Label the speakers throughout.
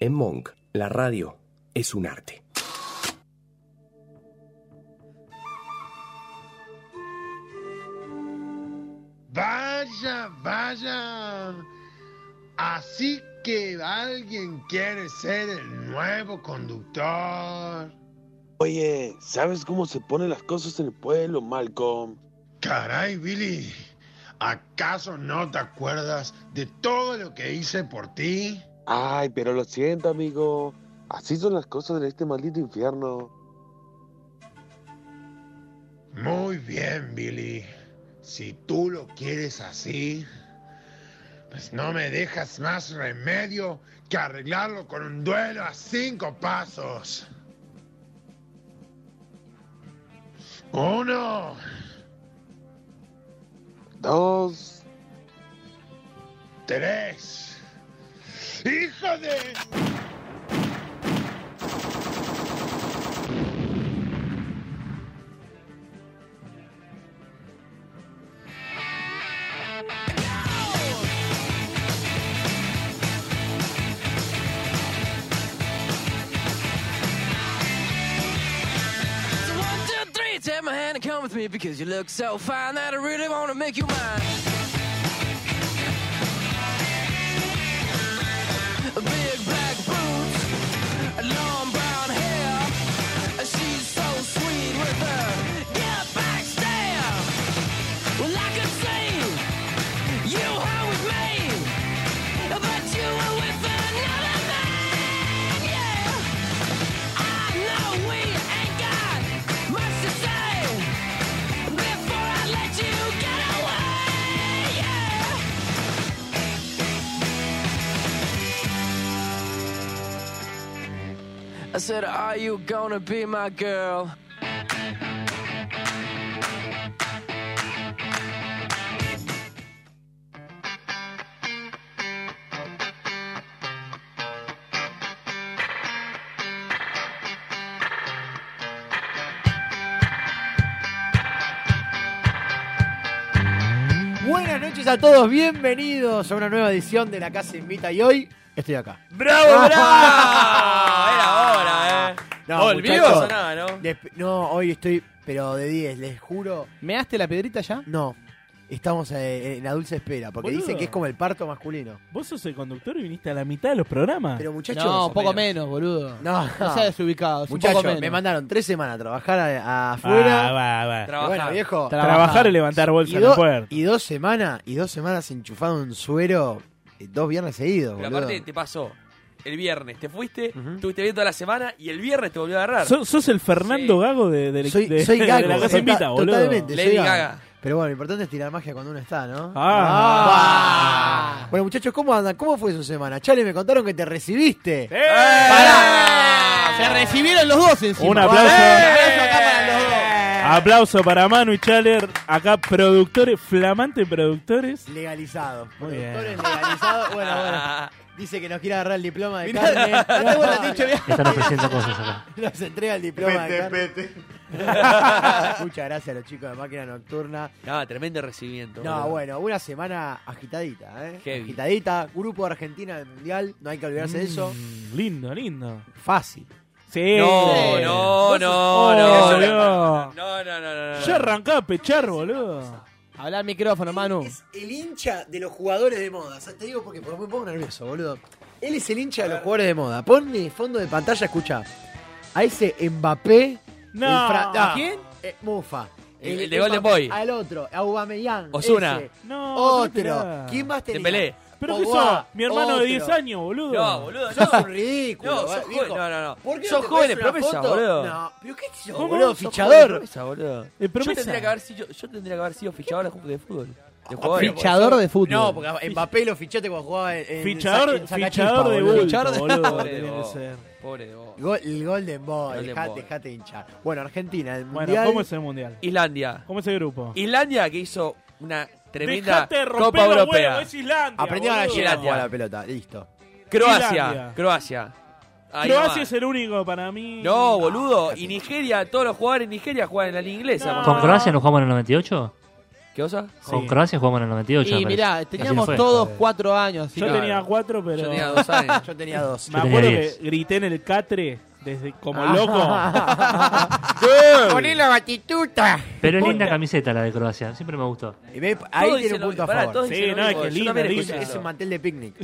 Speaker 1: En Monk, la radio es un arte.
Speaker 2: Vaya, vaya. Así que alguien quiere ser el nuevo conductor.
Speaker 3: Oye, ¿sabes cómo se ponen las cosas en el pueblo, Malcolm?
Speaker 2: Caray, Billy. ¿Acaso no te acuerdas de todo lo que hice por ti?
Speaker 3: Ay, pero lo siento, amigo. Así son las cosas en este maldito infierno.
Speaker 2: Muy bien, Billy. Si tú lo quieres así, pues no me dejas más remedio que arreglarlo con un duelo a cinco pasos. Uno,
Speaker 3: Dos.
Speaker 2: tres.
Speaker 4: Eh,
Speaker 2: ¡Hijo de...
Speaker 4: So one, two, three, take my hand and come with me because you look so fine that I really want to make you mine. Big black boots, long brown hair. She's so sweet with her get back stare. Well, I could see you were with me, but you were with another man. Yeah. I know we ain't got much to say before I let you get away. Yeah. I said, Are you gonna be my girl?
Speaker 5: Buenas noches a todos, bienvenidos a una nueva edición de La Casa Invita y hoy estoy acá.
Speaker 6: ¡Bravo, bravo! Era hora, ¿eh?
Speaker 7: Oh,
Speaker 5: No,
Speaker 6: Volvió,
Speaker 5: muchachos.
Speaker 6: sonaba, ¿no?
Speaker 5: Les- no, hoy estoy, pero de 10, les juro,
Speaker 8: ¿Measte la pedrita ya?
Speaker 5: no. Estamos eh, en la dulce espera, porque
Speaker 7: Boludo.
Speaker 5: dicen que es como el parto masculino.
Speaker 7: Vos sos el conductor y viniste a la mitad de los programas.
Speaker 5: Pero muchachos...
Speaker 8: no, poco menos, boludo. No,
Speaker 5: No,
Speaker 8: no seas desubicado, es un poco
Speaker 5: muchachos,
Speaker 8: menos.
Speaker 5: me mandaron tres semanas a trabajar a-
Speaker 7: Ah,
Speaker 5: afuera.
Speaker 7: va, va.
Speaker 5: Y bueno,
Speaker 6: Trabajar.
Speaker 5: viejo,
Speaker 8: Tra-
Speaker 7: Trabajar y levantar bolsa
Speaker 5: y,
Speaker 7: en la
Speaker 5: do-
Speaker 7: puerta.
Speaker 5: y dos semanas, y dos semanas enchufado en suero, eh, dos viernes seguidos,
Speaker 6: Pero
Speaker 5: boludo.
Speaker 6: aparte te pasó el viernes, te fuiste, estuviste bien toda la semana y el viernes te volvió a agarrar.
Speaker 7: So- sos el Fernando
Speaker 6: Sí.
Speaker 7: Gago de, del-
Speaker 5: soy,
Speaker 7: de-
Speaker 5: soy
Speaker 7: de
Speaker 5: gago,
Speaker 7: la casa
Speaker 5: tota-
Speaker 7: invita, boludo.
Speaker 5: totalmente, soy
Speaker 6: Lady
Speaker 5: gago.
Speaker 6: Gaga.
Speaker 5: Pero bueno, lo importante es tirar magia cuando uno está, ¿no?
Speaker 7: Ah.
Speaker 5: Bah. Bueno, muchachos, ¿cómo andan? ¿Cómo fue su semana? Chale, me contaron que te recibiste.
Speaker 7: ¡Eh!
Speaker 8: Pará. Se recibieron los dos encima.
Speaker 5: ¡Eh!
Speaker 7: Un aplauso.
Speaker 8: aplauso acá para los dos.
Speaker 7: Aplauso para Manu y Chaler, acá productores, flamantes productores.
Speaker 5: Legalizado.
Speaker 7: Muy
Speaker 5: Productores
Speaker 7: bien.
Speaker 5: legalizados. Bueno, bueno.
Speaker 6: Ah,
Speaker 5: Dice que nos quiere agarrar el diploma de
Speaker 8: Mirá,
Speaker 5: carne.
Speaker 8: no te acuerdas,
Speaker 5: No,
Speaker 8: dicho bien.
Speaker 9: Están ofreciendo cosas acá.
Speaker 5: Nos entrega el diploma de carne. Muchas gracias a los chicos de Máquina Nocturna.
Speaker 6: no, tremendo recibimiento.
Speaker 5: No,
Speaker 6: boludo.
Speaker 5: bueno, una semana agitadita, ¿eh?
Speaker 6: Heavy.
Speaker 5: Agitadita. Grupo de Argentina del Mundial. No hay que olvidarse de eso.
Speaker 7: Mm, lindo, lindo.
Speaker 5: Fácil.
Speaker 7: Sí.
Speaker 6: No, no, no,
Speaker 7: Vos sos-
Speaker 6: no,
Speaker 7: Oh,
Speaker 6: no,
Speaker 7: Dios.
Speaker 6: No, no, no, no. no.
Speaker 7: Ya arrancaba a pechar, boludo.
Speaker 8: Habla al micrófono, Manu.
Speaker 5: Es el hincha de los jugadores de moda. O sea, te digo porque, porque me pongo nervioso, boludo. Él es el hincha de los jugadores de moda. Ponle fondo de pantalla, escucha. A ese Mbappé.
Speaker 7: No.
Speaker 5: el fra-
Speaker 8: ¿A quién?
Speaker 5: eh, Mufa.
Speaker 6: El- el de Golden Boy.
Speaker 5: Al otro, a Aubameyang.
Speaker 6: Osuna.
Speaker 5: ese.
Speaker 7: No,
Speaker 5: Otro.
Speaker 7: tirá.
Speaker 5: ¿Quién más tenía?
Speaker 6: Dembélé.
Speaker 7: ¿Pero qué
Speaker 5: Pogba,
Speaker 7: sos? Mi hermano
Speaker 5: otro.
Speaker 7: de 10 años, boludo.
Speaker 6: No, boludo,
Speaker 5: Sos
Speaker 6: no.
Speaker 5: un ridículo.
Speaker 6: No,
Speaker 5: va,
Speaker 6: sos
Speaker 5: viejo.
Speaker 6: joven, no, no, no.
Speaker 5: ¿Por qué
Speaker 6: Sos
Speaker 5: te
Speaker 6: jóvenes
Speaker 5: pones una
Speaker 6: promesa,
Speaker 5: foto?
Speaker 6: boludo.
Speaker 5: No, pero qué sos,
Speaker 7: ¿Cómo?
Speaker 5: boludo,
Speaker 7: Sos
Speaker 5: fichador.
Speaker 6: Promesa, boludo.
Speaker 7: Eh, promesa.
Speaker 6: Yo tendría que haber sido, yo tendría que haber sido fichador de ju- de fútbol. De jugadores.
Speaker 8: Fichador de fútbol.
Speaker 5: No, porque Mbappé lo fichaste cuando jugaba en, en
Speaker 7: Fichador,
Speaker 5: Sa- en Sacachispa,
Speaker 7: fichador de
Speaker 5: boludo.
Speaker 7: bulto,
Speaker 8: Fichador de-
Speaker 7: boludo,
Speaker 6: Pobre de
Speaker 7: tenía que
Speaker 6: vos.
Speaker 7: ser.
Speaker 6: Pobre de vos.
Speaker 5: Gol- el Golden Boy,
Speaker 6: Golden
Speaker 5: dejate,
Speaker 6: Boy.
Speaker 5: dejate de hinchar. Bueno, Argentina, el
Speaker 7: Bueno,
Speaker 5: mundial.
Speaker 7: ¿cómo es el mundial?
Speaker 6: Islandia.
Speaker 7: ¿Cómo es el grupo?
Speaker 6: Islandia que hizo una tremenda
Speaker 7: Dejate de romper
Speaker 6: Copa
Speaker 7: los huevos,
Speaker 6: Europea.
Speaker 7: es Islandia.
Speaker 5: Aprendieron
Speaker 7: boludo.
Speaker 5: ayer a jugar a la
Speaker 6: Islandia.
Speaker 5: pelota, listo.
Speaker 6: Croacia,
Speaker 7: Islandia.
Speaker 6: Croacia. Ahí
Speaker 7: Croacia
Speaker 6: nomás.
Speaker 7: es el único para mí.
Speaker 6: No, boludo. Y Nigeria, todos los jugadores de Nigeria juegan en la liga inglesa.
Speaker 7: No.
Speaker 6: boludo.
Speaker 7: Ah.
Speaker 9: ¿Con Croacia nos jugamos en el 98?
Speaker 6: ¿Qué cosa?
Speaker 9: Con
Speaker 7: Sí.
Speaker 9: Croacia jugamos en el 98. me
Speaker 8: Y
Speaker 9: parece.
Speaker 8: mirá,
Speaker 9: Así
Speaker 8: teníamos
Speaker 9: fue.
Speaker 8: todos cuatro años. así
Speaker 7: Yo
Speaker 8: que-
Speaker 7: tenía cuatro, pero.
Speaker 6: Yo tenía dos años.
Speaker 5: Yo tenía dos.
Speaker 7: Me
Speaker 9: Yo tenía
Speaker 7: acuerdo que
Speaker 9: diez.
Speaker 7: grité en el catre desde como loco.
Speaker 5: Ah.
Speaker 8: Poné la batistuta.
Speaker 9: Pero es linda camiseta la de Croacia, siempre me gustó.
Speaker 5: Y ve,
Speaker 6: Todos
Speaker 5: ahí tiene
Speaker 6: dicen
Speaker 5: un
Speaker 6: lo
Speaker 5: punto a
Speaker 6: mismo. Pará,
Speaker 5: favor.
Speaker 6: todos
Speaker 7: Sí,
Speaker 6: dicen lo
Speaker 7: no, es
Speaker 6: mismo.
Speaker 7: que
Speaker 6: Yo
Speaker 7: lindo,
Speaker 6: también
Speaker 7: lindo.
Speaker 5: Es,
Speaker 6: escuché
Speaker 5: es
Speaker 6: eso.
Speaker 5: un mantel de picnic.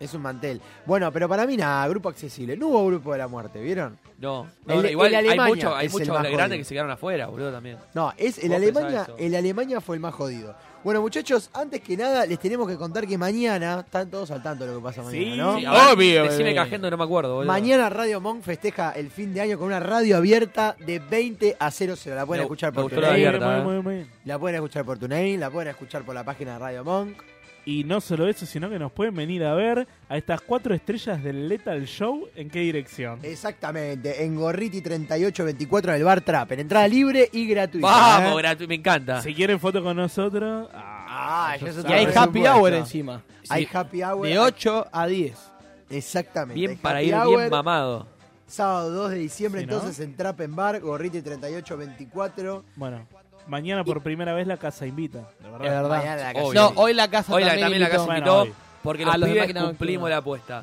Speaker 5: es un mantel. Bueno, pero para mí nada, grupo accesible. No hubo grupo de la muerte, ¿vieron?
Speaker 6: No,
Speaker 5: El-
Speaker 6: no,
Speaker 5: el
Speaker 6: igual hay
Speaker 5: Alemania
Speaker 6: muchos hay
Speaker 5: es el
Speaker 6: muchos
Speaker 5: más jodido.
Speaker 6: grandes que se quedaron afuera, boludo, también.
Speaker 5: No, es el
Speaker 6: Vos
Speaker 5: Alemania,
Speaker 6: pensá eso.
Speaker 5: el Alemania fue el más jodido. Bueno, muchachos, antes que nada les tenemos que contar que mañana están todos al tanto de lo que pasa mañana,
Speaker 7: Sí,
Speaker 5: ¿no?
Speaker 7: sí,
Speaker 6: a ver,
Speaker 8: Obvio,
Speaker 6: Decime
Speaker 8: bebé.
Speaker 6: que agendo no me acuerdo, boludo.
Speaker 5: Mañana Radio Monk festeja el fin de año con una radio abierta de 20 a 00. La pueden
Speaker 6: Me-
Speaker 5: escuchar
Speaker 6: me
Speaker 5: por
Speaker 6: gustó
Speaker 7: Sí,
Speaker 6: la
Speaker 5: TuneIn,
Speaker 6: abierta.
Speaker 7: muy,
Speaker 6: ¿eh?
Speaker 7: muy, muy bien.
Speaker 5: la pueden escuchar por TuneIn, la pueden escuchar por la página de Radio Monk.
Speaker 7: Y no solo eso, sino que nos pueden venir a ver a estas cuatro estrellas del Lethal Show. ¿En qué dirección?
Speaker 5: Eh, Exactamente, en Gorriti 3824 en el Bar Trapper. Entrada libre y gratuita.
Speaker 6: Vamos,
Speaker 5: ¿eh?
Speaker 6: gratuito, me encanta.
Speaker 7: Si quieren foto con nosotros. Ah,
Speaker 5: Ah, ya se
Speaker 8: Y hay
Speaker 5: Por
Speaker 8: happy
Speaker 5: supuesto.
Speaker 8: hour encima.
Speaker 5: Hay
Speaker 6: Sí,
Speaker 5: happy hour.
Speaker 8: De 8 a 10.
Speaker 5: Exactamente.
Speaker 6: Bien
Speaker 5: hay
Speaker 6: para
Speaker 5: happy
Speaker 6: ir
Speaker 5: hour,
Speaker 6: bien mamado.
Speaker 5: Sábado 2 de diciembre,
Speaker 7: Sí, ¿no?
Speaker 5: entonces en Trapen Bar, Gorriti 3824.
Speaker 7: Bueno, mañana por primera vez la casa invita. De
Speaker 8: Es
Speaker 7: verdad.
Speaker 8: verdad.
Speaker 5: Mañana la casa.
Speaker 6: Obvio.
Speaker 8: No, hoy la casa
Speaker 6: Hoy la-
Speaker 8: también,
Speaker 6: también la
Speaker 8: invitó.
Speaker 6: casa
Speaker 7: Bueno,
Speaker 6: invitó
Speaker 7: hoy.
Speaker 6: porque
Speaker 8: A
Speaker 6: los,
Speaker 8: los de
Speaker 6: pibes
Speaker 8: Máquina
Speaker 6: cumplimos
Speaker 8: Nocturna.
Speaker 6: la apuesta.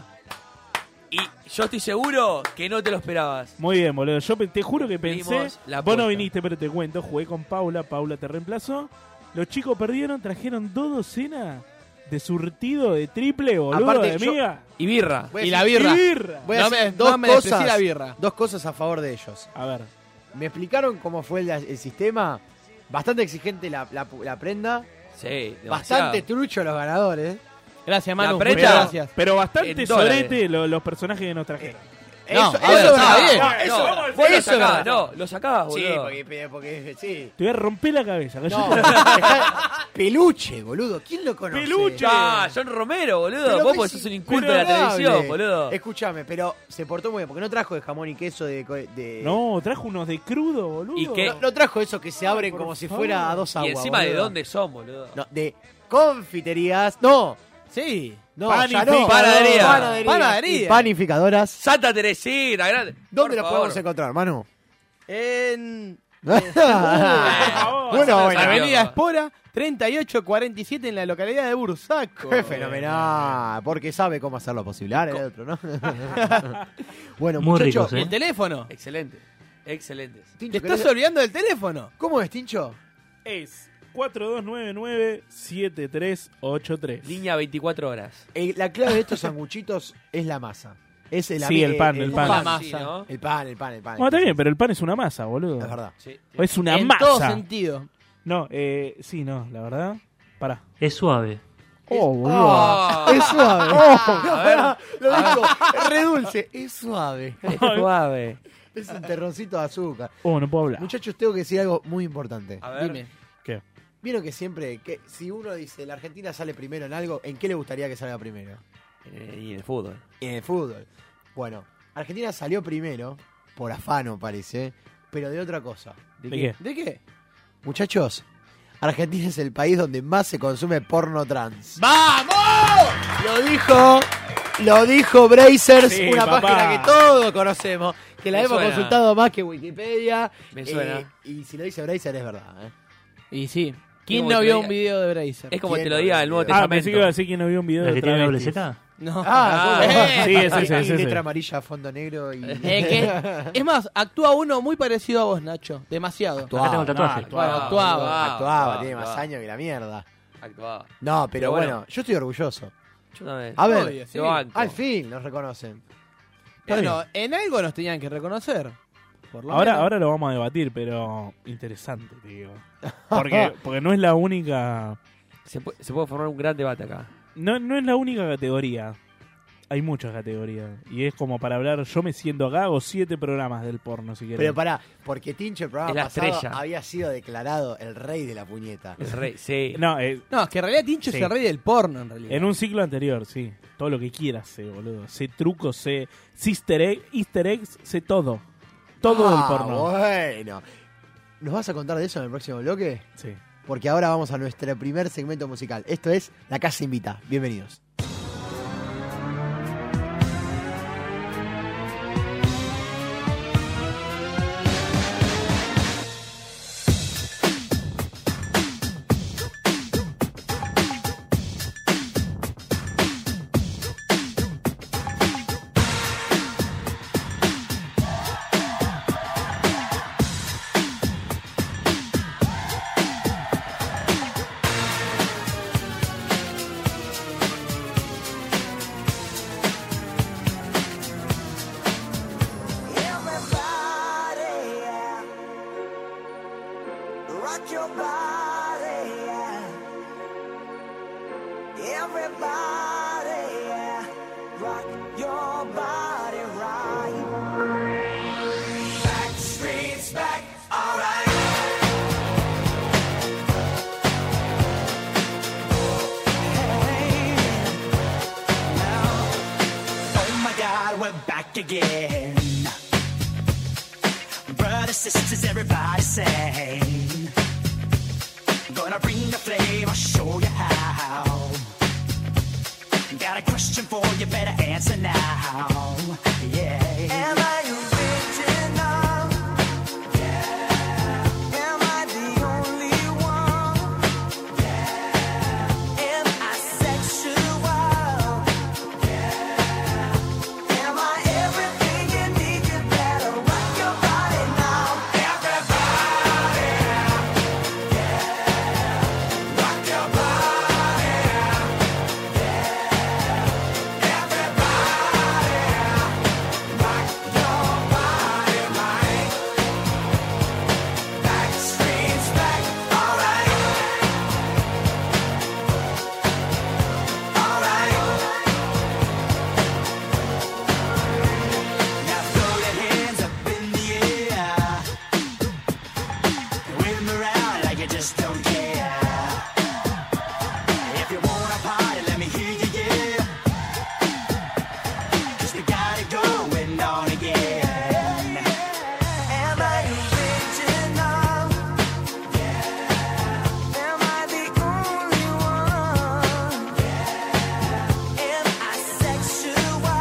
Speaker 6: Y yo estoy seguro que no te lo esperabas.
Speaker 7: Muy bien, boludo. Yo pe- te juro que pensé.
Speaker 6: Cumplimos la
Speaker 7: Vos
Speaker 6: apuesta.
Speaker 7: no viniste, pero te cuento. Jugué con Paula. Paula te reemplazó. Los chicos perdieron. Trajeron dos docenas de surtido de triple, boludo.
Speaker 5: Aparte,
Speaker 7: de
Speaker 5: yo-
Speaker 7: miga.
Speaker 6: Y birra.
Speaker 5: Voy a
Speaker 8: Y
Speaker 5: decir-
Speaker 8: la birra.
Speaker 7: Y birra.
Speaker 5: Voy a
Speaker 8: No
Speaker 5: decir
Speaker 8: me-
Speaker 5: dos
Speaker 8: no me desprecié
Speaker 5: cosas-
Speaker 8: la birra.
Speaker 5: Dos cosas a favor de ellos.
Speaker 7: A ver.
Speaker 5: Me explicaron cómo fue el, el sistema. Bastante exigente la, la- la prenda.
Speaker 6: Sí, demasiado.
Speaker 5: Bastante trucho los ganadores.
Speaker 8: Gracias, Manu.
Speaker 6: preta-
Speaker 8: muchas Gracias.
Speaker 7: Pero
Speaker 6: En
Speaker 7: bastante
Speaker 6: dólares.
Speaker 7: sorete lo- los personajes que nos trajeron.
Speaker 8: No,
Speaker 5: eso
Speaker 8: a ver,
Speaker 5: eso es
Speaker 8: está
Speaker 5: verdad.
Speaker 8: bien.
Speaker 6: Eh, No,
Speaker 7: eso vamos a
Speaker 6: vos
Speaker 5: decir.
Speaker 6: lo
Speaker 5: Eso es
Speaker 6: sacabas,
Speaker 5: verdad.
Speaker 6: no, lo sacabas,
Speaker 5: Sí,
Speaker 6: boludo.
Speaker 5: porque, porque sí.
Speaker 7: Te voy a romper la cabeza.
Speaker 5: No,
Speaker 7: galleta.
Speaker 5: está- peluche, boludo. ¿Quién lo conoce?
Speaker 7: Peluche.
Speaker 6: Ah, John Romero, boludo.
Speaker 5: Pero
Speaker 6: vos
Speaker 5: que
Speaker 6: pues
Speaker 5: sí,
Speaker 6: sos un inculto de la
Speaker 5: pero adorable.
Speaker 6: televisión, boludo.
Speaker 5: Escúchame, pero se portó muy bien, porque no trajo de jamón y queso de... co- de-
Speaker 7: No, trajo unos de crudo, boludo.
Speaker 6: ¿Y qué?
Speaker 5: no, no trajo eso que se abren
Speaker 7: por
Speaker 5: como si
Speaker 7: favor.
Speaker 5: fuera a dos aguas.
Speaker 6: Y encima de
Speaker 5: boludo.
Speaker 6: dónde son, boludo.
Speaker 5: No, de confiterías. No,
Speaker 8: Sí.
Speaker 5: no, ya
Speaker 7: Panificador.
Speaker 5: no.
Speaker 6: Panadería.
Speaker 5: Panaderías
Speaker 8: Panadería.
Speaker 5: y panificadoras.
Speaker 6: Santa Teresita, grande.
Speaker 5: ¿Dónde los
Speaker 6: Por favor.
Speaker 5: podemos encontrar, Manu?
Speaker 8: En
Speaker 7: favor.
Speaker 5: bueno,
Speaker 6: Bueno,
Speaker 5: bueno.
Speaker 8: la Avenida
Speaker 6: Dios.
Speaker 8: Espora, 3847 en la localidad de Bursaco.
Speaker 5: Qué fenomenal, porque sabe cómo hacerlo posible. Ahora el otro, ¿no? bueno,
Speaker 9: Muy
Speaker 5: muchachos,
Speaker 9: ricos,
Speaker 8: ¿Y
Speaker 9: ¿eh?
Speaker 8: el teléfono?
Speaker 6: Excelente. Excelentes.
Speaker 5: Tincho,
Speaker 8: ¿Te estás
Speaker 5: ¿querés-
Speaker 8: olvidando del teléfono?
Speaker 5: ¿Cómo es, Tincho?
Speaker 7: Es 4299-7383.
Speaker 6: Línea 24 horas.
Speaker 5: Eh, la clave de estos sanguchitos es la masa. Es el
Speaker 7: Sí,
Speaker 5: ami-
Speaker 7: el pan, el pan.
Speaker 8: La
Speaker 6: Sí,
Speaker 8: masa.
Speaker 6: ¿no?
Speaker 5: El pan, el pan, el pan.
Speaker 7: Bueno, está bien, pero el pan es una masa, boludo.
Speaker 5: Ah, Es verdad.
Speaker 6: Sí.
Speaker 7: O Es una
Speaker 8: en todo
Speaker 7: masa.
Speaker 8: sentido.
Speaker 7: No, eh, sí, no, la verdad. Pará.
Speaker 9: Es suave.
Speaker 7: Oh,
Speaker 6: Ah,
Speaker 5: Es suave. Oh,
Speaker 6: a ver.
Speaker 5: Lo dijo, re dulce. Es suave.
Speaker 6: Ah. Es suave. Uh,
Speaker 5: Es un terroncito de azúcar.
Speaker 7: Oh, no puedo hablar.
Speaker 5: Muchachos, tengo que decir algo muy importante.
Speaker 6: A ver.
Speaker 8: Dime.
Speaker 5: Vieron que siempre, que si uno dice la Argentina sale primero en algo, ¿en qué le gustaría que salga primero?
Speaker 6: Eh, Y el fútbol.
Speaker 5: En el fútbol. Bueno, Argentina salió primero, por afano parece, pero de otra cosa.
Speaker 7: ¿De qué?
Speaker 8: ¿De qué?
Speaker 5: Muchachos, Argentina es el país donde más se consume porno trans.
Speaker 8: ¡Vamos!
Speaker 5: Lo dijo, lo dijo Brazers,
Speaker 7: Sí,
Speaker 5: una
Speaker 7: papá.
Speaker 5: página que todos conocemos, que la
Speaker 6: Me
Speaker 5: hemos
Speaker 6: suena.
Speaker 5: consultado más que Wikipedia.
Speaker 6: Me
Speaker 5: eh,
Speaker 6: suena.
Speaker 5: y si lo dice Brazers es verdad. ¿eh?
Speaker 8: Y sí.
Speaker 6: Es
Speaker 8: ¿Quién
Speaker 6: como
Speaker 8: no
Speaker 6: que
Speaker 8: vio
Speaker 6: te
Speaker 8: un
Speaker 6: diga-
Speaker 8: video de Bracer?
Speaker 6: Es como
Speaker 5: ¿Quién
Speaker 6: te lo
Speaker 5: no
Speaker 6: diga
Speaker 5: lo
Speaker 6: el Nuevo
Speaker 5: vio?
Speaker 7: Ah, pensé que iba
Speaker 6: Testamento.
Speaker 7: a decir que no vio un video
Speaker 9: ¿La
Speaker 7: de
Speaker 9: que tiene doble
Speaker 7: travestis.
Speaker 9: Z?
Speaker 8: No.
Speaker 5: Ah,
Speaker 6: ¿cómo?
Speaker 8: Eh,
Speaker 7: Sí, es
Speaker 5: Y-
Speaker 7: ese, es
Speaker 5: y letra
Speaker 7: ese.
Speaker 5: amarilla, fondo negro y...
Speaker 8: Eh, que- es más, actúa uno muy parecido a vos, Nacho. Demasiado.
Speaker 5: Actuaba,
Speaker 9: Acá tengo tatuaje.
Speaker 5: no,
Speaker 8: Bueno, actuaba,
Speaker 5: actuaba, tiene más años que la mierda.
Speaker 6: Actuaba.
Speaker 5: No, pero,
Speaker 6: Pero
Speaker 5: bueno,
Speaker 6: bueno.
Speaker 5: yo estoy orgulloso.
Speaker 6: Yo también.
Speaker 5: A ver,
Speaker 8: Obvio, sí.
Speaker 6: Lo banco.
Speaker 5: al fin nos reconocen.
Speaker 8: Bueno, en algo nos tenían que reconocer. Por lo
Speaker 7: Ahora,
Speaker 8: menos.
Speaker 7: ahora lo vamos a debatir, pero interesante, te digo. Porque, porque no es la única.
Speaker 6: Se, pu- se puede formar un gran debate acá.
Speaker 7: No, no es la única categoría. Hay muchas categorías. Y es como para hablar, yo me siento acá, hago siete programas del porno, si querés.
Speaker 5: Pero pará, porque Tincho el programa
Speaker 6: Es la
Speaker 5: pasado
Speaker 6: estrella.
Speaker 5: había sido declarado el rey de la puñeta.
Speaker 6: El rey, sí.
Speaker 7: No, eh,
Speaker 8: No, es que en realidad Tincho
Speaker 7: Sí.
Speaker 8: se ríe del porno, en realidad.
Speaker 7: en un ciclo anterior, sí. Todo lo que quieras, sé, boludo. Sé trucos, sé sister egg, easter eggs, sé todo. Todo
Speaker 5: Ah,
Speaker 7: del porno.
Speaker 5: Bueno. ¿Nos vas a contar de eso en el próximo bloque?
Speaker 7: Sí.
Speaker 5: Porque ahora vamos a nuestro primer segmento musical. Esto es La Casa Invita. Bienvenidos.
Speaker 4: nobody right. Back streets back, alright. Hey, now, oh my God, we're back again. Brothers, sisters, everybody sing. Gonna bring the flame, I'll show you how. Got a question for you, better answer now. Yeah. Am I original? Yeah. Am I the only one? Yeah. Am I sexual? Yeah. Am I everything you need? You better rock your body now. Everybody. Yeah. Rock your body. Just don't care. If you wanna party, let me hear you, yeah. Cause we got it going on again. Am I original? Yeah. Am I the only one? Yeah. Am I sexual?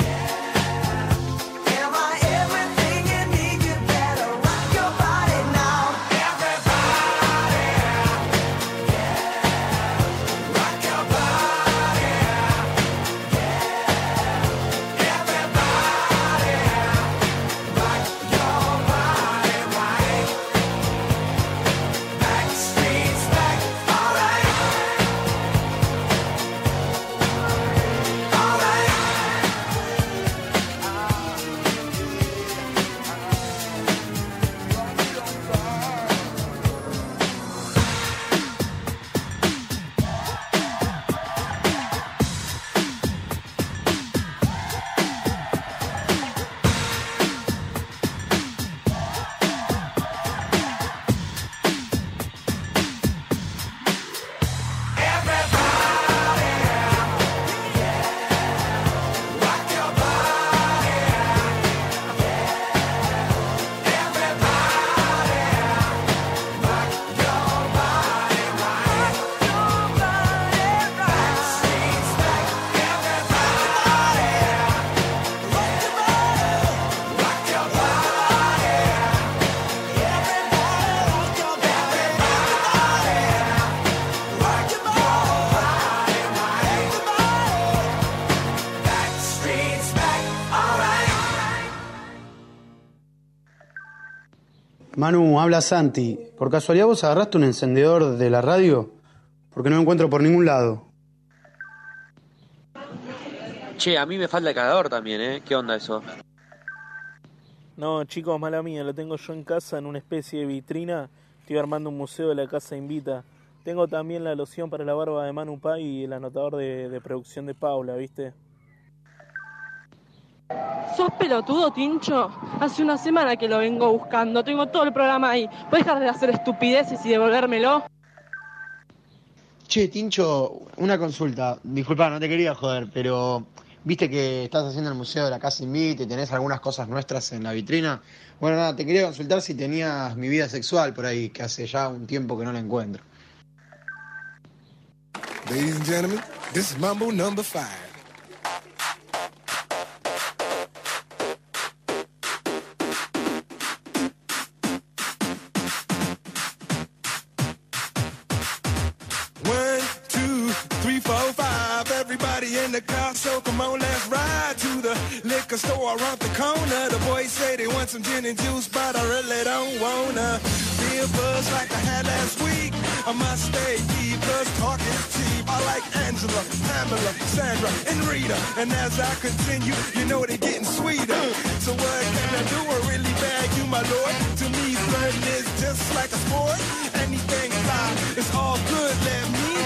Speaker 4: Yeah. Am I everything you need? You better rock your body now. Everybody. Yeah. Rock your body.
Speaker 10: Manu, habla Santi. ¿Por casualidad vos agarraste un encendedor de la radio? Porque no lo encuentro por ningún lado.
Speaker 11: Che, a mí me falta el cargador también, ¿eh? ¿Qué onda eso?
Speaker 7: No, chicos, mala mía, lo tengo yo en casa en una especie de vitrina. Estoy armando un museo de la casa invita. Tengo también la loción para la barba de Manu Pai y el anotador de, de producción de Paula, ¿viste?
Speaker 12: ¿Sos pelotudo, Tincho? Hace una semana que lo vengo buscando. Tengo todo el programa ahí. ¿Puedes dejar de hacer estupideces y devolvérmelo?
Speaker 13: Che, Tincho, una consulta. Disculpa, no te quería joder, pero viste que estás haciendo el Museo de la Casa Invita y tenés algunas cosas nuestras en la vitrina. Bueno, nada, te quería consultar si tenías mi vida sexual por ahí, que hace ya un tiempo que no la encuentro.
Speaker 14: Ladies and gentlemen, this is Mambo number five. One, two, three, four, five. Everybody in the car, so come on, let's ride to the liquor store around the corner. The boys say they want some gin and juice, but I really don't wanna be a buzz like I had last week. I must stay deep, cause talk is cheap. I like Angela, Pamela, Sandra, and Rita. And as I continue, you know they're getting sweeter. So what can I do? I really bag you, my lord. To me, flirting is just like a sport. Anything fly, it's all good. Let me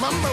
Speaker 14: Mambo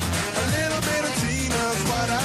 Speaker 14: A little bit of Tina's what I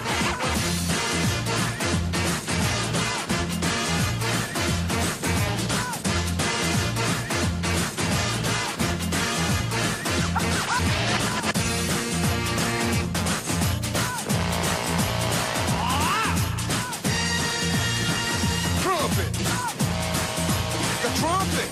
Speaker 14: trumpet. The trumpet.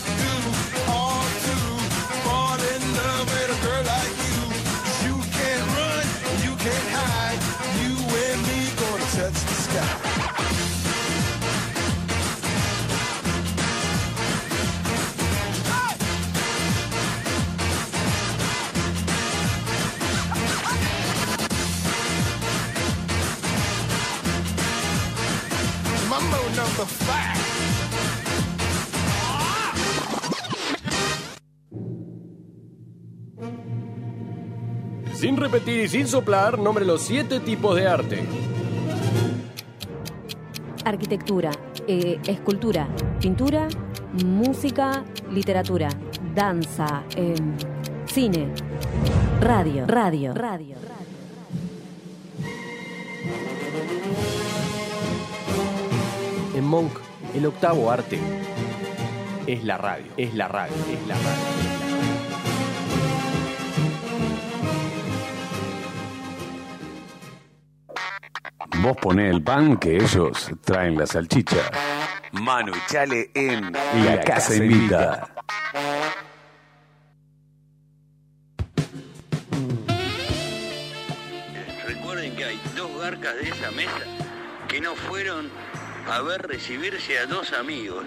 Speaker 14: do all to fall in love with a girl like you. You can't run, you can't hide. You and me gonna touch the sky. Mambo number five.
Speaker 1: Sin repetir y sin soplar, nombre los siete tipos de arte.
Speaker 15: Arquitectura, eh, escultura, pintura, música, literatura, danza, eh, cine, radio, radio, radio.
Speaker 1: En Monk, el octavo arte es la radio, es la radio, es la radio.
Speaker 16: Vos poné el pan que ellos traen la salchicha.
Speaker 17: Manu y Chale en
Speaker 16: La casa invita.
Speaker 17: Recuerden que hay dos garcas de esa mesa que no fueron a ver recibirse a dos amigos.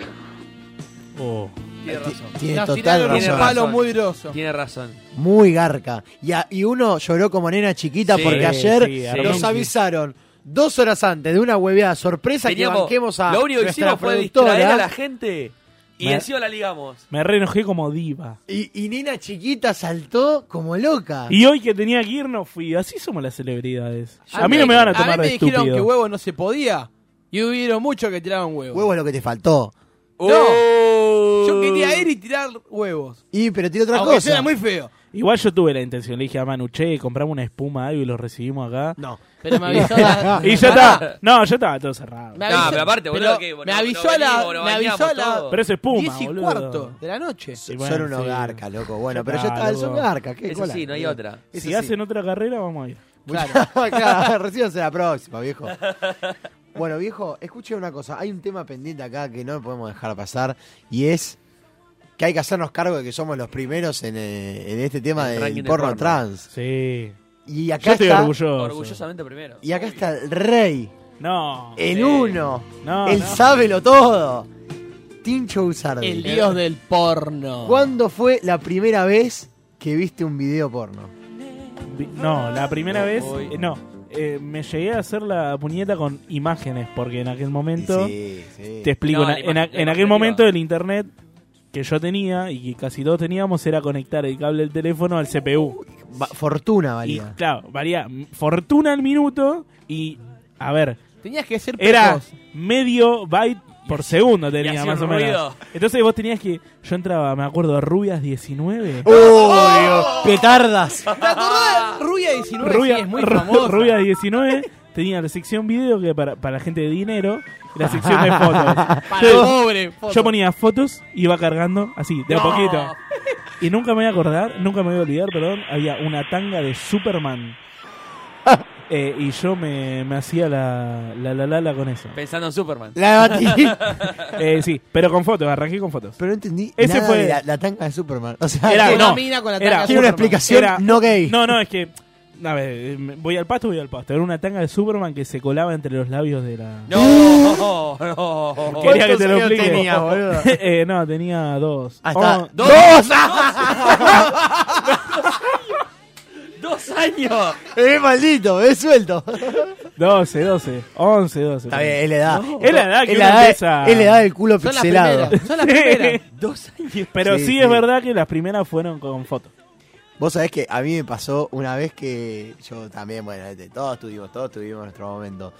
Speaker 7: Oh.
Speaker 6: Tiene razón.
Speaker 5: tiene total
Speaker 6: tiene
Speaker 5: razón.
Speaker 6: razón.
Speaker 5: muy
Speaker 6: Tiene razón.
Speaker 5: Muy garca. Y, a- y uno lloró como nena chiquita
Speaker 6: Sí,
Speaker 5: porque ayer
Speaker 6: sí,
Speaker 5: nos
Speaker 6: arranque.
Speaker 5: avisaron dos horas antes de una hueveada sorpresa que
Speaker 6: Teníamos-
Speaker 5: banquemos a
Speaker 6: lo único que
Speaker 5: nuestra
Speaker 6: hicimos fue distraer
Speaker 5: productora.
Speaker 6: a la gente y
Speaker 5: Me-
Speaker 6: encima la ligamos.
Speaker 7: Me reenojé como diva.
Speaker 5: y, y nena chiquita saltó como loca.
Speaker 7: Y hoy que tenía que ir no fui. Así somos las celebridades. A mí no me van a tomar
Speaker 8: A mí
Speaker 7: de
Speaker 8: me dijeron que
Speaker 7: estúpido.
Speaker 8: huevo no se podía. Y hubieron muchos que tiraban huevos.
Speaker 5: Huevo es lo que te faltó.
Speaker 8: No. Yo quería ir y tirar huevos.
Speaker 5: Y pero tiene otra
Speaker 8: Aunque
Speaker 5: cosa.
Speaker 8: suena muy feo.
Speaker 7: Igual yo tuve la intención. Le dije a Manu, che, compramos una espuma algo y lo recibimos acá.
Speaker 5: No.
Speaker 8: Pero me avisó la-
Speaker 7: y ya está. No, ya estaba todo cerrado.
Speaker 8: Me avisó-
Speaker 7: pero aparte, boludo,
Speaker 8: pero
Speaker 7: que, bueno,
Speaker 8: me
Speaker 7: no
Speaker 8: avisó a la,
Speaker 7: venimos, nos
Speaker 8: me avisó a
Speaker 7: bañamos
Speaker 8: la
Speaker 7: todo. Pero es espuma,
Speaker 8: 10 y
Speaker 7: boludo.
Speaker 8: cuarto de la noche.
Speaker 5: bueno, Son unos sí. garcas, loco. Bueno, pero ya está, son garcas. ¿qué cola?
Speaker 7: Si
Speaker 5: Eso
Speaker 7: hacen otra carrera, vamos a ir.
Speaker 5: Claro, claro, recíbanse la próxima, viejo. Bueno, viejo, escuche una cosa. Hay un tema pendiente acá que no podemos dejar pasar y es que hay que hacernos cargo de que somos los primeros en, eh, en este tema
Speaker 6: El
Speaker 5: del
Speaker 6: ranking de
Speaker 5: porno,
Speaker 6: porno.
Speaker 5: trans.
Speaker 7: Sí.
Speaker 5: Y acá
Speaker 7: Yo estoy
Speaker 5: está,
Speaker 7: orgulloso.
Speaker 6: Orgullosamente primero.
Speaker 5: Y acá está el rey.
Speaker 7: No.
Speaker 5: El uno.
Speaker 7: No,
Speaker 5: el
Speaker 7: no.
Speaker 5: sábelo todo. Tincho Usardi.
Speaker 8: El dios del porno.
Speaker 5: ¿Cuándo fue la primera vez que viste un video porno?
Speaker 7: Vi- No,
Speaker 5: Ah,
Speaker 7: la primera vez. eh, no, eh, me llegué a hacer la puñeta con imágenes, porque en aquel momento.
Speaker 5: Sí, sí.
Speaker 7: Te explico,
Speaker 5: No,
Speaker 7: en,
Speaker 5: la imagen-
Speaker 7: en a-
Speaker 5: la
Speaker 7: en
Speaker 5: imagen
Speaker 7: aquel
Speaker 5: privada.
Speaker 7: momento el internet que yo tenía y que casi todos teníamos era conectar el cable del teléfono al CPU.
Speaker 5: fortuna
Speaker 7: Y
Speaker 5: valía.
Speaker 7: claro, varía m- fortuna al minuto y. A ver,
Speaker 8: Tenías que ser
Speaker 7: era
Speaker 8: precoz.
Speaker 7: medio byte por segundo tenía
Speaker 8: hacía
Speaker 7: más o
Speaker 8: un ruido.
Speaker 7: menos. Entonces vos tenías que. Yo entraba, me acuerdo, a Rubias 19.
Speaker 8: ¡Oh!
Speaker 5: ¡Petardas!
Speaker 8: ¿Te acordás de Rubia 19? Sí,
Speaker 7: Rubia,
Speaker 8: es muy
Speaker 7: Ru-
Speaker 8: famosa.
Speaker 7: Rubia 19 tenía la sección video que para, para gente de dinero y la sección de fotos.
Speaker 8: Para
Speaker 7: Yo-
Speaker 8: pobre, fotos.
Speaker 7: Yo ponía fotos y iba cargando así, de a
Speaker 8: No.
Speaker 7: poquito. Y nunca me voy a acordar, nunca me voy a olvidar, perdón, había una tanga de Superman. Eh, y yo me, me hacía la la, la la la con eso.
Speaker 6: Pensando en Superman.
Speaker 7: eh, sí, pero con fotos, arranqué con fotos.
Speaker 5: Pero no entendí.
Speaker 7: Ese
Speaker 5: nada
Speaker 7: fue
Speaker 5: de la, la tanga de Ah, Superman. O sea,
Speaker 7: era,
Speaker 5: que-
Speaker 7: no, era-
Speaker 5: Quiero una explicación
Speaker 7: Era-
Speaker 5: no gay.
Speaker 7: No, no, es que. A ver, eh, me- voy al pasto, voy al pasto. Era una tanga de Superman que se colaba entre los labios de la.
Speaker 6: No, no.
Speaker 7: Quería que te lo explique.
Speaker 6: tenía, boludo?
Speaker 7: eh, no, tenía dos.
Speaker 6: Ah, está.
Speaker 7: Oh,
Speaker 6: ¡Dos! ¡Dos años!
Speaker 5: ¡Eh, maldito! ¡Eh, suelto!
Speaker 7: 12, 12, 11, 12.
Speaker 5: Está bien, es la edad.
Speaker 7: Es la edad que
Speaker 5: Es
Speaker 7: uno
Speaker 5: la edad-
Speaker 7: empieza-
Speaker 5: es la edad del culo Son las pixelado. primeras, son las primeras.
Speaker 6: Dos años.
Speaker 7: Pero sí,
Speaker 5: Sí, sí.
Speaker 7: es verdad que las primeras fueron con fotos.
Speaker 5: Vos sabés que a mí me pasó una vez que yo también, bueno, este, todos tuvimos, todos tuvimos nuestro momento.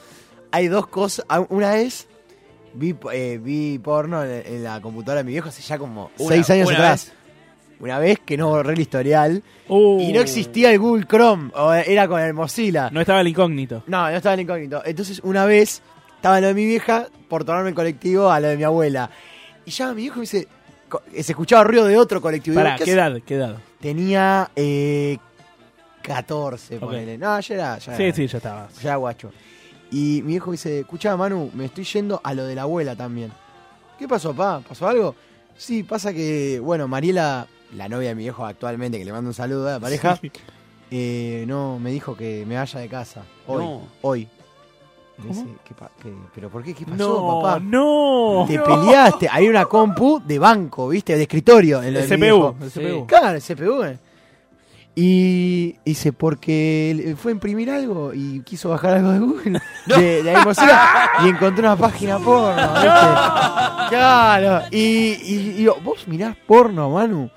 Speaker 5: Hay dos cosas. a- Una vez vi, eh, vi porno en, en la computadora de mi viejo hace ya como
Speaker 13: Una-
Speaker 5: seis años
Speaker 13: una
Speaker 5: atrás. Una vez que no borré el historial y no existía el Google Chrome, o era con el Mozilla.
Speaker 7: Oh. No estaba el incógnito.
Speaker 5: No, no estaba el incógnito. Entonces, una vez estaba lo de mi vieja por tomarme el colectivo a lo de mi abuela. Y ya mi viejo me dice. co- Se escuchaba ruido de otro colectivo.
Speaker 7: Pará,
Speaker 5: Digo,
Speaker 7: ¿qué
Speaker 5: hace?
Speaker 7: edad? ¿Qué edad?
Speaker 5: Tenía eh, 14, ponele. No, ya era. Ya
Speaker 7: Sí,
Speaker 5: era.
Speaker 7: sí, ya estaba.
Speaker 5: Ya era guacho. Y mi hijo dice, escuchá, Manu, me estoy yendo a lo de la abuela también. ¿Qué pasó, pa? ¿Pasó algo? Sí, pasa que, bueno, Mariela, la novia de mi viejo actualmente, que le mando un saludo a la pareja, eh, no, me dijo que me vaya de casa. Hoy.
Speaker 4: No.
Speaker 5: Hoy. Me
Speaker 4: ¿Cómo?
Speaker 5: dice, "¿Qué pa- qué- ¿Pero por qué? ¿Qué pasó,
Speaker 4: No,
Speaker 5: papá?
Speaker 7: ¡No!
Speaker 5: Te peleaste. Hay una compu de banco, ¿viste? De escritorio. En lo
Speaker 7: El
Speaker 5: de mi
Speaker 7: CPU,
Speaker 5: viejo.
Speaker 7: el CPU.
Speaker 5: Claro, el CPU. eh. Y dice, porque él fue a imprimir algo y quiso bajar algo de Google, de, de ahí Mozilla, y encontró una página porno, ¿viste? Claro. Y, y- y digo, ¿vos mirás porno, Manu?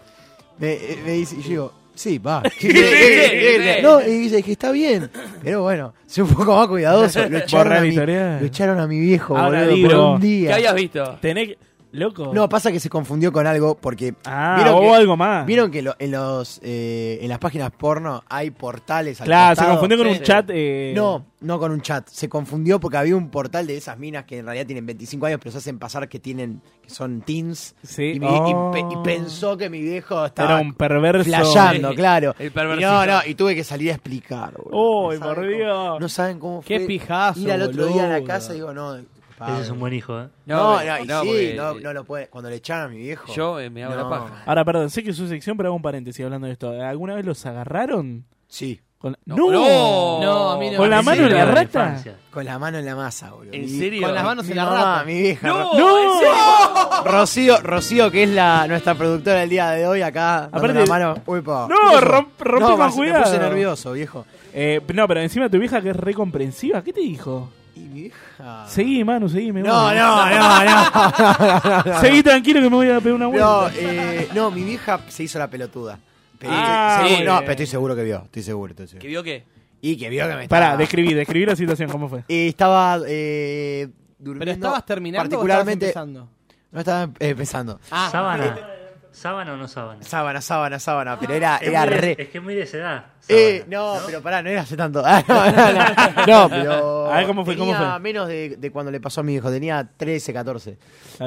Speaker 5: Me, eh, me dice, y yo digo, sí, va.
Speaker 4: Sí, sí, sí.
Speaker 5: no, y dice que está bien. Pero bueno, soy un poco más cuidadoso. Lo echaron,
Speaker 7: Borrar
Speaker 5: a mi,
Speaker 7: historial.
Speaker 5: lo echaron a mi viejo,
Speaker 7: Ahora
Speaker 5: boludo,
Speaker 7: digo,
Speaker 5: por un día.
Speaker 7: ¿qué habías
Speaker 6: visto?
Speaker 7: Tenés que- Loco.
Speaker 5: No, pasa que se confundió con algo porque.
Speaker 7: Ah, o algo más.
Speaker 5: Vieron que lo- en, los, eh, en las páginas porno hay portales. al
Speaker 7: Claro, se
Speaker 5: costado?
Speaker 7: confundió con Sí. un chat, eh.
Speaker 5: No, no con un chat. Se confundió porque había un portal de esas minas que en realidad tienen 25 años, pero se hacen pasar que tienen que son teens. Y, mi- y
Speaker 7: Oh.
Speaker 5: pe- y pensó que mi viejo estaba.
Speaker 7: Era un perverso.
Speaker 5: Flasheando, claro.
Speaker 7: El
Speaker 5: Y
Speaker 7: perversito.
Speaker 5: no, no, y tuve que salir a explicar, boludo.
Speaker 7: Uy,
Speaker 5: No saben
Speaker 7: por
Speaker 5: cómo-
Speaker 7: Dios.
Speaker 5: No saben cómo
Speaker 7: Qué
Speaker 5: fue
Speaker 7: pijazo,
Speaker 5: Ir al otro día a la
Speaker 7: boludo.
Speaker 5: casa y digo, no.
Speaker 9: Ese es un buen hijo, ¿eh?
Speaker 5: No, no,
Speaker 6: no,
Speaker 5: y
Speaker 6: no,
Speaker 5: sí,
Speaker 6: porque-
Speaker 5: no, no lo puede. Cuando le echaron a mi viejo.
Speaker 6: Yo, eh, me hago la
Speaker 5: No.
Speaker 6: paja.
Speaker 7: Ahora, perdón, sé que es su sección, pero hago un paréntesis hablando de esto. ¿Alguna vez los agarraron?
Speaker 5: Sí.
Speaker 7: Con la-
Speaker 5: No.
Speaker 7: ¡No!
Speaker 5: No. No, a mí no.
Speaker 7: ¿Con la
Speaker 5: Sí,
Speaker 7: mano en la
Speaker 5: de la
Speaker 7: rata?
Speaker 5: infancia. Con la mano en la masa, boludo.
Speaker 6: ¿En
Speaker 5: Mi-
Speaker 6: serio?
Speaker 5: Con las manos en la rata. Mi vieja.
Speaker 6: ¡No!
Speaker 5: Ro-
Speaker 6: ¿en serio?
Speaker 5: Rocío, Rocío, que es la nuestra productora del día de hoy acá.
Speaker 7: Aparte-
Speaker 5: Aparte la mano. Uepa.
Speaker 7: No,
Speaker 5: Viejo,
Speaker 7: romp, rompí
Speaker 5: no,
Speaker 7: con
Speaker 5: vas-
Speaker 7: cuidado.
Speaker 5: Me puse nervioso, viejo.
Speaker 7: Eh, no, pero encima tu vieja que es re comprensiva, ¿qué te dijo?
Speaker 5: Y mi vieja.
Speaker 7: Seguí, Manu, seguí. me
Speaker 5: Ah. No,
Speaker 7: voy.
Speaker 5: no, no, no.
Speaker 7: Seguí tranquilo que me voy a pegar una vuelta.
Speaker 5: No, eh, no, mi vieja se hizo la pelotuda. Pero
Speaker 7: Ah,
Speaker 5: estoy-
Speaker 7: muy
Speaker 5: no,
Speaker 7: bien.
Speaker 5: pero estoy seguro que vio, estoy seguro. Estoy seguro.
Speaker 6: ¿Que vio qué?
Speaker 5: Y que vio que me
Speaker 7: Pará,
Speaker 5: estaba-
Speaker 7: describí, describí la situación, ¿cómo fue?
Speaker 5: Eh, estaba eh, durmiendo.
Speaker 8: ¿Pero estabas terminando
Speaker 5: particularmente,
Speaker 8: o estabas empezando?
Speaker 5: No estaba eh, pensando.
Speaker 9: Sábana.
Speaker 5: Eh,
Speaker 9: ¿Sábana o no sábana?
Speaker 5: sábana, sábana, sábana. Pero era,
Speaker 9: Es
Speaker 5: era
Speaker 9: muy de-
Speaker 5: re.
Speaker 9: Es que es muy de esa edad.
Speaker 5: Eh, no, pero pará, no era hace tanto. Ah, no, no, no. No, pero.
Speaker 9: A ver, ¿cómo fue, cómo
Speaker 5: tenía
Speaker 9: fue?
Speaker 5: menos de, de cuando le pasó a mi hijo, tenía 13, 14.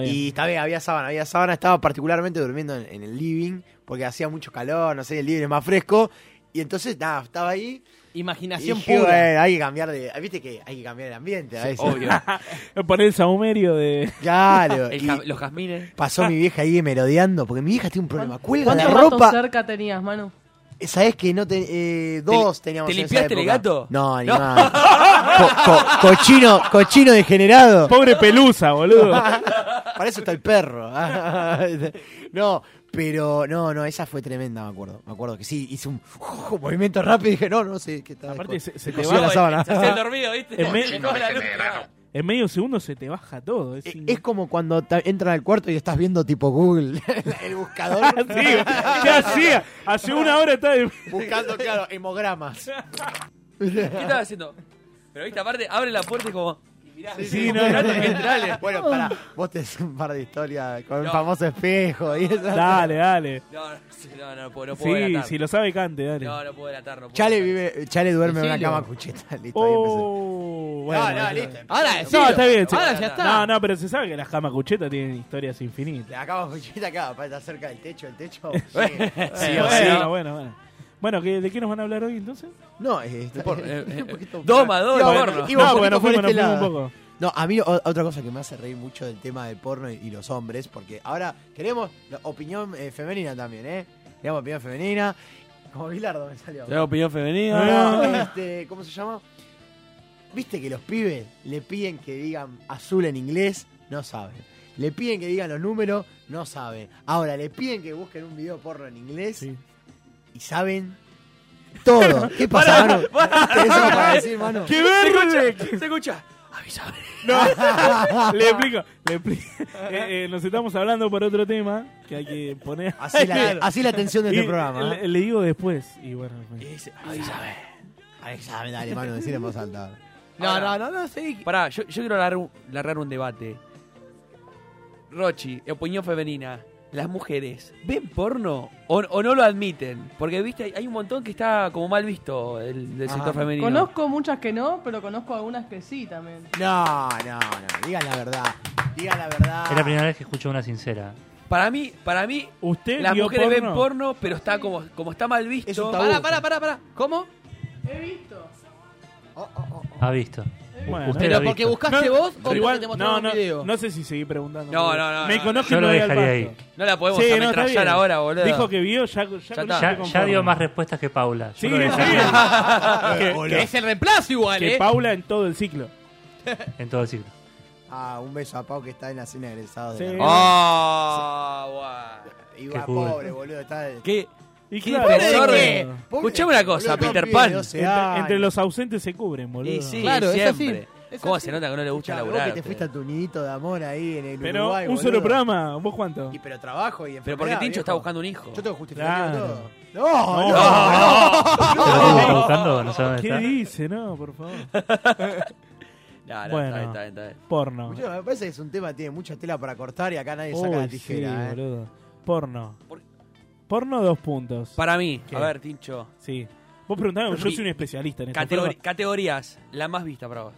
Speaker 5: y está bien, había sábana, había sábana. Estaba particularmente durmiendo en, en el living porque hacía mucho calor, no sé, el living es más fresco. Y entonces, nada, estaba ahí.
Speaker 8: Imaginación
Speaker 5: y dije,
Speaker 8: pura.
Speaker 5: bueno, hay que cambiar de. Viste que hay que cambiar el ambiente a veces.
Speaker 7: Poner el saumerio de.
Speaker 5: Claro.
Speaker 6: El
Speaker 5: y-
Speaker 6: ja- los jazmines.
Speaker 5: Pasó mi vieja ahí merodeando, porque mi vieja tiene un problema. Cuelga la
Speaker 12: ¿Cuántos gatos
Speaker 5: ropa.
Speaker 12: cerca tenías, Manu?
Speaker 5: ¿Sabés que no te, eh, dos
Speaker 6: ¿Te-
Speaker 5: teníamos
Speaker 6: te
Speaker 5: en esa
Speaker 6: limpiaste el
Speaker 5: época.
Speaker 6: gato?
Speaker 5: No,
Speaker 6: No.
Speaker 5: animal. Co- co- cochino, cochino degenerado.
Speaker 6: Pobre pelusa, boludo.
Speaker 5: Para eso está el perro. no, pero no, no, esa fue tremenda, me acuerdo. Me acuerdo que sí, hice un movimiento rápido y dije, no, no sé qué tal.
Speaker 7: Aparte, se, se te
Speaker 5: Cosía
Speaker 7: va
Speaker 5: la sábana.
Speaker 7: En, me- en medio segundo se te baja todo. Es, in-
Speaker 5: E, Es como cuando te- entran al cuarto y estás viendo tipo Google. el buscador.
Speaker 7: Sí, ¿qué hacía? Hace una hora estaba
Speaker 5: buscando, claro, hemogramas.
Speaker 6: ¿Qué estaba haciendo? Pero viste, aparte, abre la puerta y como. Mirá,
Speaker 5: Sí,
Speaker 6: sí,
Speaker 5: sí,
Speaker 6: no,
Speaker 5: no,
Speaker 6: no,
Speaker 5: no.
Speaker 6: entrale.
Speaker 5: Bueno, pará, vos tenés un par de historias con
Speaker 6: No.
Speaker 5: un famoso espejo y eso.
Speaker 7: Dale, dale.
Speaker 6: No, no, sí, no, no, no puedo, Pues no puedo
Speaker 7: Sí,
Speaker 6: delatar.
Speaker 7: si lo sabe, cante, dale.
Speaker 6: No, no puedo delatar, no puedo.
Speaker 5: Chale, vive, Chale duerme en una
Speaker 7: Decilo.
Speaker 5: cama cucheta. Listo, ahí empecé.
Speaker 7: Oh, bueno,
Speaker 5: no,
Speaker 7: bueno.
Speaker 5: listo.
Speaker 8: Ahora
Speaker 7: No, está bien. sí.
Speaker 8: Ahora ya está.
Speaker 7: No, no, pero se sabe que las camas cuchetas tienen historias infinitas.
Speaker 5: La cama cucheta acá, para estar cerca del techo, el techo.
Speaker 7: Sí, bueno, bueno, bueno. Bueno, ¿qué- ¿de qué nos van a hablar hoy entonces?
Speaker 5: No, eh, está-
Speaker 7: Por-
Speaker 5: eh,
Speaker 7: eh,
Speaker 5: un poquito-
Speaker 7: dos más dos,
Speaker 5: Iba-
Speaker 7: el
Speaker 5: iba
Speaker 7: porno.
Speaker 5: un
Speaker 7: No,
Speaker 5: poquito
Speaker 7: bueno,
Speaker 5: por
Speaker 7: fuimos,
Speaker 5: este
Speaker 7: nos fuimos
Speaker 5: lado.
Speaker 7: un poco.
Speaker 5: No, a mí o- otra cosa que me hace reír mucho del tema del porno y, y los hombres, porque ahora queremos la opinión eh, femenina también, ¿eh? Queremos opinión femenina. Como Bilardo me salió.
Speaker 6: Tenemos opinión femenina.
Speaker 5: No, este, ¿Cómo se llama? Viste que los pibes le piden que digan azul en inglés, no saben. Le piden que digan los números, no saben. Ahora, le piden que busquen un video porno en inglés y saben todo. ¿Qué pasa, mano? ¿Tenés algo para decir, mano?
Speaker 7: ¡Qué verde!
Speaker 6: Se escucha.
Speaker 7: No, le explico, le explico. Eh, eh, nos estamos hablando por otro tema que hay que poner.
Speaker 5: Así la- así la atención de este
Speaker 7: Y
Speaker 5: programa,
Speaker 7: Le, le digo después. Y bueno. bueno.
Speaker 5: Avísame, dale, mano, decir en voz alta.
Speaker 6: No, no, no, no, seguí. Pará, yo, yo quiero largar un, largar un debate. Rochi, opinión femenina. Las mujeres, ¿ven porno o, o no lo admiten? Porque, viste, hay, hay un montón que está como mal visto el,
Speaker 5: Ah,
Speaker 6: del sector femenino.
Speaker 18: Conozco muchas que no, pero conozco algunas que sí también.
Speaker 5: No, no, no, digan la verdad. Digan la verdad.
Speaker 9: Es la primera vez que escucho una sincera.
Speaker 6: Para mí, para mí,
Speaker 7: ¿Usted
Speaker 6: las
Speaker 9: vio
Speaker 6: mujeres ven
Speaker 9: porno?
Speaker 6: porno, pero está como, como está mal visto.
Speaker 9: tabú. Pará,
Speaker 6: pará, pará, pará. ¿Cómo?
Speaker 18: He visto.
Speaker 9: Ha visto.
Speaker 7: Bueno.
Speaker 9: Usted lo ha visto.
Speaker 6: buscaste vos o
Speaker 7: igual,
Speaker 6: porque te mostraron
Speaker 7: no,
Speaker 6: un
Speaker 7: no,
Speaker 6: video?
Speaker 7: no sé si seguí preguntando.
Speaker 6: No, no, no,
Speaker 7: Me
Speaker 6: no.
Speaker 7: conozco
Speaker 9: Yo
Speaker 7: y
Speaker 9: lo
Speaker 7: me voy al
Speaker 9: dejaría
Speaker 7: pasto.
Speaker 6: No la podemos
Speaker 7: no, está
Speaker 6: ametrallar
Speaker 7: bien.
Speaker 6: ahora, boludo.
Speaker 7: Dijo que vio, ya, ya,
Speaker 6: Ya
Speaker 7: conoce
Speaker 9: Ya,
Speaker 7: con
Speaker 9: ya dio
Speaker 7: forma.
Speaker 9: más respuestas que Paula. Yo
Speaker 7: Sí,
Speaker 9: lo voy a
Speaker 7: está
Speaker 9: dejar
Speaker 7: bien.
Speaker 9: Que-
Speaker 7: Que-
Speaker 9: que
Speaker 7: que-
Speaker 9: es el reemplazo igual,
Speaker 7: que
Speaker 9: eh.
Speaker 7: Paula en todo el ciclo.
Speaker 9: En todo el siglo.
Speaker 5: Ah, un beso a Pau que está en la cena de egresados.
Speaker 7: Sí.
Speaker 5: De la...
Speaker 6: Ah, guau.
Speaker 5: Y va,
Speaker 6: Qué cool.
Speaker 5: pobre, boludo, está...
Speaker 6: ¿Qué?
Speaker 7: Y
Speaker 6: ¿Qué
Speaker 7: claro,
Speaker 6: desorden?
Speaker 7: ¿qué?
Speaker 5: Pobre-
Speaker 6: Escuchame una cosa,
Speaker 5: boludo,
Speaker 6: Peter
Speaker 5: pibe,
Speaker 6: Pan.
Speaker 5: 12
Speaker 7: Entre, entre
Speaker 5: años.
Speaker 7: los ausentes se cubren, boludo.
Speaker 6: Y sí, siempre. ¿Cómo se nota que no le gusta
Speaker 5: Escuchame,
Speaker 6: laburar?
Speaker 5: Vos que te fuiste a tu nidito Este, de amor ahí en el
Speaker 7: Pero
Speaker 5: Uruguay,
Speaker 7: un
Speaker 5: boludo.
Speaker 7: solo programa, ¿vos cuánto?
Speaker 5: Pero trabajo y
Speaker 6: Pero porque
Speaker 5: enfermedad,
Speaker 6: Tincho está
Speaker 5: viejo.
Speaker 6: buscando un hijo.
Speaker 5: Yo tengo justificación y
Speaker 7: Claro.
Speaker 5: todo. No, no,
Speaker 7: no,
Speaker 5: no.
Speaker 9: Lo estoy buscando, no sé dónde
Speaker 7: ¿Qué
Speaker 9: está.
Speaker 7: dice? No, por favor.
Speaker 6: No, no,
Speaker 7: Bueno,
Speaker 6: está bien, está bien, está bien.
Speaker 7: porno.
Speaker 5: Escuchame, me parece que es un tema que tiene mucha tela para cortar y acá nadie saca
Speaker 7: Uy,
Speaker 5: la
Speaker 7: sí,
Speaker 5: tijera. eh.
Speaker 7: boludo. Porno. Porno dos puntos.
Speaker 6: Para mí,
Speaker 7: ¿Qué?
Speaker 6: a ver, Tincho.
Speaker 7: Sí. Vos preguntame, yo
Speaker 6: Y-
Speaker 7: soy un especialista en este esto.
Speaker 6: categori-
Speaker 7: pero-
Speaker 6: Categorías, la más vista para vos.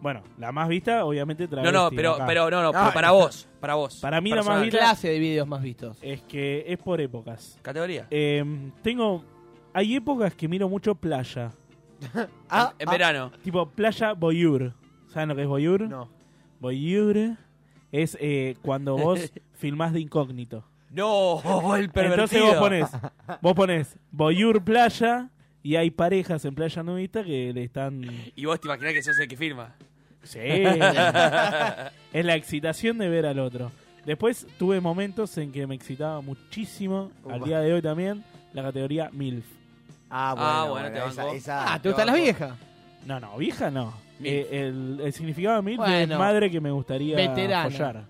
Speaker 7: Bueno, la más vista, obviamente,
Speaker 6: No,
Speaker 7: travesti.
Speaker 6: no, pero,
Speaker 7: acá. Ah,
Speaker 6: pero no, no, pero para vos, para vos.
Speaker 7: Para mí la más
Speaker 6: personal.
Speaker 7: vista-
Speaker 8: clase de videos más vistos.
Speaker 7: Es que es por épocas.
Speaker 6: Categoría.
Speaker 7: Eh, tengo... Hay épocas que miro mucho playa.
Speaker 8: Ah.
Speaker 6: en verano.
Speaker 7: Tipo playa voyeur. ¿Saben lo que es voyeur?
Speaker 5: No.
Speaker 7: Voyeur es eh, cuando vos filmás de incógnito.
Speaker 6: No, el pervertido.
Speaker 7: Entonces vos ponés, vos ponés voyeur playa y hay parejas en playa nudista que le están...
Speaker 6: Y vos te imaginás que sos el que firma.
Speaker 7: Sí. es la excitación de ver al otro. Después tuve momentos en que me excitaba muchísimo, al
Speaker 5: Upa.
Speaker 7: día de hoy también, la categoría MILF.
Speaker 5: Ah, bueno,
Speaker 6: Ah, bueno, te
Speaker 5: esa-
Speaker 6: bancó.
Speaker 5: esa-
Speaker 8: Ah, ¿te gustan las
Speaker 5: banco.
Speaker 8: viejas?
Speaker 7: No, no, vieja no.
Speaker 6: MILF.
Speaker 7: Eh, el, el significado de MILF
Speaker 8: Bueno.
Speaker 7: es madre que me gustaría
Speaker 8: Veterana.
Speaker 7: follar.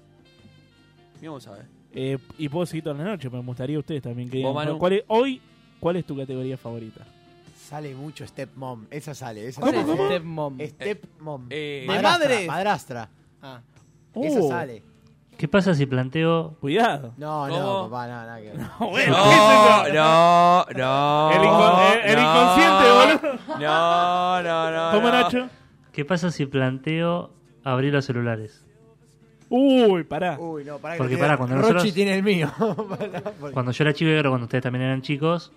Speaker 6: Mirá vos sabés.
Speaker 7: Eh, y puedo seguir toda la noche, pero me gustaría a ustedes también que
Speaker 6: Vos,
Speaker 7: digan,
Speaker 6: Manu.
Speaker 7: ¿cuál es- hoy, ¿cuál es tu categoría favorita?
Speaker 5: Sale mucho Stepmom. Esa sale. Esa
Speaker 8: ¿Cuál
Speaker 5: sale.
Speaker 8: es Stepmom?
Speaker 5: Stepmom.
Speaker 6: Eh,
Speaker 5: Madrastra,
Speaker 8: madres?
Speaker 5: Madrastra.
Speaker 8: Ah.
Speaker 5: Esa
Speaker 7: Oh.
Speaker 5: sale.
Speaker 9: ¿Qué pasa si planteo
Speaker 7: Cuidado.
Speaker 5: No,
Speaker 6: ¿Cómo?
Speaker 5: no, papá, no, nada que ver.
Speaker 7: Ah, bueno, ¿qué
Speaker 6: No,
Speaker 7: es eso?
Speaker 6: no, no.
Speaker 7: El inco- el- el inconsciente,
Speaker 6: boludo. No, no, no.
Speaker 7: ¿Cómo,
Speaker 6: no.
Speaker 7: Nacho?
Speaker 9: ¿Qué pasa si planteo abrir los celulares?
Speaker 7: Uy, pará.
Speaker 5: Uy, no, pará. que
Speaker 9: Porque
Speaker 5: lo
Speaker 9: pará,
Speaker 5: tiene-
Speaker 9: cuando
Speaker 5: Rochi
Speaker 9: nosotros-
Speaker 5: tiene el mío. Pará, porque-
Speaker 9: Cuando yo era chico, y ahora cuando ustedes también eran chicos,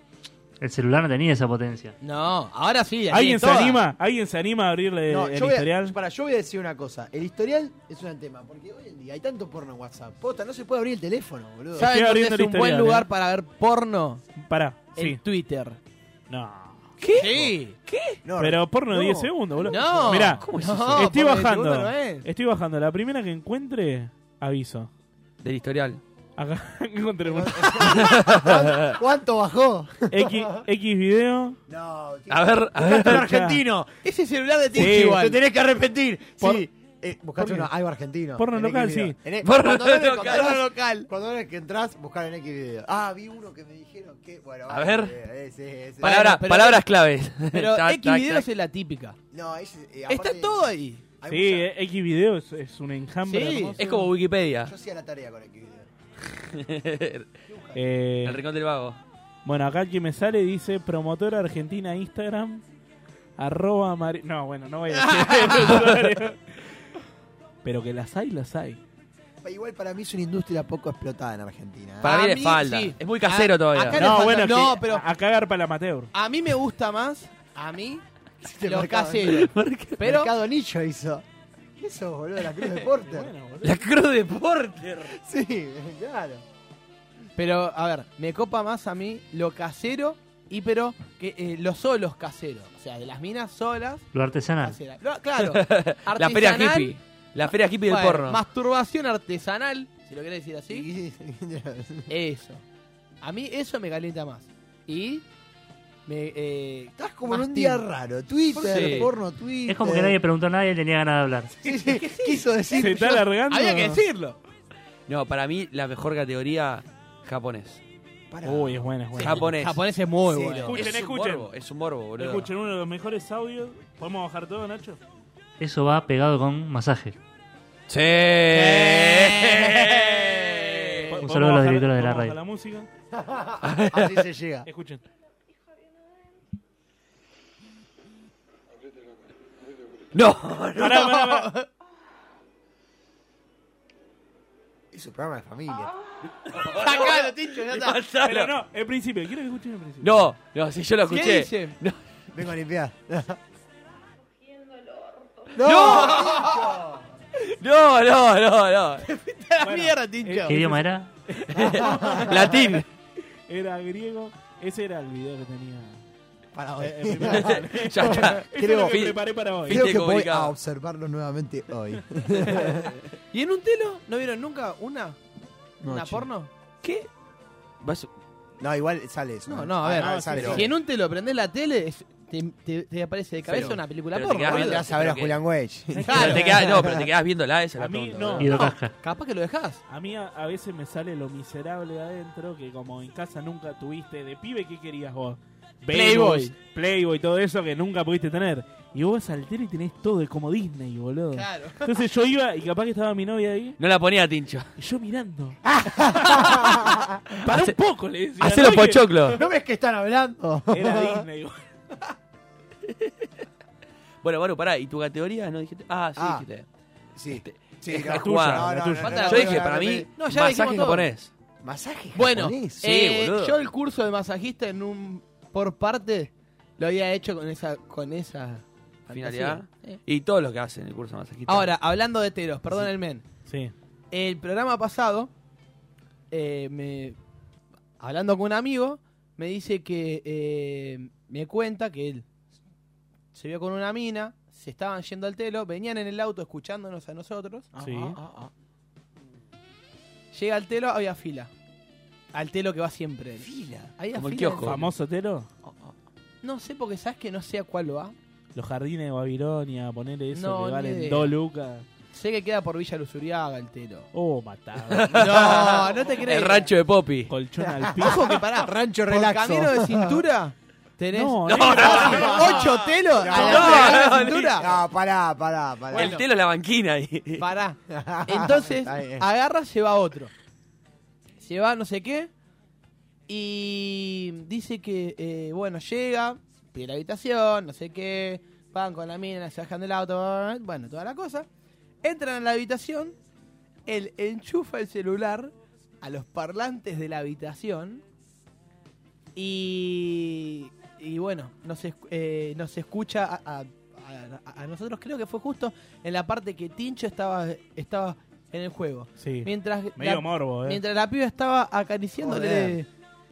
Speaker 9: El celular no tenía esa potencia.
Speaker 8: No, ahora sí. eh. la
Speaker 7: ¿Alguien
Speaker 8: tiene
Speaker 7: se
Speaker 8: toda.
Speaker 7: anima? ¿Alguien se anima a abrirle
Speaker 5: No,
Speaker 7: el
Speaker 5: yo voy,
Speaker 7: historial?
Speaker 5: a, para, yo voy a decir una cosa. El historial es un tema, porque hoy en día hay tanto porno en WhatsApp. Posta, no se puede abrir el teléfono, boludo.
Speaker 8: ¿Saben dónde es un buen lugar
Speaker 5: para
Speaker 8: para ver porno?
Speaker 7: Pará,
Speaker 8: En
Speaker 7: sí.
Speaker 8: Twitter.
Speaker 7: No.
Speaker 8: ¿Qué? Sí. ¿Qué?
Speaker 7: Pero porno de 10 segundos, boludo.
Speaker 8: No.
Speaker 7: Mirá,
Speaker 8: ¿Cómo es eso?
Speaker 7: estoy
Speaker 8: porno de 10
Speaker 7: bajando.
Speaker 8: segundos no es.
Speaker 7: Estoy bajando. La primera que encuentre, aviso.
Speaker 6: Del historial.
Speaker 7: Acá encontré uno.
Speaker 5: ¿Cuán- ¿Cuánto bajó?
Speaker 7: X, X video.
Speaker 5: No,
Speaker 6: A ver, a ver.
Speaker 5: Buscaste un argentino. Ese celular de
Speaker 7: Sí,
Speaker 5: ti,
Speaker 7: igual.
Speaker 5: te tenés que arrepentir.
Speaker 7: Por-
Speaker 5: sí. Eh, buscaste
Speaker 7: ¿Por qué?
Speaker 5: uno, algo argentino.
Speaker 7: Porno
Speaker 5: en
Speaker 7: local,
Speaker 5: Xvideo.
Speaker 7: sí.
Speaker 5: En e-
Speaker 7: Porno
Speaker 5: cuando ves que
Speaker 7: local.
Speaker 5: encontrás-
Speaker 7: Porno
Speaker 5: Cuando ves que entras, buscar en X video. Ah, vi uno que me dijeron que. Bueno,
Speaker 6: A
Speaker 5: vale,
Speaker 6: ver.
Speaker 5: ese, ese.
Speaker 6: Palabra-
Speaker 5: Bueno, pero-
Speaker 6: palabras claves.
Speaker 8: Pero
Speaker 6: Tac,
Speaker 8: X
Speaker 6: tac,
Speaker 8: videos
Speaker 6: tac.
Speaker 8: es la típica.
Speaker 5: No, ese, eh,
Speaker 8: Está
Speaker 5: aparte-
Speaker 8: todo ahí.
Speaker 5: Hay
Speaker 7: Sí,
Speaker 5: mucha-
Speaker 7: eh, X video es, es un enjambre.
Speaker 8: Sí,
Speaker 7: hermoso.
Speaker 6: Es como Wikipedia.
Speaker 5: Yo hacía la tarea con X video.
Speaker 7: Eh,
Speaker 6: El rincón del vago.
Speaker 7: Bueno, acá el que me sale dice promotora argentina Instagram. Arroba Mari- No, bueno, no voy a decir el usuario. Pero que las hay, las hay.
Speaker 5: Igual para mí es una industria poco explotada en Argentina. ¿eh?
Speaker 6: Para mí es falda. Es muy casero todavía.
Speaker 8: acá le
Speaker 7: No,
Speaker 8: falta-
Speaker 7: bueno,
Speaker 8: no,
Speaker 7: que-
Speaker 8: pero-
Speaker 7: a cagar para el amateur.
Speaker 8: A mí me gusta más, a mí,
Speaker 5: te
Speaker 8: los
Speaker 5: marcaba.
Speaker 8: caseros. Pero
Speaker 5: Mercado Nicho hizo. ¿Qué eso, boludo? La Cruz de Porter.
Speaker 6: La Cruz de Porter.
Speaker 5: Sí, claro.
Speaker 8: Pero, a ver, me copa más a mí lo casero y pero que eh, los solos caseros. O sea, de las minas solas.
Speaker 9: Lo artesanal.
Speaker 8: caseras. No, claro.
Speaker 6: La feria
Speaker 8: artesanal,
Speaker 6: hippie. La feria hippie del
Speaker 8: bueno,
Speaker 6: porno.
Speaker 8: Masturbación artesanal, si lo querés decir así. eso. A mí eso me calienta más. Y. Me, eh,
Speaker 5: Estás como en
Speaker 8: más
Speaker 5: un día
Speaker 8: tiempo.
Speaker 5: raro. Twitter,
Speaker 8: Sí.
Speaker 5: porno, Twitter.
Speaker 9: Es como que nadie preguntó a nadie y tenía ganas de hablar.
Speaker 5: Sí, sí, Quiso decir.
Speaker 7: Se está
Speaker 5: yo-
Speaker 7: alargando.
Speaker 8: Había que decirlo.
Speaker 6: No, para mí la mejor categoría japonés.
Speaker 5: Pará.
Speaker 7: Uy, es buena, es buena.
Speaker 6: Japonés.
Speaker 8: Japonés es muy
Speaker 5: Cero.
Speaker 8: bueno.
Speaker 7: Escuchen,
Speaker 6: es un
Speaker 7: escuchen.
Speaker 6: morbo, es un morbo, boludo.
Speaker 7: Escuchen uno de los mejores audios. ¿Podemos bajar todo, Nacho?
Speaker 9: Eso va pegado con masaje.
Speaker 6: Sí.
Speaker 7: ¿Podemos
Speaker 9: saludo a los
Speaker 7: ¡Eh! bajar-
Speaker 9: directores de la
Speaker 7: podemos bajar
Speaker 9: radio.
Speaker 7: la música?
Speaker 5: Así se llega.
Speaker 7: Escuchen.
Speaker 6: No, no.
Speaker 7: Pará, pará, pará.
Speaker 5: Es un programa de familia.
Speaker 8: Sacalo, Tincho, ya está.
Speaker 7: Pero
Speaker 6: Pasalo.
Speaker 7: no, el principio. Quiero que escuchen el principio.
Speaker 6: No, no, si yo lo escuché.
Speaker 8: ¿Qué dice?
Speaker 6: No.
Speaker 5: Vengo a limpiar.
Speaker 6: No, no, no, no.
Speaker 8: la mierda,
Speaker 7: Eh,
Speaker 8: Tincho.
Speaker 9: ¿Qué idioma era?
Speaker 6: Latín.
Speaker 7: Era griego. Ese era el video que tenía.
Speaker 5: Para hoy.
Speaker 7: Eh, el primer plan.
Speaker 6: Ya está.
Speaker 7: Eso es lo que
Speaker 6: Fin.
Speaker 7: preparé para hoy.
Speaker 5: Creo
Speaker 6: Viste
Speaker 5: que voy
Speaker 6: comunicado.
Speaker 5: a observarlo nuevamente hoy.
Speaker 8: ¿Y en un telo? ¿No vieron nunca una?
Speaker 5: No,
Speaker 8: ¿Una
Speaker 5: che.
Speaker 8: porno? ¿Qué?
Speaker 6: Vas-
Speaker 5: No, igual sale eso.
Speaker 8: No,
Speaker 5: ¿eh?
Speaker 8: no, a
Speaker 5: Ah,
Speaker 8: ver.
Speaker 5: sale
Speaker 8: si en
Speaker 5: eso.
Speaker 8: un telo prendés la tele, es- te, te- te aparece de cabeza
Speaker 6: Pero-
Speaker 8: una película
Speaker 6: pero te
Speaker 8: porno.
Speaker 6: quedás
Speaker 8: boludo.
Speaker 5: Te vas a ver a
Speaker 6: Pero que-
Speaker 5: Julián Wedge.
Speaker 6: Pero te quedás- no, pero te quedas viéndola esa es la ¿eh?
Speaker 7: A mí,
Speaker 6: pregunta,
Speaker 7: no.
Speaker 6: boludo.
Speaker 9: Y lo casca.
Speaker 8: Capaz que lo dejás.
Speaker 7: A mí a, a veces me sale lo miserable de adentro que como en casa nunca tuviste de pibe, ¿qué querías vos?
Speaker 8: Playboy.
Speaker 7: Venus, Playboy, todo eso que nunca pudiste tener. Y vos vas al tele y tenés todo, es como Disney, boludo.
Speaker 8: Claro.
Speaker 7: Entonces yo iba y capaz que estaba mi novia ahí,
Speaker 6: No la ponía Tincho.
Speaker 7: y yo mirando. Para un poco, le decía.
Speaker 6: Hacé los
Speaker 7: ¿no? Que
Speaker 6: pochoclos.
Speaker 5: ¿No ves que están hablando?
Speaker 7: Era Disney, boludo.
Speaker 6: Bueno, bueno, pará. ¿Y tu categoría? No dijiste. Ah, sí,
Speaker 5: Ah.
Speaker 6: dijiste.
Speaker 5: Sí.
Speaker 6: Este,
Speaker 5: Sí,
Speaker 6: esta
Speaker 5: no,
Speaker 6: es jugada.
Speaker 5: no, no, no,
Speaker 7: tuya.
Speaker 5: no,
Speaker 8: Yo
Speaker 5: no,
Speaker 6: Yo
Speaker 5: no,
Speaker 6: dije,
Speaker 5: no,
Speaker 6: para
Speaker 5: no,
Speaker 6: mí,
Speaker 8: no, ya
Speaker 6: masaje
Speaker 8: dijimos todo.
Speaker 6: japonés.
Speaker 5: Masaje
Speaker 8: Bueno,
Speaker 5: japonés.
Speaker 6: Sí,
Speaker 8: eh,
Speaker 6: boludo.
Speaker 8: yo el curso de masajista en un por parte lo había hecho con esa con esa fantasía.
Speaker 6: Finalidad.
Speaker 8: Eh.
Speaker 6: Y todos los que hacen el curso de masajista.
Speaker 8: Ahora, hablando de telos, perdón el men.
Speaker 7: Sí.
Speaker 8: El programa pasado, eh, me, hablando con un amigo, me dice que eh, me cuenta que él se vio con una mina, se estaban yendo al telo, venían en el auto escuchándonos a nosotros.
Speaker 6: Ah,
Speaker 7: Sí.
Speaker 8: Llega al telo, había fila. Al telo que va siempre. él.
Speaker 5: Fila.
Speaker 8: Había
Speaker 6: Como el
Speaker 8: fila.
Speaker 6: kiosco.
Speaker 7: Famoso Tero,
Speaker 8: No sé porque sabes que no sé a cuál va.
Speaker 7: los jardines de Babilonia, ponerle eso
Speaker 8: No,
Speaker 7: que
Speaker 8: ni
Speaker 7: valen
Speaker 8: idea.
Speaker 7: dos lucas.
Speaker 8: Sé que queda por Villa Luzuriaga el telo.
Speaker 7: Oh, matado.
Speaker 8: No, no te crees.
Speaker 6: El rancho de Poppy.
Speaker 7: Colchón al piso.
Speaker 8: Ojo que pará. Rancho
Speaker 5: relaxo.
Speaker 8: camino de cintura tenés
Speaker 7: No, no,
Speaker 8: fácil, ocho telos
Speaker 5: No,
Speaker 8: a la
Speaker 6: no,
Speaker 8: mitad de la
Speaker 6: no,
Speaker 8: cintura.
Speaker 5: No, pará, pará, pará.
Speaker 6: El telo es la banquina ahí.
Speaker 8: Pará. Entonces,
Speaker 5: Está bien.
Speaker 8: agarra, lleva otro. Lleva no sé qué. Y dice que, eh, bueno, llega, pide la habitación, no sé qué. Van con la mina, se bajan del auto, bla, bla, bla, bueno, toda la cosa. Entran a la habitación. Él enchufa el celular a los parlantes de la habitación. Y, y bueno, nos, es- eh, nos escucha a, a- a- a nosotros, creo que fue justo en la parte que Tincho estaba, estaba en el juego.
Speaker 7: Sí.
Speaker 8: Mientras
Speaker 7: Medio
Speaker 8: la,
Speaker 7: morbo, eh.
Speaker 8: Mientras la piba estaba acariciándole
Speaker 7: Joder.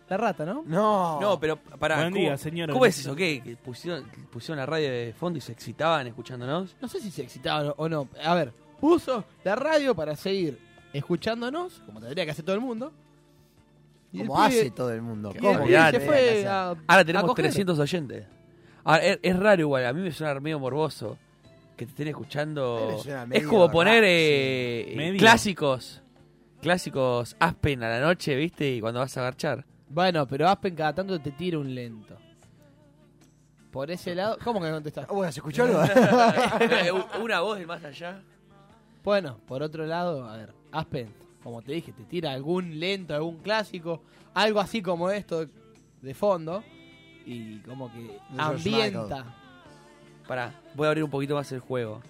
Speaker 8: la rata, ¿no?
Speaker 5: No.
Speaker 6: No, pero para.
Speaker 7: Buen
Speaker 6: ¿cómo,
Speaker 7: día, señora.
Speaker 6: ¿Cómo es eso? ¿Qué? Que pusieron, que pusieron la radio de fondo y se excitaban escuchándonos.
Speaker 8: No sé si se excitaban o no. A ver, puso la radio para seguir escuchándonos, como tendría que hacer todo el mundo. Y el
Speaker 5: Como
Speaker 8: pibe-
Speaker 5: hace todo el mundo.
Speaker 8: y el
Speaker 5: ¿Cómo?
Speaker 8: pibe
Speaker 6: Olvidate.
Speaker 8: se fue a-
Speaker 6: Ahora
Speaker 8: a
Speaker 6: tenemos
Speaker 8: coger.
Speaker 6: 300 oyentes. Ahora, es, es raro igual, a mí me suena medio morboso que te
Speaker 5: A
Speaker 6: estén
Speaker 5: mí
Speaker 6: escuchando.
Speaker 5: me suena
Speaker 6: Es
Speaker 5: medio
Speaker 6: como poner
Speaker 5: raro,
Speaker 6: eh,
Speaker 5: sí.
Speaker 6: eh,
Speaker 5: Medio.
Speaker 6: clásicos. Clásicos Aspen a la noche, ¿viste? Y cuando vas a garchar.
Speaker 8: Bueno, pero Aspen cada tanto te tira un lento. Por ese lado. ¿Cómo que no contestás? Eh,
Speaker 5: Bueno, ¿se escuchó algo?
Speaker 6: Una voz del más allá.
Speaker 8: Bueno, por otro lado, a ver, Aspen, como te dije, te tira algún lento, algún clásico, algo así como esto de- de fondo. Y como que ambienta.
Speaker 6: Pará, voy a abrir un poquito más el juego.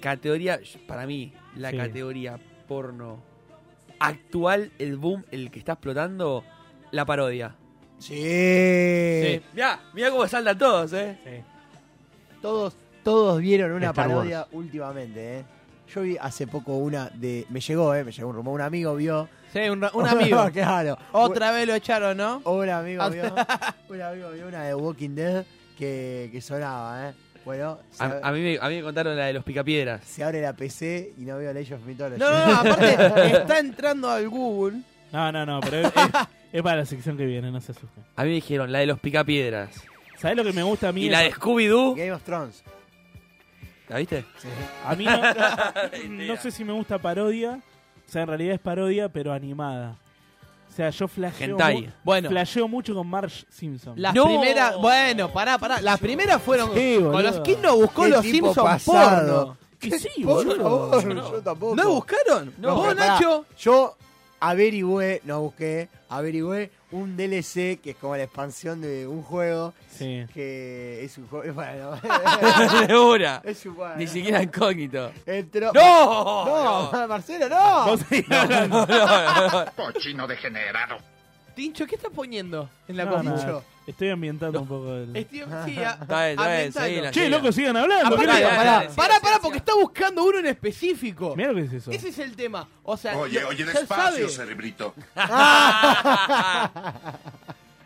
Speaker 6: Categoría, para mí, la
Speaker 7: Sí.
Speaker 6: categoría porno actual, el boom, el que está explotando, la parodia.
Speaker 5: Sí.
Speaker 6: Mirá, mirá cómo saltan todos, eh.
Speaker 5: Todos, todos vieron una
Speaker 6: Star
Speaker 5: parodia últimamente, ¿eh? Yo vi hace poco una de. Me llegó, ¿eh? Me llegó un rumor. Un amigo vio.
Speaker 8: Sí, un, ra- un amigo.
Speaker 5: claro.
Speaker 8: Otra vez lo echaron, ¿no? Ah,
Speaker 5: Un amigo vio. un amigo vio una de Walking Dead que, que sonaba, ¿eh? Bueno, se,
Speaker 6: A, a mí me, a mí me contaron la de los picapiedras.
Speaker 5: se abre la PC y no veo Age of Mythology.
Speaker 8: No, no, no, aparte está entrando al Google.
Speaker 7: No, no, no, pero es, es- es para la sección que viene, no se asusten.
Speaker 6: A mí me dijeron la de los picapiedras.
Speaker 7: ¿Sabés lo que me gusta a mí?
Speaker 6: Y la de Scooby-Doo.
Speaker 5: Game of Thrones.
Speaker 6: ¿La viste?
Speaker 7: A mí no, no sé si me gusta parodia. O sea, en realidad es parodia, pero animada. O sea, yo flasheo,
Speaker 6: Hentai.
Speaker 7: mu-
Speaker 8: Bueno.
Speaker 7: flasheo mucho con Marge Simpson.
Speaker 8: Las primeras, bueno, pará, pará. Las primeras fueron
Speaker 7: Sí,
Speaker 8: con
Speaker 7: boludo.
Speaker 8: los que no buscó
Speaker 7: Qué
Speaker 8: los
Speaker 7: tipo
Speaker 8: Simpsons
Speaker 7: pasado.
Speaker 8: porno.
Speaker 7: Que sí,
Speaker 5: Por
Speaker 7: boludo.
Speaker 5: favor,
Speaker 7: Yo
Speaker 5: yo tampoco.
Speaker 8: ¿No buscaron?
Speaker 5: No,
Speaker 8: ¿Vos,
Speaker 5: pero pará,
Speaker 8: Nacho?
Speaker 5: Yo averigüé, no busqué, averigüé un DLC que es como la expansión de un juego.
Speaker 7: Sí.
Speaker 5: Que es un juego. Bueno.
Speaker 6: De una.
Speaker 5: Es un bueno.
Speaker 6: Ni siquiera incógnito.
Speaker 5: Entró-
Speaker 6: ¡No!
Speaker 5: ¡No! ¡Marcelo, no!
Speaker 6: No, no, no.
Speaker 2: Cochino degenerado.
Speaker 8: Tincho, ¿qué estás poniendo en la
Speaker 7: No,
Speaker 8: comida?
Speaker 7: no, estoy ambientando un poco el...
Speaker 8: Estoy- sí, a-
Speaker 6: Está bien, está bien,
Speaker 8: ambientalo.
Speaker 6: seguila,
Speaker 7: Che, loco, sigan hablando.
Speaker 8: Aparte,
Speaker 7: ¿qué le-
Speaker 8: pará, pará, pará, porque está buscando uno en específico.
Speaker 7: Mirá lo que es eso.
Speaker 8: Ese es el tema. O sea,
Speaker 19: Oye,
Speaker 8: lo-
Speaker 19: oye,
Speaker 8: ya
Speaker 19: despacio,
Speaker 8: sabe.
Speaker 19: cerebrito.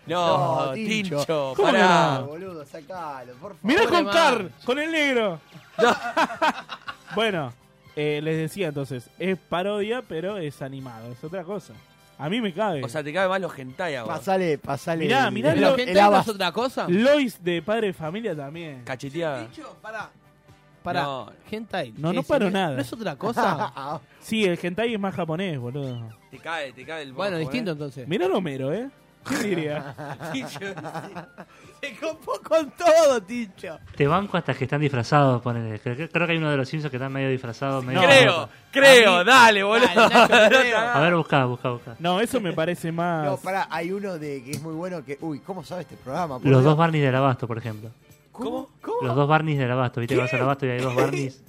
Speaker 6: No,
Speaker 5: No, Tincho.
Speaker 6: Tincho,
Speaker 7: ¿Cómo que
Speaker 6: pará.
Speaker 7: no?
Speaker 5: Boludo, sacalo, por favor.
Speaker 7: Mirá con
Speaker 5: Mar.
Speaker 7: Car, con el negro. bueno, eh, les decía entonces, es parodia, pero es animado, es otra cosa. A mí me cabe.
Speaker 6: O sea, te cabe más los hentai a vos.
Speaker 5: Pasale, pasale.
Speaker 7: mirá,
Speaker 5: el-
Speaker 7: mirá
Speaker 5: el-
Speaker 7: lo-
Speaker 5: el
Speaker 8: hentai no
Speaker 5: abas-
Speaker 8: es otra cosa?
Speaker 7: Lois de Padre de Familia también.
Speaker 6: Cacheteada.
Speaker 8: Tincho, pará. Pará.
Speaker 6: No.
Speaker 8: Hentai.
Speaker 7: No,
Speaker 8: ¿qué
Speaker 7: no
Speaker 8: es?
Speaker 7: paro nada.
Speaker 8: ¿No es otra cosa?
Speaker 7: Sí, el hentai es más japonés, boludo.
Speaker 6: Te cae, te cae el
Speaker 8: bueno,
Speaker 6: mojo,
Speaker 8: distinto
Speaker 6: ¿eh?
Speaker 8: entonces.
Speaker 7: Mirá el Homero, ¿eh? ¿Qué diría?
Speaker 6: Tincho, sí.
Speaker 8: Se copó con todo, Tincho.
Speaker 9: Te banco hasta que están disfrazados, ponele. Creo, que- creo que hay uno de los Simpsons que está medio disfrazado. medio
Speaker 6: creo, creo, dale, boludo.
Speaker 9: A ver, buscá, buscá, buscá.
Speaker 7: No, eso me parece más...
Speaker 5: No, pará, hay uno de que es muy bueno que. Uy, ¿cómo sabe este
Speaker 8: Ah,
Speaker 5: programa? por
Speaker 9: Los
Speaker 5: Dios?
Speaker 9: dos Barney del Abasto, por ejemplo.
Speaker 5: ¿Cómo?
Speaker 9: Los dos Barneys del Abasto. Viste que vas al Abasto y hay dos Barneys.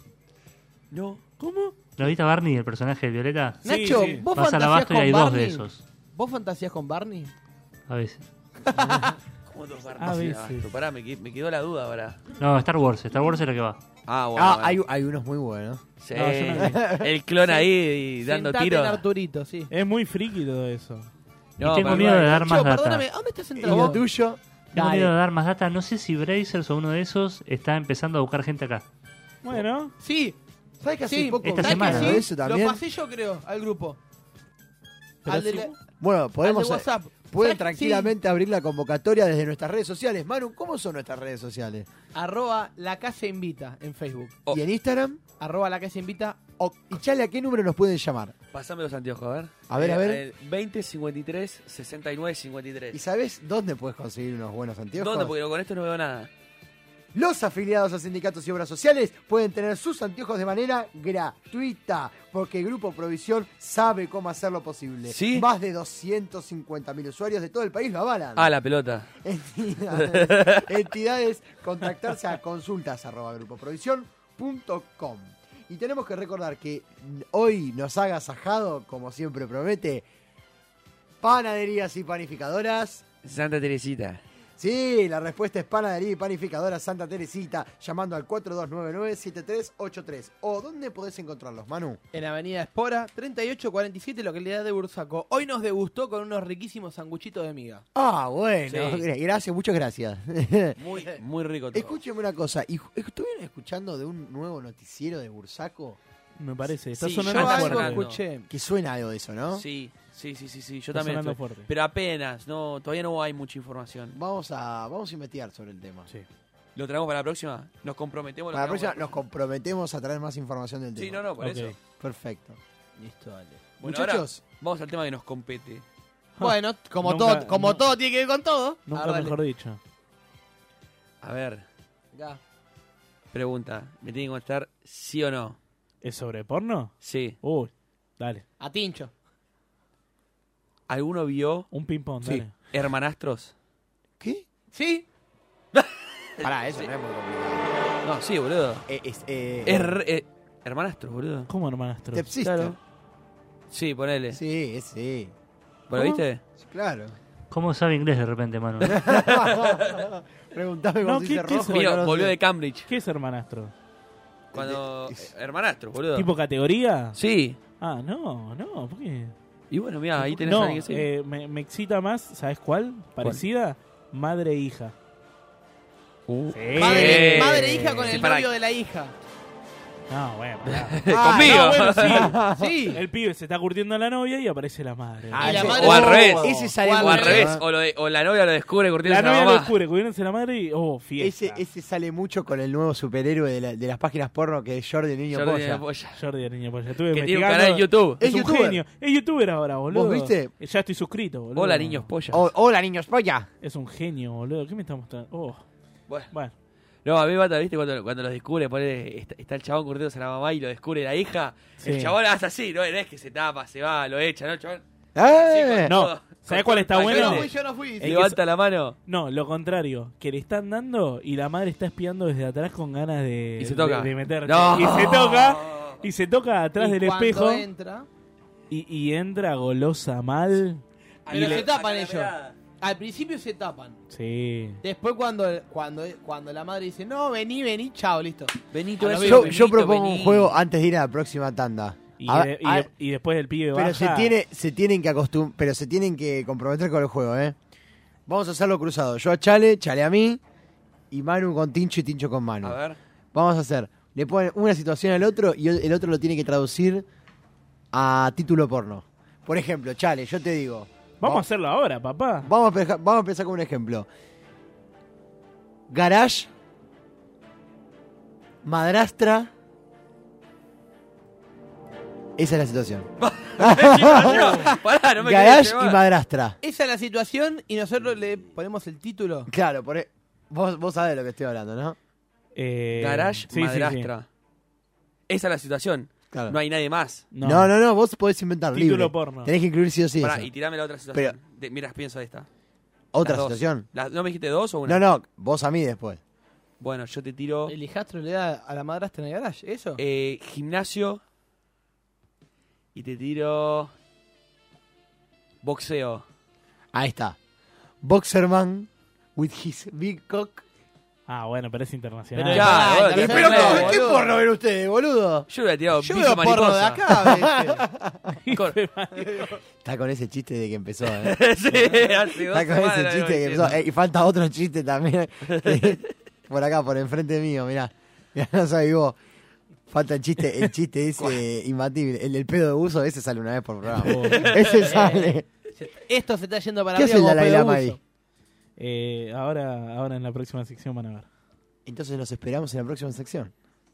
Speaker 6: No.
Speaker 7: ¿Cómo?
Speaker 9: ¿No viste a Barney, el personaje de Violeta?
Speaker 8: Nacho, ¿vos
Speaker 9: Vas al
Speaker 8: fantaseás
Speaker 9: Abasto y
Speaker 8: con
Speaker 9: hay dos de
Speaker 8: Barney?
Speaker 9: esos.
Speaker 8: ¿Vos fantasías con Barney?
Speaker 9: A veces.
Speaker 6: ¿Cómo dos
Speaker 7: A
Speaker 6: barras?
Speaker 7: veces.
Speaker 6: Pará, me, qui- me quedó la duda ahora.
Speaker 9: Ah, No, Star Wars. Star Wars es lo que va.
Speaker 6: Ah, bueno.
Speaker 5: Ah,
Speaker 6: bueno.
Speaker 5: hay, hay unos muy buenos.
Speaker 6: Sí.
Speaker 7: No, yo no
Speaker 6: el clon ahí y dando
Speaker 8: Sentate en
Speaker 6: tiros.
Speaker 8: Arturito, sí.
Speaker 7: Es muy friki todo eso.
Speaker 6: No,
Speaker 9: y tengo
Speaker 6: para-
Speaker 9: miedo de dar
Speaker 8: Nacho,
Speaker 9: más data.
Speaker 8: perdóname, ¿a dónde estás
Speaker 5: ¿Y
Speaker 8: sentado?
Speaker 5: lo
Speaker 8: vos?
Speaker 5: tuyo?
Speaker 9: Tengo
Speaker 8: Dale.
Speaker 9: miedo de dar más data. No sé si Brazers o uno de esos está empezando a buscar gente acá.
Speaker 7: Bueno,
Speaker 8: Sí,
Speaker 5: ¿Sabes que hace
Speaker 8: sí.
Speaker 5: poco
Speaker 9: Esta
Speaker 5: vi
Speaker 8: ¿Sabés
Speaker 9: semana,
Speaker 5: algo
Speaker 8: que
Speaker 5: de
Speaker 8: sí?
Speaker 5: eso también?
Speaker 8: Lo pasé yo, creo, al grupo.
Speaker 7: Pero
Speaker 8: Al de,
Speaker 7: sí.
Speaker 8: la-
Speaker 5: Bueno,
Speaker 8: al
Speaker 5: podemos. eh,
Speaker 8: de WhatsApp. ¿Sabés?
Speaker 5: Pueden tranquilamente abrir la convocatoria desde nuestras redes sociales. Manu, ¿cómo son nuestras redes sociales?
Speaker 8: Sí, arroba la casa invita en Facebook.
Speaker 6: Oh.
Speaker 5: ¿Y en Instagram?
Speaker 8: Arroba la casa invita.
Speaker 5: ¿Y Chale, a qué número nos pueden llamar?
Speaker 6: Pasame los anteojos, a ver. Eh,
Speaker 5: A ver, a ver.
Speaker 6: 20, 53, 69, 53.
Speaker 5: ¿Y sabes dónde puedes conseguir unos buenos anteojos?
Speaker 6: ¿Dónde? Porque con esto no veo nada.
Speaker 5: Los afiliados a sindicatos y obras sociales pueden tener sus anteojos de manera gratuita, porque el Grupo Provisión sabe cómo hacerlo posible.
Speaker 6: ¿Sí?
Speaker 5: Más de 250.000 usuarios de todo el país lo avalan.
Speaker 6: Ah, la pelota.
Speaker 5: Entidades, entidades, contactarse a consultas arroba grupoprovisión.com. Y tenemos que recordar que hoy nos haga sajado, como siempre promete, panaderías y panificadoras.
Speaker 6: Santa Teresita.
Speaker 5: Sí, la respuesta es panadería y panificadora Santa Teresita, llamando al 4299-7383. ¿O dónde podés encontrarlos, Manu?
Speaker 8: En Avenida Espora, 3847, localidad de Bursaco. Hoy nos degustó con unos riquísimos sanguchitos de miga.
Speaker 5: Ah, bueno,
Speaker 8: Sí.
Speaker 5: gra- gracias, muchas gracias.
Speaker 8: Muy,
Speaker 6: muy rico todo.
Speaker 5: Escúcheme una cosa, ¿y ju- ¿estuvieron escuchando de un nuevo noticiero de Bursaco?
Speaker 7: Me parece, está
Speaker 6: Sí,
Speaker 7: sonando
Speaker 6: yo algo
Speaker 7: fuerte.
Speaker 6: escuché.
Speaker 5: Que suena algo de eso, ¿no?
Speaker 6: Sí, sí, sí, sí, sí, yo
Speaker 5: Está
Speaker 6: también.
Speaker 5: sonando
Speaker 6: estuve.
Speaker 5: fuerte.
Speaker 6: Pero apenas, no, todavía no hay mucha información.
Speaker 5: Vamos a, vamos a investigar sobre el tema.
Speaker 6: ¿Lo traemos para la próxima? ¿Nos comprometemos?
Speaker 5: Para la próxima nos comprometemos a traer más información del tema.
Speaker 6: Sí, no, no, por eso.
Speaker 5: Perfecto.
Speaker 8: Listo, dale.
Speaker 6: Bueno,
Speaker 5: Muchachos.
Speaker 6: ahora vamos al tema que nos compete.
Speaker 7: Ah,
Speaker 8: Bueno, como,
Speaker 6: Nunca-
Speaker 8: todo, Ah, como
Speaker 6: nu-
Speaker 8: todo tiene que ver con todo.
Speaker 6: nunca
Speaker 8: Ah, dale.
Speaker 6: mejor
Speaker 7: dicho.
Speaker 6: A ver,
Speaker 8: Ya.
Speaker 6: pregunta. ¿Me tiene que contestar sí o no?
Speaker 7: ¿Es sobre porno?
Speaker 6: Sí.
Speaker 7: Uy, dale.
Speaker 8: A Tincho.
Speaker 6: ¿Alguno vio?
Speaker 7: Un ping-pong,
Speaker 6: Sí.
Speaker 7: dale.
Speaker 6: ¿Hermanastros?
Speaker 5: ¿Qué?
Speaker 8: Sí.
Speaker 5: Pará, eso no es muy complicado. Eh,
Speaker 6: No, sí, boludo.
Speaker 5: es,
Speaker 6: re- eh, hermanastros, boludo.
Speaker 7: ¿Cómo hermanastros?
Speaker 5: Step Sister.
Speaker 6: Claro. Sí, ponele.
Speaker 5: Sí, sí.
Speaker 6: ¿Lo viste?
Speaker 5: Sí, Claro.
Speaker 9: ¿Cómo sabe inglés de repente, Manu?
Speaker 5: Preguntame cómo se dice rojo.
Speaker 6: Vio,
Speaker 5: no lo sé.
Speaker 6: volvió de Cambridge.
Speaker 7: ¿Qué es hermanastro?
Speaker 6: Cuando. eh, Hermanastros, boludo.
Speaker 7: ¿Tipo categoría?
Speaker 6: Sí.
Speaker 7: Ah, no, no, ¿por qué?
Speaker 6: Y bueno, mira, ahí tenés
Speaker 7: no,
Speaker 6: a alguien que sí.
Speaker 7: eh, me, me excita más, ¿sabes cuál? Parecida, madre e hija.
Speaker 6: Eh.
Speaker 7: Sí.
Speaker 8: Madre, madre e hija con
Speaker 7: Sí,
Speaker 8: el
Speaker 7: pará.
Speaker 8: novio de la hija.
Speaker 7: No, bueno. pará.
Speaker 6: Conmigo.
Speaker 7: Ah, bueno, sí.
Speaker 8: Sí.
Speaker 7: El pibe se está curtiendo a la novia y aparece la madre.
Speaker 6: Ah,
Speaker 7: la
Speaker 6: ese-
Speaker 7: madre
Speaker 6: o al revés.
Speaker 5: Ese sale
Speaker 6: o al
Speaker 5: mucho,
Speaker 6: revés.
Speaker 5: ¿eh?
Speaker 6: O, lo de- o la novia lo descubre curtiéndose
Speaker 7: la
Speaker 6: a la
Speaker 7: novia lo
Speaker 6: mamá.
Speaker 7: descubre, curtiéndose la madre y. Oh, fiesta.
Speaker 5: Ese, ese sale mucho con el nuevo superhéroe de, la- de las páginas porno que es Jordi el Niño
Speaker 7: Jordi
Speaker 5: Polla.
Speaker 7: el Jordi el niño polla. Estuve
Speaker 5: Que tiene un
Speaker 7: investigando.
Speaker 5: canal de YouTube.
Speaker 7: Es,
Speaker 5: Es
Speaker 7: un
Speaker 5: youtuber.
Speaker 7: genio. Es youtuber ahora, boludo.
Speaker 5: ¿Vos viste?
Speaker 7: Ya estoy suscrito, boludo.
Speaker 6: Hola, niños pollas.
Speaker 5: O- hola, niños polla.
Speaker 7: Es un genio, boludo. ¿Qué me está mostrando? Oh.
Speaker 6: Bueno.
Speaker 7: Bueno.
Speaker 6: No, a mí Bata, viste, cuando, cuando los descubre, ponele, está, está el chabón curtiéndose a la mamá y lo descubre la hija.
Speaker 7: Sí.
Speaker 6: El chabón hace así, no, no es que se tapa, se va, lo echa, ¿no, el chabón?
Speaker 5: ¡Eh!
Speaker 7: No,
Speaker 6: todo.
Speaker 7: ¿sabés
Speaker 6: Con
Speaker 7: cuál
Speaker 6: todo
Speaker 7: está
Speaker 6: el
Speaker 7: bueno?
Speaker 6: paquete.
Speaker 8: Yo no fui,
Speaker 7: El que
Speaker 6: Levanta
Speaker 7: es-
Speaker 6: la mano.
Speaker 7: No, lo contrario, que le están dando y la madre está espiando desde atrás con ganas de,
Speaker 6: Y se toca.
Speaker 7: de, de meterse.
Speaker 6: No.
Speaker 7: Y se toca, y se toca atrás
Speaker 8: Y
Speaker 7: del
Speaker 8: cuando
Speaker 7: espejo
Speaker 8: entra-
Speaker 7: y, y entra golosa mal. Y
Speaker 8: Pero
Speaker 7: le-
Speaker 8: se tapan ellos. Al principio se tapan.
Speaker 7: Sí.
Speaker 8: Después cuando, cuando, cuando la madre dice, no, vení, vení, chao, listo.
Speaker 6: Vení,
Speaker 5: Yo, yo propongo un juego antes de ir a la próxima tanda.
Speaker 7: Y,
Speaker 5: A-
Speaker 7: de- y
Speaker 5: a-
Speaker 7: de- y después el pibe
Speaker 5: pero se
Speaker 7: baja.
Speaker 5: tiene, se tienen que acostum pero se tienen que comprometer con el juego, ¿eh? Vamos a hacerlo cruzado. Yo a Chale, Chale a mí y Manu con Tincho y Tincho con Manu.
Speaker 6: A ver.
Speaker 5: Vamos a hacer. Le ponen una situación al otro y el otro lo tiene que traducir a título porno. Por ejemplo, Chale, yo te digo.
Speaker 7: Vamos a hacerlo ahora, papá.
Speaker 5: Vamos a, peja- vamos a empezar con un ejemplo. Garage. Madrastra. Esa es la situación.
Speaker 6: Pará, no me
Speaker 5: Garage
Speaker 6: querés
Speaker 5: y
Speaker 6: llevar.
Speaker 5: madrastra.
Speaker 8: Esa es la situación y nosotros le ponemos el título.
Speaker 5: Claro, por e- vos, vos sabés de lo que estoy hablando, ¿no?
Speaker 7: Eh,
Speaker 6: Garage,
Speaker 7: sí, sí,
Speaker 6: madrastra. Esa es la situación.
Speaker 5: Claro.
Speaker 6: No hay nadie más.
Speaker 5: No. no, no, vos podés inventar
Speaker 6: Título
Speaker 5: libre.
Speaker 6: porno.
Speaker 5: Tenés que incluir sí o sí.
Speaker 6: Pará,
Speaker 5: eso.
Speaker 6: y tirame la otra situación. De- mira, pienso esta.
Speaker 5: ¿Otra
Speaker 6: Las dos.
Speaker 5: situación?
Speaker 6: Las- ¿No me dijiste dos o
Speaker 5: No,
Speaker 6: una?
Speaker 5: no, vos a mí después.
Speaker 6: Bueno, yo te tiro
Speaker 8: El hijastro le da a la madrastra en el garage, ¿eso?
Speaker 6: eh, gimnasio y te tiro boxeo.
Speaker 5: Ahí está. Boxerman with his big cock.
Speaker 7: Ah, bueno, pero es internacional.
Speaker 6: Pero ya,
Speaker 7: Ah,
Speaker 6: bueno,
Speaker 7: también
Speaker 6: pero
Speaker 7: es
Speaker 6: no,
Speaker 7: medio,
Speaker 5: ¿Qué
Speaker 7: boludo.
Speaker 5: porno ven ustedes, boludo?
Speaker 6: Yo hubiera tirado
Speaker 5: Yo veo
Speaker 6: piso
Speaker 5: porno
Speaker 6: mariposa.
Speaker 5: de acá,
Speaker 6: Con-
Speaker 5: Está con ese chiste de que empezó, ¿eh?
Speaker 6: Sí, hace dos
Speaker 5: Está con
Speaker 6: semanas
Speaker 5: ese
Speaker 6: lo
Speaker 5: chiste de que
Speaker 6: vengo
Speaker 5: empezó. Eh, y falta otro chiste también. que- por acá, por enfrente mío, mirá. Mirá, no sabés vos. Falta el chiste, el chiste ese imbatible. El del pedo de uso, ese sale una vez por programa.
Speaker 7: Oh,
Speaker 5: ese sale.
Speaker 8: Esto se está yendo para
Speaker 5: ¿Qué
Speaker 8: arriba
Speaker 5: hace el
Speaker 8: como
Speaker 5: Dalai
Speaker 8: pedo
Speaker 5: Lama
Speaker 8: uso.
Speaker 5: ahí?
Speaker 7: Eh, ahora, ahora en la próxima sección van a ver.
Speaker 5: Entonces los esperamos en la próxima sección.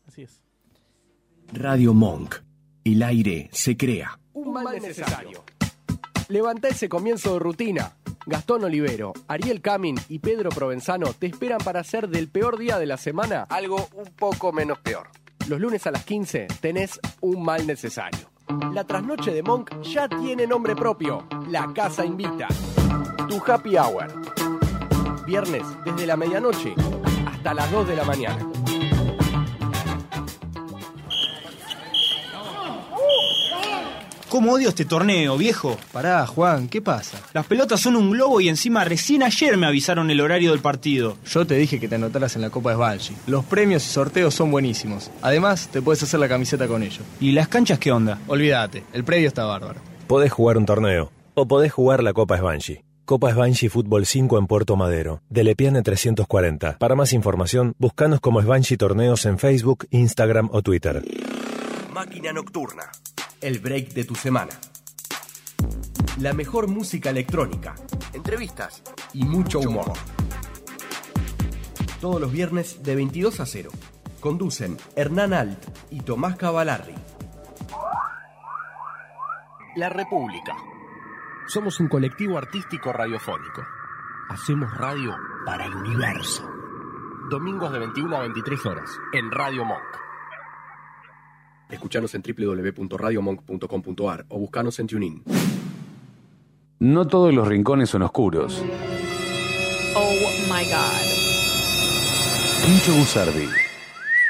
Speaker 7: Así es.
Speaker 19: Radio Monk. El aire se crea.
Speaker 1: Un mal necesario. Levanta ese comienzo de rutina. Gastón Olivero, Ariel Camin y Pedro Provenzano te esperan para hacer del peor día de la semana algo un poco menos peor. Los lunes a las 15 tenés un mal necesario. La trasnoche de Monk ya tiene nombre propio. La casa invita. Tu happy hour. Viernes desde la medianoche hasta las 2 de la mañana.
Speaker 20: ¿Cómo odio este torneo, viejo? Pará, Juan, ¿qué pasa? Las pelotas son un globo y encima recién ayer me avisaron el horario del partido.
Speaker 21: Yo te dije que te anotaras en la Copa de Banshee. Los premios y sorteos son buenísimos. Además, te puedes hacer la camiseta con ello.
Speaker 20: ¿Y las canchas qué onda?
Speaker 21: Olvídate, el predio está bárbaro.
Speaker 22: Podés jugar un torneo o podés jugar la Copa Sbanchi. Copa Sbanchi Fútbol 5 en Puerto Madero, de Lepiane 340. Para más información, buscanos como Sbanchi Torneos en Facebook, Instagram o Twitter.
Speaker 1: Máquina Nocturna. El break de tu semana. La mejor música electrónica. Entrevistas. Y mucho humor. Todos los viernes de 22 a 0. Conducen Hernán Alt y Tomás Cavalarri. La República. Somos un colectivo artístico radiofónico. Hacemos radio para el universo. Domingos de 21 a 23 horas en Radio Monk. Escuchanos en www.radiomonk.com.ar o buscanos en TuneIn.
Speaker 16: No todos los rincones son oscuros.
Speaker 4: Oh my god.
Speaker 16: Pincho Gusardi.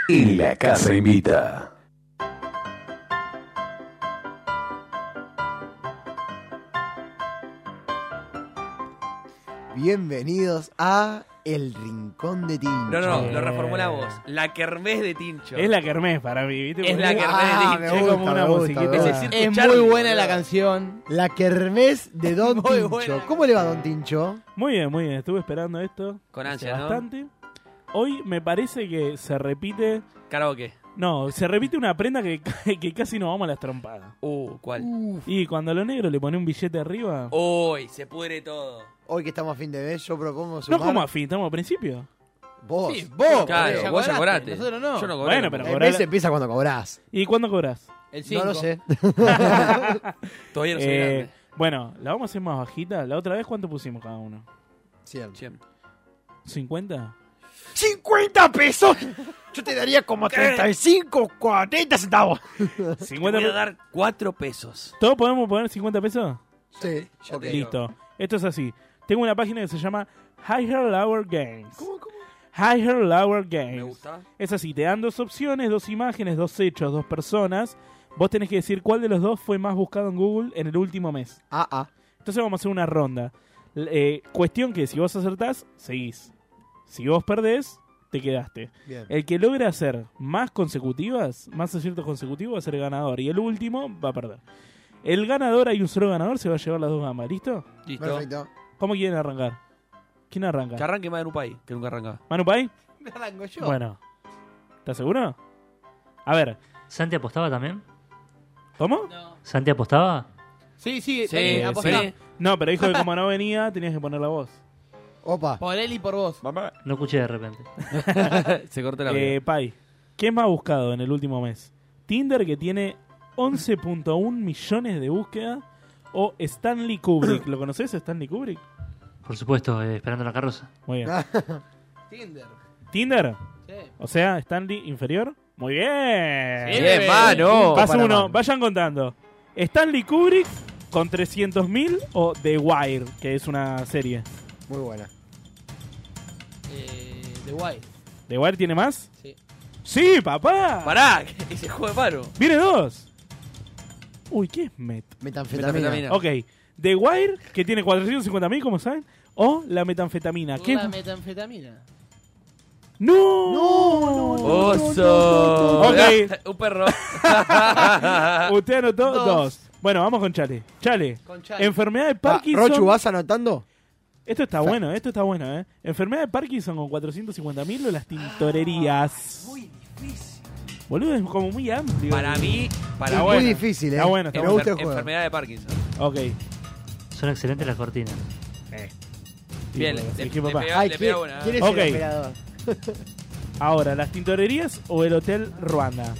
Speaker 16: Y la casa invita.
Speaker 5: Bienvenidos a El Rincón de Tincho.
Speaker 6: No, no, no, lo reformulamos. La kermés de Tincho.
Speaker 5: Es la
Speaker 7: kermés para mí, ¿viste?
Speaker 6: Es la kermés
Speaker 8: Ah,
Speaker 6: de
Speaker 8: me
Speaker 6: Tincho.
Speaker 8: gusta, me gusta, me gusta.
Speaker 6: Es el
Speaker 8: Es
Speaker 6: circo
Speaker 8: muy
Speaker 6: Charlie,
Speaker 8: buena la
Speaker 6: boludo.
Speaker 8: canción.
Speaker 5: La kermés de Don Tincho. ¿Cómo le va Don Tincho?
Speaker 7: Muy bien, muy bien. Estuve esperando esto.
Speaker 6: Con
Speaker 7: hace
Speaker 6: ansia, ¿no?
Speaker 7: Bastante. Hoy me parece que se repite.
Speaker 6: Karaoke.
Speaker 7: No, se repite una prenda que, que casi nos vamos a las trompadas.
Speaker 6: Uh, ¿cuál? Oh,
Speaker 7: Y cuando a lo negro le pone un billete arriba.
Speaker 6: Hoy se pudre todo.
Speaker 5: Hoy que estamos a fin de mes, yo propongo
Speaker 7: no
Speaker 5: sumar...
Speaker 7: como a fin, estamos al principio.
Speaker 5: Vos.
Speaker 7: Sí,
Speaker 8: vos, Claro,
Speaker 7: porque ya vos ya cobraste, cobraste.
Speaker 8: nosotros no. Yo no cobré.
Speaker 7: Bueno, pero
Speaker 5: El
Speaker 7: cobrar-
Speaker 5: mes empieza cuando cobrás.
Speaker 7: ¿Y cuándo cobras?
Speaker 8: El
Speaker 5: No lo sé.
Speaker 6: Todavía no soy grande.
Speaker 7: Eh, Bueno, la vamos a hacer más bajita. La otra vez, ¿cuánto pusimos cada uno?
Speaker 5: 100.
Speaker 7: ¿50?
Speaker 5: ¡50 pesos! Yo te daría como
Speaker 7: ¿Qué?
Speaker 5: 35, 40 centavos.
Speaker 6: Te voy a dar cuatro pesos.
Speaker 7: ¿Todos podemos poner 50 pesos?
Speaker 5: Sí.
Speaker 7: Listo. Esto es así. Tengo una página que se llama Higher Lower Games. ¿Cómo, cómo? Higher Lower Games. Me
Speaker 6: gusta.
Speaker 7: Es así, te dan dos opciones, dos imágenes, dos hechos, dos personas. Vos tenés que decir cuál de los dos fue más buscado en Google en el último mes.
Speaker 5: Ah, ah.
Speaker 7: Entonces vamos a hacer una ronda. L- eh, cuestión que si vos acertás, seguís. Si vos perdés, te quedaste.
Speaker 5: Bien.
Speaker 7: El que logra hacer más consecutivas, más aciertos consecutivos, va a ser el ganador. Y el último va a perder. El ganador, hay un solo ganador, se va a llevar las dos gamas. ¿Listo?
Speaker 6: Listo. Perfecto.
Speaker 7: ¿Cómo quieren arrancar? ¿Quién arranca?
Speaker 6: Que arranque Manu Pai, que nunca arrancaba.
Speaker 7: ¿Manu Pai?
Speaker 8: Me arranco pues yo.
Speaker 7: Bueno. ¿Estás seguro? A ver.
Speaker 9: ¿Santi apostaba también?
Speaker 7: ¿Cómo?
Speaker 9: ¿Santi apostaba?
Speaker 8: Sí, sí,
Speaker 7: Sí,
Speaker 8: eh,
Speaker 7: sí.
Speaker 8: apostá.
Speaker 7: No, pero dijo que como no venía, tenías que poner la voz. Ah.
Speaker 5: Opa.
Speaker 8: Por él y por vos.
Speaker 9: No escuché de repente.
Speaker 6: Se cortó la
Speaker 7: Eh,
Speaker 6: vida.
Speaker 7: Pai, ¿qué es más buscado en el último mes? ¿Tinder que tiene 11.1 millones de búsquedas? ¿O Stanley Kubrick? ¿Lo conoces, Stanley Kubrick?
Speaker 9: Por supuesto, eh, esperando la carroza.
Speaker 7: Muy bien.
Speaker 8: Tinder.
Speaker 7: ¿Tinder?
Speaker 8: Sí.
Speaker 7: O sea, Stanley inferior. Muy bien.
Speaker 6: Sí, Bien, mano.
Speaker 7: Paso
Speaker 6: Para
Speaker 7: uno,
Speaker 6: mano.
Speaker 7: vayan contando. Stanley Kubrick con 300.000 o The Wire, que es una serie.
Speaker 5: Muy buena.
Speaker 8: Eh, The Wild.
Speaker 7: ¿The Wire tiene más?
Speaker 8: Sí.
Speaker 7: Sí, papá.
Speaker 6: Pará, que se juega paro.
Speaker 7: Viene dos. Uy, ¿qué es Met?
Speaker 5: Metanfetamina.
Speaker 6: Metanfetamina.
Speaker 7: Ok. The Wire, que tiene 450.000, como saben. O la metanfetamina. ¿Qué?
Speaker 8: La metanfetamina.
Speaker 7: ¡No! ¡No!
Speaker 6: Oso.
Speaker 7: Ok.
Speaker 6: Un perro.
Speaker 7: Usted anotó
Speaker 6: Dos.
Speaker 7: dos. Bueno, vamos con Chale. Chale.
Speaker 6: Con Chale.
Speaker 7: Enfermedad de
Speaker 5: Ah,
Speaker 7: Parkinson.
Speaker 5: Rochu, ¿vas anotando?
Speaker 7: Esto está bueno, esto está bueno, ¿eh? Enfermedad de Parkinson con 450.000 o las tintorerías. Ah, muy difícil. Boludo, es como muy amplio.
Speaker 6: Para mí, para
Speaker 7: Está
Speaker 6: vos.
Speaker 7: bueno.
Speaker 6: ¿eh?
Speaker 5: eh.
Speaker 7: Está bueno, está
Speaker 6: Enfer-
Speaker 7: bueno.
Speaker 6: Enfermedad de Parkinson.
Speaker 7: Ok.
Speaker 9: Son excelentes las cortinas.
Speaker 6: Bien,
Speaker 7: Sí,
Speaker 6: le-
Speaker 7: sí,
Speaker 6: le
Speaker 7: papá.
Speaker 6: pega- Ay, le pega ¿quién- una. quién es el
Speaker 7: Ok.
Speaker 6: operador?
Speaker 7: Ahora, ¿las tintorerías o el Hotel Ruanda?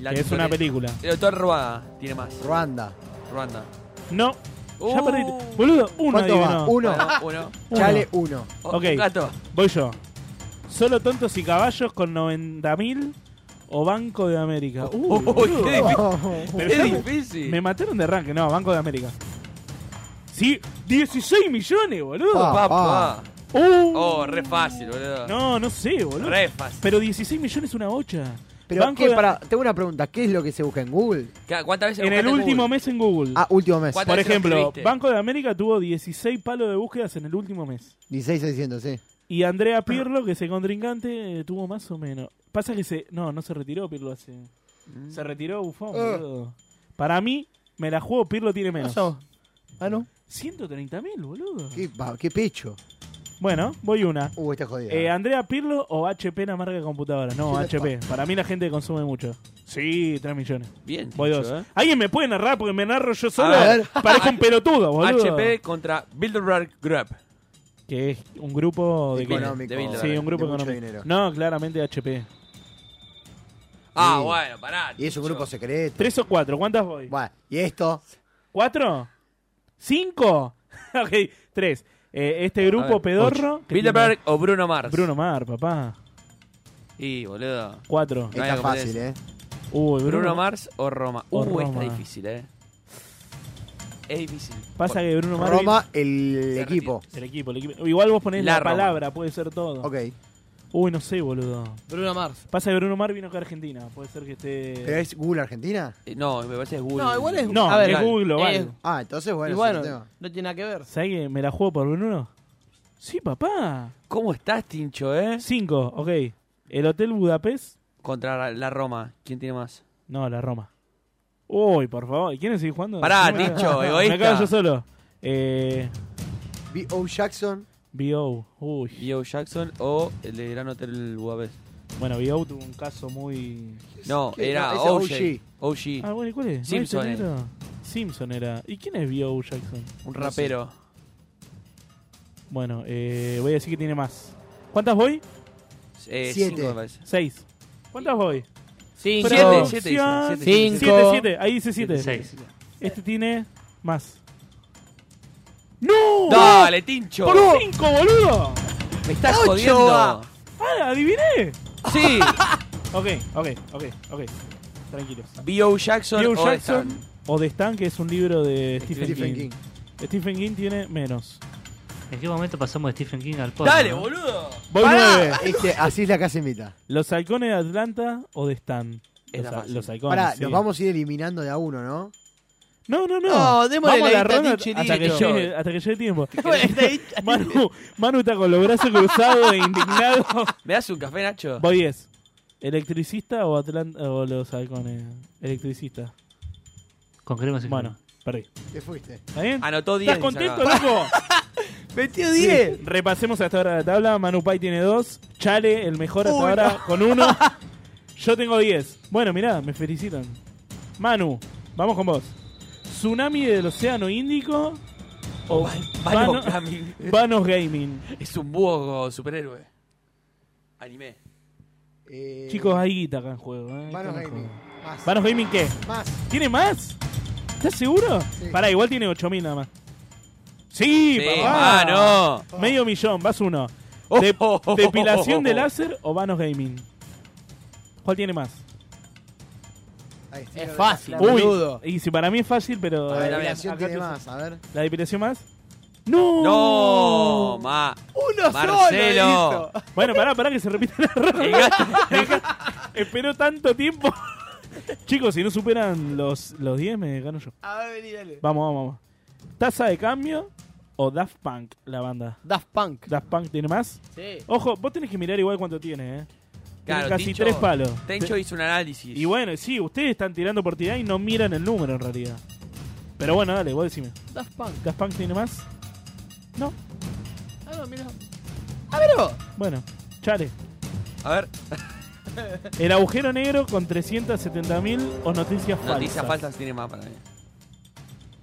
Speaker 6: La
Speaker 7: que es una
Speaker 6: tintorería.
Speaker 7: película.
Speaker 6: El doctor Ruanda tiene más.
Speaker 5: Ruanda.
Speaker 6: Ruanda.
Speaker 7: No. Ya
Speaker 6: Uh.
Speaker 7: perdiste. Boludo, uno.
Speaker 5: ¿Cuánto
Speaker 7: adivinó. Ah,
Speaker 5: va? Uno.
Speaker 6: Bueno, uno. Oh,
Speaker 5: Chale, uno.
Speaker 7: Ok.
Speaker 6: Un gato.
Speaker 7: Voy yo. Solo tontos y caballos con 90.000 o Banco de América. Uh,
Speaker 6: Uy,
Speaker 7: boludo.
Speaker 6: qué difícil.
Speaker 7: Pero
Speaker 6: Qué
Speaker 7: ya me-
Speaker 6: difícil.
Speaker 7: Me mataron de arranque. No, Banco de América. Sí, 16 millones, boludo.
Speaker 6: Pa, pa.
Speaker 7: Uh.
Speaker 6: Oh, re fácil, boludo.
Speaker 7: No, no sé, boludo.
Speaker 6: Re fácil.
Speaker 7: Pero 16 millones es una bocha.
Speaker 5: Pero,
Speaker 6: Banco
Speaker 5: ¿qué,
Speaker 6: de-
Speaker 5: para, tengo una pregunta. ¿Qué es lo que se busca en Google?
Speaker 6: Claro, ¿Cuántas veces
Speaker 7: En el
Speaker 6: buscaste en
Speaker 7: último
Speaker 6: Google?
Speaker 7: mes en Google.
Speaker 5: Ah, último mes.
Speaker 7: Por ejemplo,
Speaker 6: escribiste?
Speaker 7: Banco de América tuvo 16 palos de búsquedas en el último mes.
Speaker 5: 16600, sí.
Speaker 7: Y Andrea Pirlo, que se contrincante, eh, tuvo más o menos. Pasa que se. No, no se retiró Pirlo hace.
Speaker 6: Mm.
Speaker 7: Se retiró Bufón,
Speaker 8: Ah.
Speaker 7: boludo. Para mí, me la juego, Pirlo tiene menos.
Speaker 8: Pasó. Ah, no.
Speaker 7: 130 mil, boludo.
Speaker 5: ¿Qué, pa- qué pecho?
Speaker 7: Mm. Bueno, voy una.
Speaker 5: Uh, está jodida.
Speaker 7: Eh, ¿Andrea Pirlo o HP en la marca de computadora? No, HP. Para mí la gente consume mucho. Sí, 3 millones.
Speaker 6: Bien,
Speaker 7: Voy
Speaker 6: dicho,
Speaker 7: dos.
Speaker 6: ¿eh?
Speaker 7: ¿Alguien me puede narrar? Ah, Porque me narro yo solo.
Speaker 6: A ver.
Speaker 7: Parezco un pelotudo, boludo.
Speaker 6: HP contra Bilderberg Group.
Speaker 7: Que es un grupo de
Speaker 6: Económico. De Bilderberg.
Speaker 7: Sí, un grupo
Speaker 6: De mucho
Speaker 7: económico.
Speaker 6: dinero.
Speaker 7: No, claramente HP.
Speaker 6: Ah, bueno, pará.
Speaker 5: Y es un grupo secreto.
Speaker 7: ¿Tres o cuatro? ¿Cuántas voy?
Speaker 5: ¿Y esto?
Speaker 7: ¿Cuatro? ¿Cinco? ok, tres. Eh, este
Speaker 6: A
Speaker 7: grupo
Speaker 6: ver,
Speaker 7: pedorro.
Speaker 6: ocho.
Speaker 7: que
Speaker 6: Bilderberg
Speaker 7: tiene-
Speaker 6: o Bruno Mars.
Speaker 7: Bruno Mars, papá.
Speaker 6: Y, boludo.
Speaker 7: Cuatro.
Speaker 6: No hay
Speaker 7: Está
Speaker 6: competencia.
Speaker 7: fácil, eh. Uy,
Speaker 6: Bruno,
Speaker 7: Bruno-
Speaker 6: Mars o Roma.
Speaker 7: o
Speaker 6: Uh,
Speaker 7: Roma.
Speaker 6: está difícil, eh. Es difícil.
Speaker 7: Pasa que Bruno Mars.
Speaker 5: Roma, el equipo.
Speaker 7: El equipo, el equipo. Igual vos ponés
Speaker 5: La
Speaker 7: la,
Speaker 5: Roma.
Speaker 7: palabra, puede ser todo.
Speaker 5: Ok.
Speaker 7: Uy, no sé, boludo.
Speaker 8: Bruno Mars.
Speaker 7: Pasa que Bruno Mars vino acá a Argentina. Puede ser que esté.
Speaker 5: ¿Pero es Google Argentina?
Speaker 6: Eh, No, me parece que es Google.
Speaker 8: No, igual es-
Speaker 7: No,
Speaker 8: a ver,
Speaker 7: es Google Global.
Speaker 8: eh,
Speaker 5: Ah, entonces, bueno,
Speaker 8: y
Speaker 5: es
Speaker 8: bueno,
Speaker 5: el tema.
Speaker 8: no tiene nada que ver.
Speaker 7: ¿Sabés que me la juego por Bruno? Sí, papá.
Speaker 6: ¿Cómo estás, Tincho, eh?
Speaker 7: Cinco, ok. El Hotel Budapest.
Speaker 6: Contra la- la Roma. ¿Quién tiene más?
Speaker 7: No, la Roma. Uy, por favor. ¿Y quieren seguir jugando?
Speaker 6: Pará,
Speaker 7: No me-
Speaker 6: Tincho,
Speaker 7: Me
Speaker 6: egoísta.
Speaker 7: acabo yo solo. Eh,
Speaker 5: B.O. Jackson.
Speaker 7: B.O. Uy.
Speaker 6: B.O. Jackson o el de Gran Hotel Budapest.
Speaker 7: Bueno, B.O. tuvo un caso muy.
Speaker 6: No,
Speaker 7: ¿Qué?
Speaker 6: era
Speaker 7: No, ese
Speaker 6: OG. OG.
Speaker 7: Ah, bueno, ¿y cuál es? ¿No
Speaker 6: Simpson
Speaker 7: es este
Speaker 6: era.
Speaker 7: negro? Simpson era. ¿Y quién es B.O. Jackson?
Speaker 6: Un rapero.
Speaker 7: Bueno, eh, voy a decir que tiene más. ¿Cuántas voy?
Speaker 6: Eh, Siete. cinco, me parece.
Speaker 7: Seis. ¿Cuántas voy?
Speaker 6: Cinco.
Speaker 7: Pero-
Speaker 6: Siete, siete dice, siete,
Speaker 7: Siete,
Speaker 6: siete.
Speaker 7: siete,
Speaker 6: Cinco.
Speaker 7: siete. Ahí dice siete.
Speaker 6: Siete, seis.
Speaker 7: Este tiene más. ¡No!
Speaker 6: Dale, Tincho.
Speaker 7: ¡Por cinco, boludo!
Speaker 6: Me estás Ocho. jodiendo.
Speaker 7: ¡Ah, adiviné!
Speaker 6: Sí.
Speaker 7: ok, ok, ok, ok. Tranquilos.
Speaker 6: B.O. Jackson
Speaker 7: Bill
Speaker 6: o The
Speaker 7: Jackson
Speaker 6: Stand.
Speaker 7: o The Stand, que es un libro de Stephen,
Speaker 6: Stephen
Speaker 7: King. Stephen King tiene menos.
Speaker 9: ¿En qué momento pasamos de Stephen King al porno?
Speaker 6: Dale,
Speaker 9: no?
Speaker 6: boludo.
Speaker 7: Voy nueve.
Speaker 5: Este, así es la casa invita.
Speaker 7: ¿Los halcones de Atlanta o de Stan?
Speaker 5: Era
Speaker 7: Los, a-
Speaker 5: fácil.
Speaker 7: los halcones.
Speaker 5: Pará,
Speaker 7: sí.
Speaker 5: nos vamos a ir eliminando de a uno, ¿no?
Speaker 7: No, no, no.
Speaker 5: No, démosle
Speaker 7: Vamos a
Speaker 5: la
Speaker 7: la
Speaker 5: guita a
Speaker 7: ronda
Speaker 5: Tincho y
Speaker 7: hasta que,
Speaker 5: Tincho.
Speaker 7: llegue, hasta que llegue el tiempo. Manu, Manu está con los brazos cruzados e indignado.
Speaker 6: ¿Me das un café, Nacho?
Speaker 7: Voy 10. ¿Electricista o Atlanta o los halcones? Electricista.
Speaker 9: Con crema sin
Speaker 7: Bueno, perdí.
Speaker 5: Te fuiste.
Speaker 7: ¿Está bien?
Speaker 6: Anotó 10.
Speaker 7: ¿Estás contento,
Speaker 6: acá.
Speaker 7: loco?
Speaker 8: Metió
Speaker 7: Sí. Repasemos hasta ahora la tabla. Manu Pai tiene 2. Chale, el mejor hasta
Speaker 8: Uy,
Speaker 7: ahora,
Speaker 8: no.
Speaker 7: con 1. Yo tengo 10. Bueno, mirá, me felicitan. Manu, vamos con vos. ¿Tsunami del Océano Índico o
Speaker 6: Vanos
Speaker 7: Vano-
Speaker 6: Gaming.
Speaker 7: Vanos Gaming?
Speaker 6: Es un búho superhéroe. Anime.
Speaker 7: Chicos, hay guita acá en juego. ¿eh?
Speaker 5: Vanos
Speaker 7: Acá en
Speaker 5: Gaming.
Speaker 7: juego.
Speaker 5: Más.
Speaker 7: ¿Vanos Gaming qué?
Speaker 5: Más.
Speaker 7: ¿Tiene más? ¿Estás seguro? Pará, igual tiene 8000 nada más. Sí,
Speaker 6: Sí,
Speaker 7: papá.
Speaker 6: mano.
Speaker 7: Medio millón, vas uno. De-
Speaker 6: Oh.
Speaker 7: ¿Depilación de láser o Vanos Gaming? ¿Cuál tiene más?
Speaker 8: Es fácil,
Speaker 7: Uy,
Speaker 8: boludo.
Speaker 7: y si para mí es fácil, pero.
Speaker 5: A ver,
Speaker 7: eh,
Speaker 5: la depilación
Speaker 7: acá
Speaker 5: tiene
Speaker 7: te-
Speaker 5: más, a ver.
Speaker 7: ¿La depilación más? ¡No!
Speaker 6: No, ma.
Speaker 7: ¡Uno
Speaker 6: Ah, Marcelo.
Speaker 7: Bueno, pará, pará que se repita la ronda. Deja- Esperó tanto tiempo. Chicos, si no superan los, los 10, me gano yo.
Speaker 8: A ver, vení, dale.
Speaker 7: Vamos, vamos, vamos. ¿Taza de cambio o Daft Punk, la banda?
Speaker 8: Daft Punk.
Speaker 7: ¿Daft Punk tiene más?
Speaker 8: Sí.
Speaker 7: Ojo, vos tenés que mirar igual cuánto tiene, ¿eh? Tiene
Speaker 6: Claro,
Speaker 7: casi
Speaker 6: Tincho-
Speaker 7: tres palos.
Speaker 6: Tincho hizo un análisis.
Speaker 7: Y bueno, sí, ustedes están tirando por tirar y no miran el número en realidad. Pero bueno, dale, vos decime.
Speaker 8: Daft Punk.
Speaker 7: ¿Daft Punk tiene más?
Speaker 8: Ah, no, mira. A ver, vos.
Speaker 7: Bueno, chale.
Speaker 6: A ver.
Speaker 7: El agujero negro con 370.000 o noticias falsas.
Speaker 6: Noticias falsas tiene más para mí.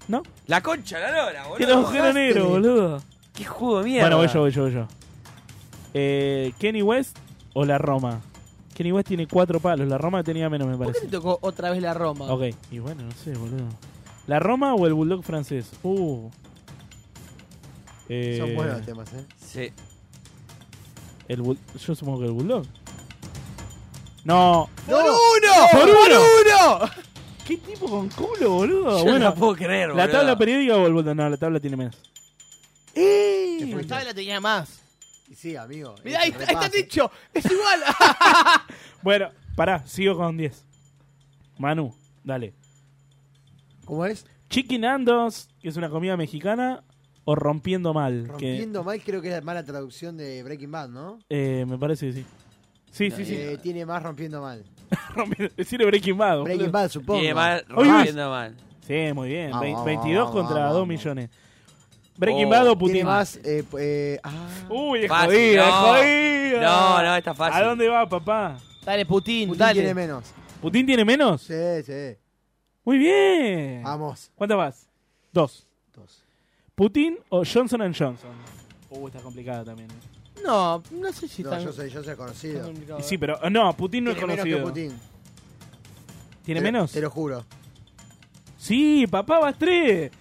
Speaker 7: ¿No?
Speaker 6: La concha, la lora, boludo.
Speaker 7: El agujero negro, boludo.
Speaker 6: Qué juego de mierda.
Speaker 7: Bueno, voy yo, voy yo, voy yo. Eh, ¿Kenny West o la Roma? Kenny West tiene cuatro palos. La Roma tenía menos, me
Speaker 8: ¿Por qué
Speaker 7: parece.
Speaker 8: te tocó otra vez la Roma?
Speaker 7: Ok, y bueno, no sé, boludo. ¿La Roma o el Bulldog francés? Uh. Eh,
Speaker 5: Son buenos los temas, ¿eh?
Speaker 6: Sí.
Speaker 7: el Bull- yo supongo que el Bulldog. No.
Speaker 8: ¡Por uno!
Speaker 7: ¡Por uno!
Speaker 8: ¡Por uno!
Speaker 7: ¿Qué tipo con culo, boludo?
Speaker 6: Yo
Speaker 7: bueno,
Speaker 6: no puedo creer,
Speaker 7: La
Speaker 6: boludo.
Speaker 7: tabla periódica o el Bulldog. No, la tabla tiene menos. Eh.
Speaker 8: Sí, porque esta vez la tenía más.
Speaker 5: Y sí, amigo. este
Speaker 8: Mirá, ahí, está- ahí está Tincho. Es igual.
Speaker 7: Bueno, Pará, sigo con 10. Manu, dale.
Speaker 5: ¿Cómo es?
Speaker 7: Chiquinandos, que es una comida mexicana, o rompiendo mal. que,
Speaker 5: Rompiendo mal creo que es la mala traducción de Breaking Bad, ¿no?
Speaker 7: eh, me parece que sí. Sí, sí, sí.
Speaker 5: Eh, Tiene más rompiendo mal.
Speaker 7: Rompiendo- Decirle Breaking Bad. boludo.
Speaker 5: Breaking Bad, supongo.
Speaker 6: Tiene más
Speaker 7: Hoy ves-
Speaker 6: rompiendo mal.
Speaker 7: Sí, muy bien.
Speaker 5: Vamos,
Speaker 7: Ve-
Speaker 5: vamos,
Speaker 7: 22
Speaker 5: vamos,
Speaker 7: contra
Speaker 5: vamos,
Speaker 7: 2 millones. Breaking
Speaker 6: Oh.
Speaker 7: Bad o
Speaker 6: Tiene
Speaker 7: Putin.
Speaker 5: Tiene más... eh, p- eh, ah,
Speaker 7: Uy, es
Speaker 6: Fácil,
Speaker 7: jodida, es
Speaker 6: no.
Speaker 7: jodida.
Speaker 6: No, no, está fácil.
Speaker 7: ¿A dónde va, papá?
Speaker 8: Dale, Putin,
Speaker 5: Putin
Speaker 8: dale.
Speaker 5: tiene menos.
Speaker 7: ¿Putin tiene menos?
Speaker 5: Sí, sí.
Speaker 7: Muy bien.
Speaker 5: Vamos.
Speaker 7: ¿Cuántas vas? Dos. ¿Putin o Johnson and Johnson? Uh, está complicada también. eh.
Speaker 8: No, no sé si
Speaker 5: No,
Speaker 8: está.
Speaker 5: yo soy, yo soy conocido.
Speaker 7: Y sí, pero eh, no, Putin no es
Speaker 5: Tiene menos
Speaker 7: conocido.
Speaker 5: que Putin.
Speaker 7: ¿Tiene
Speaker 5: Te-
Speaker 7: menos?
Speaker 5: Te lo juro.
Speaker 7: Sí, papá, vas tres.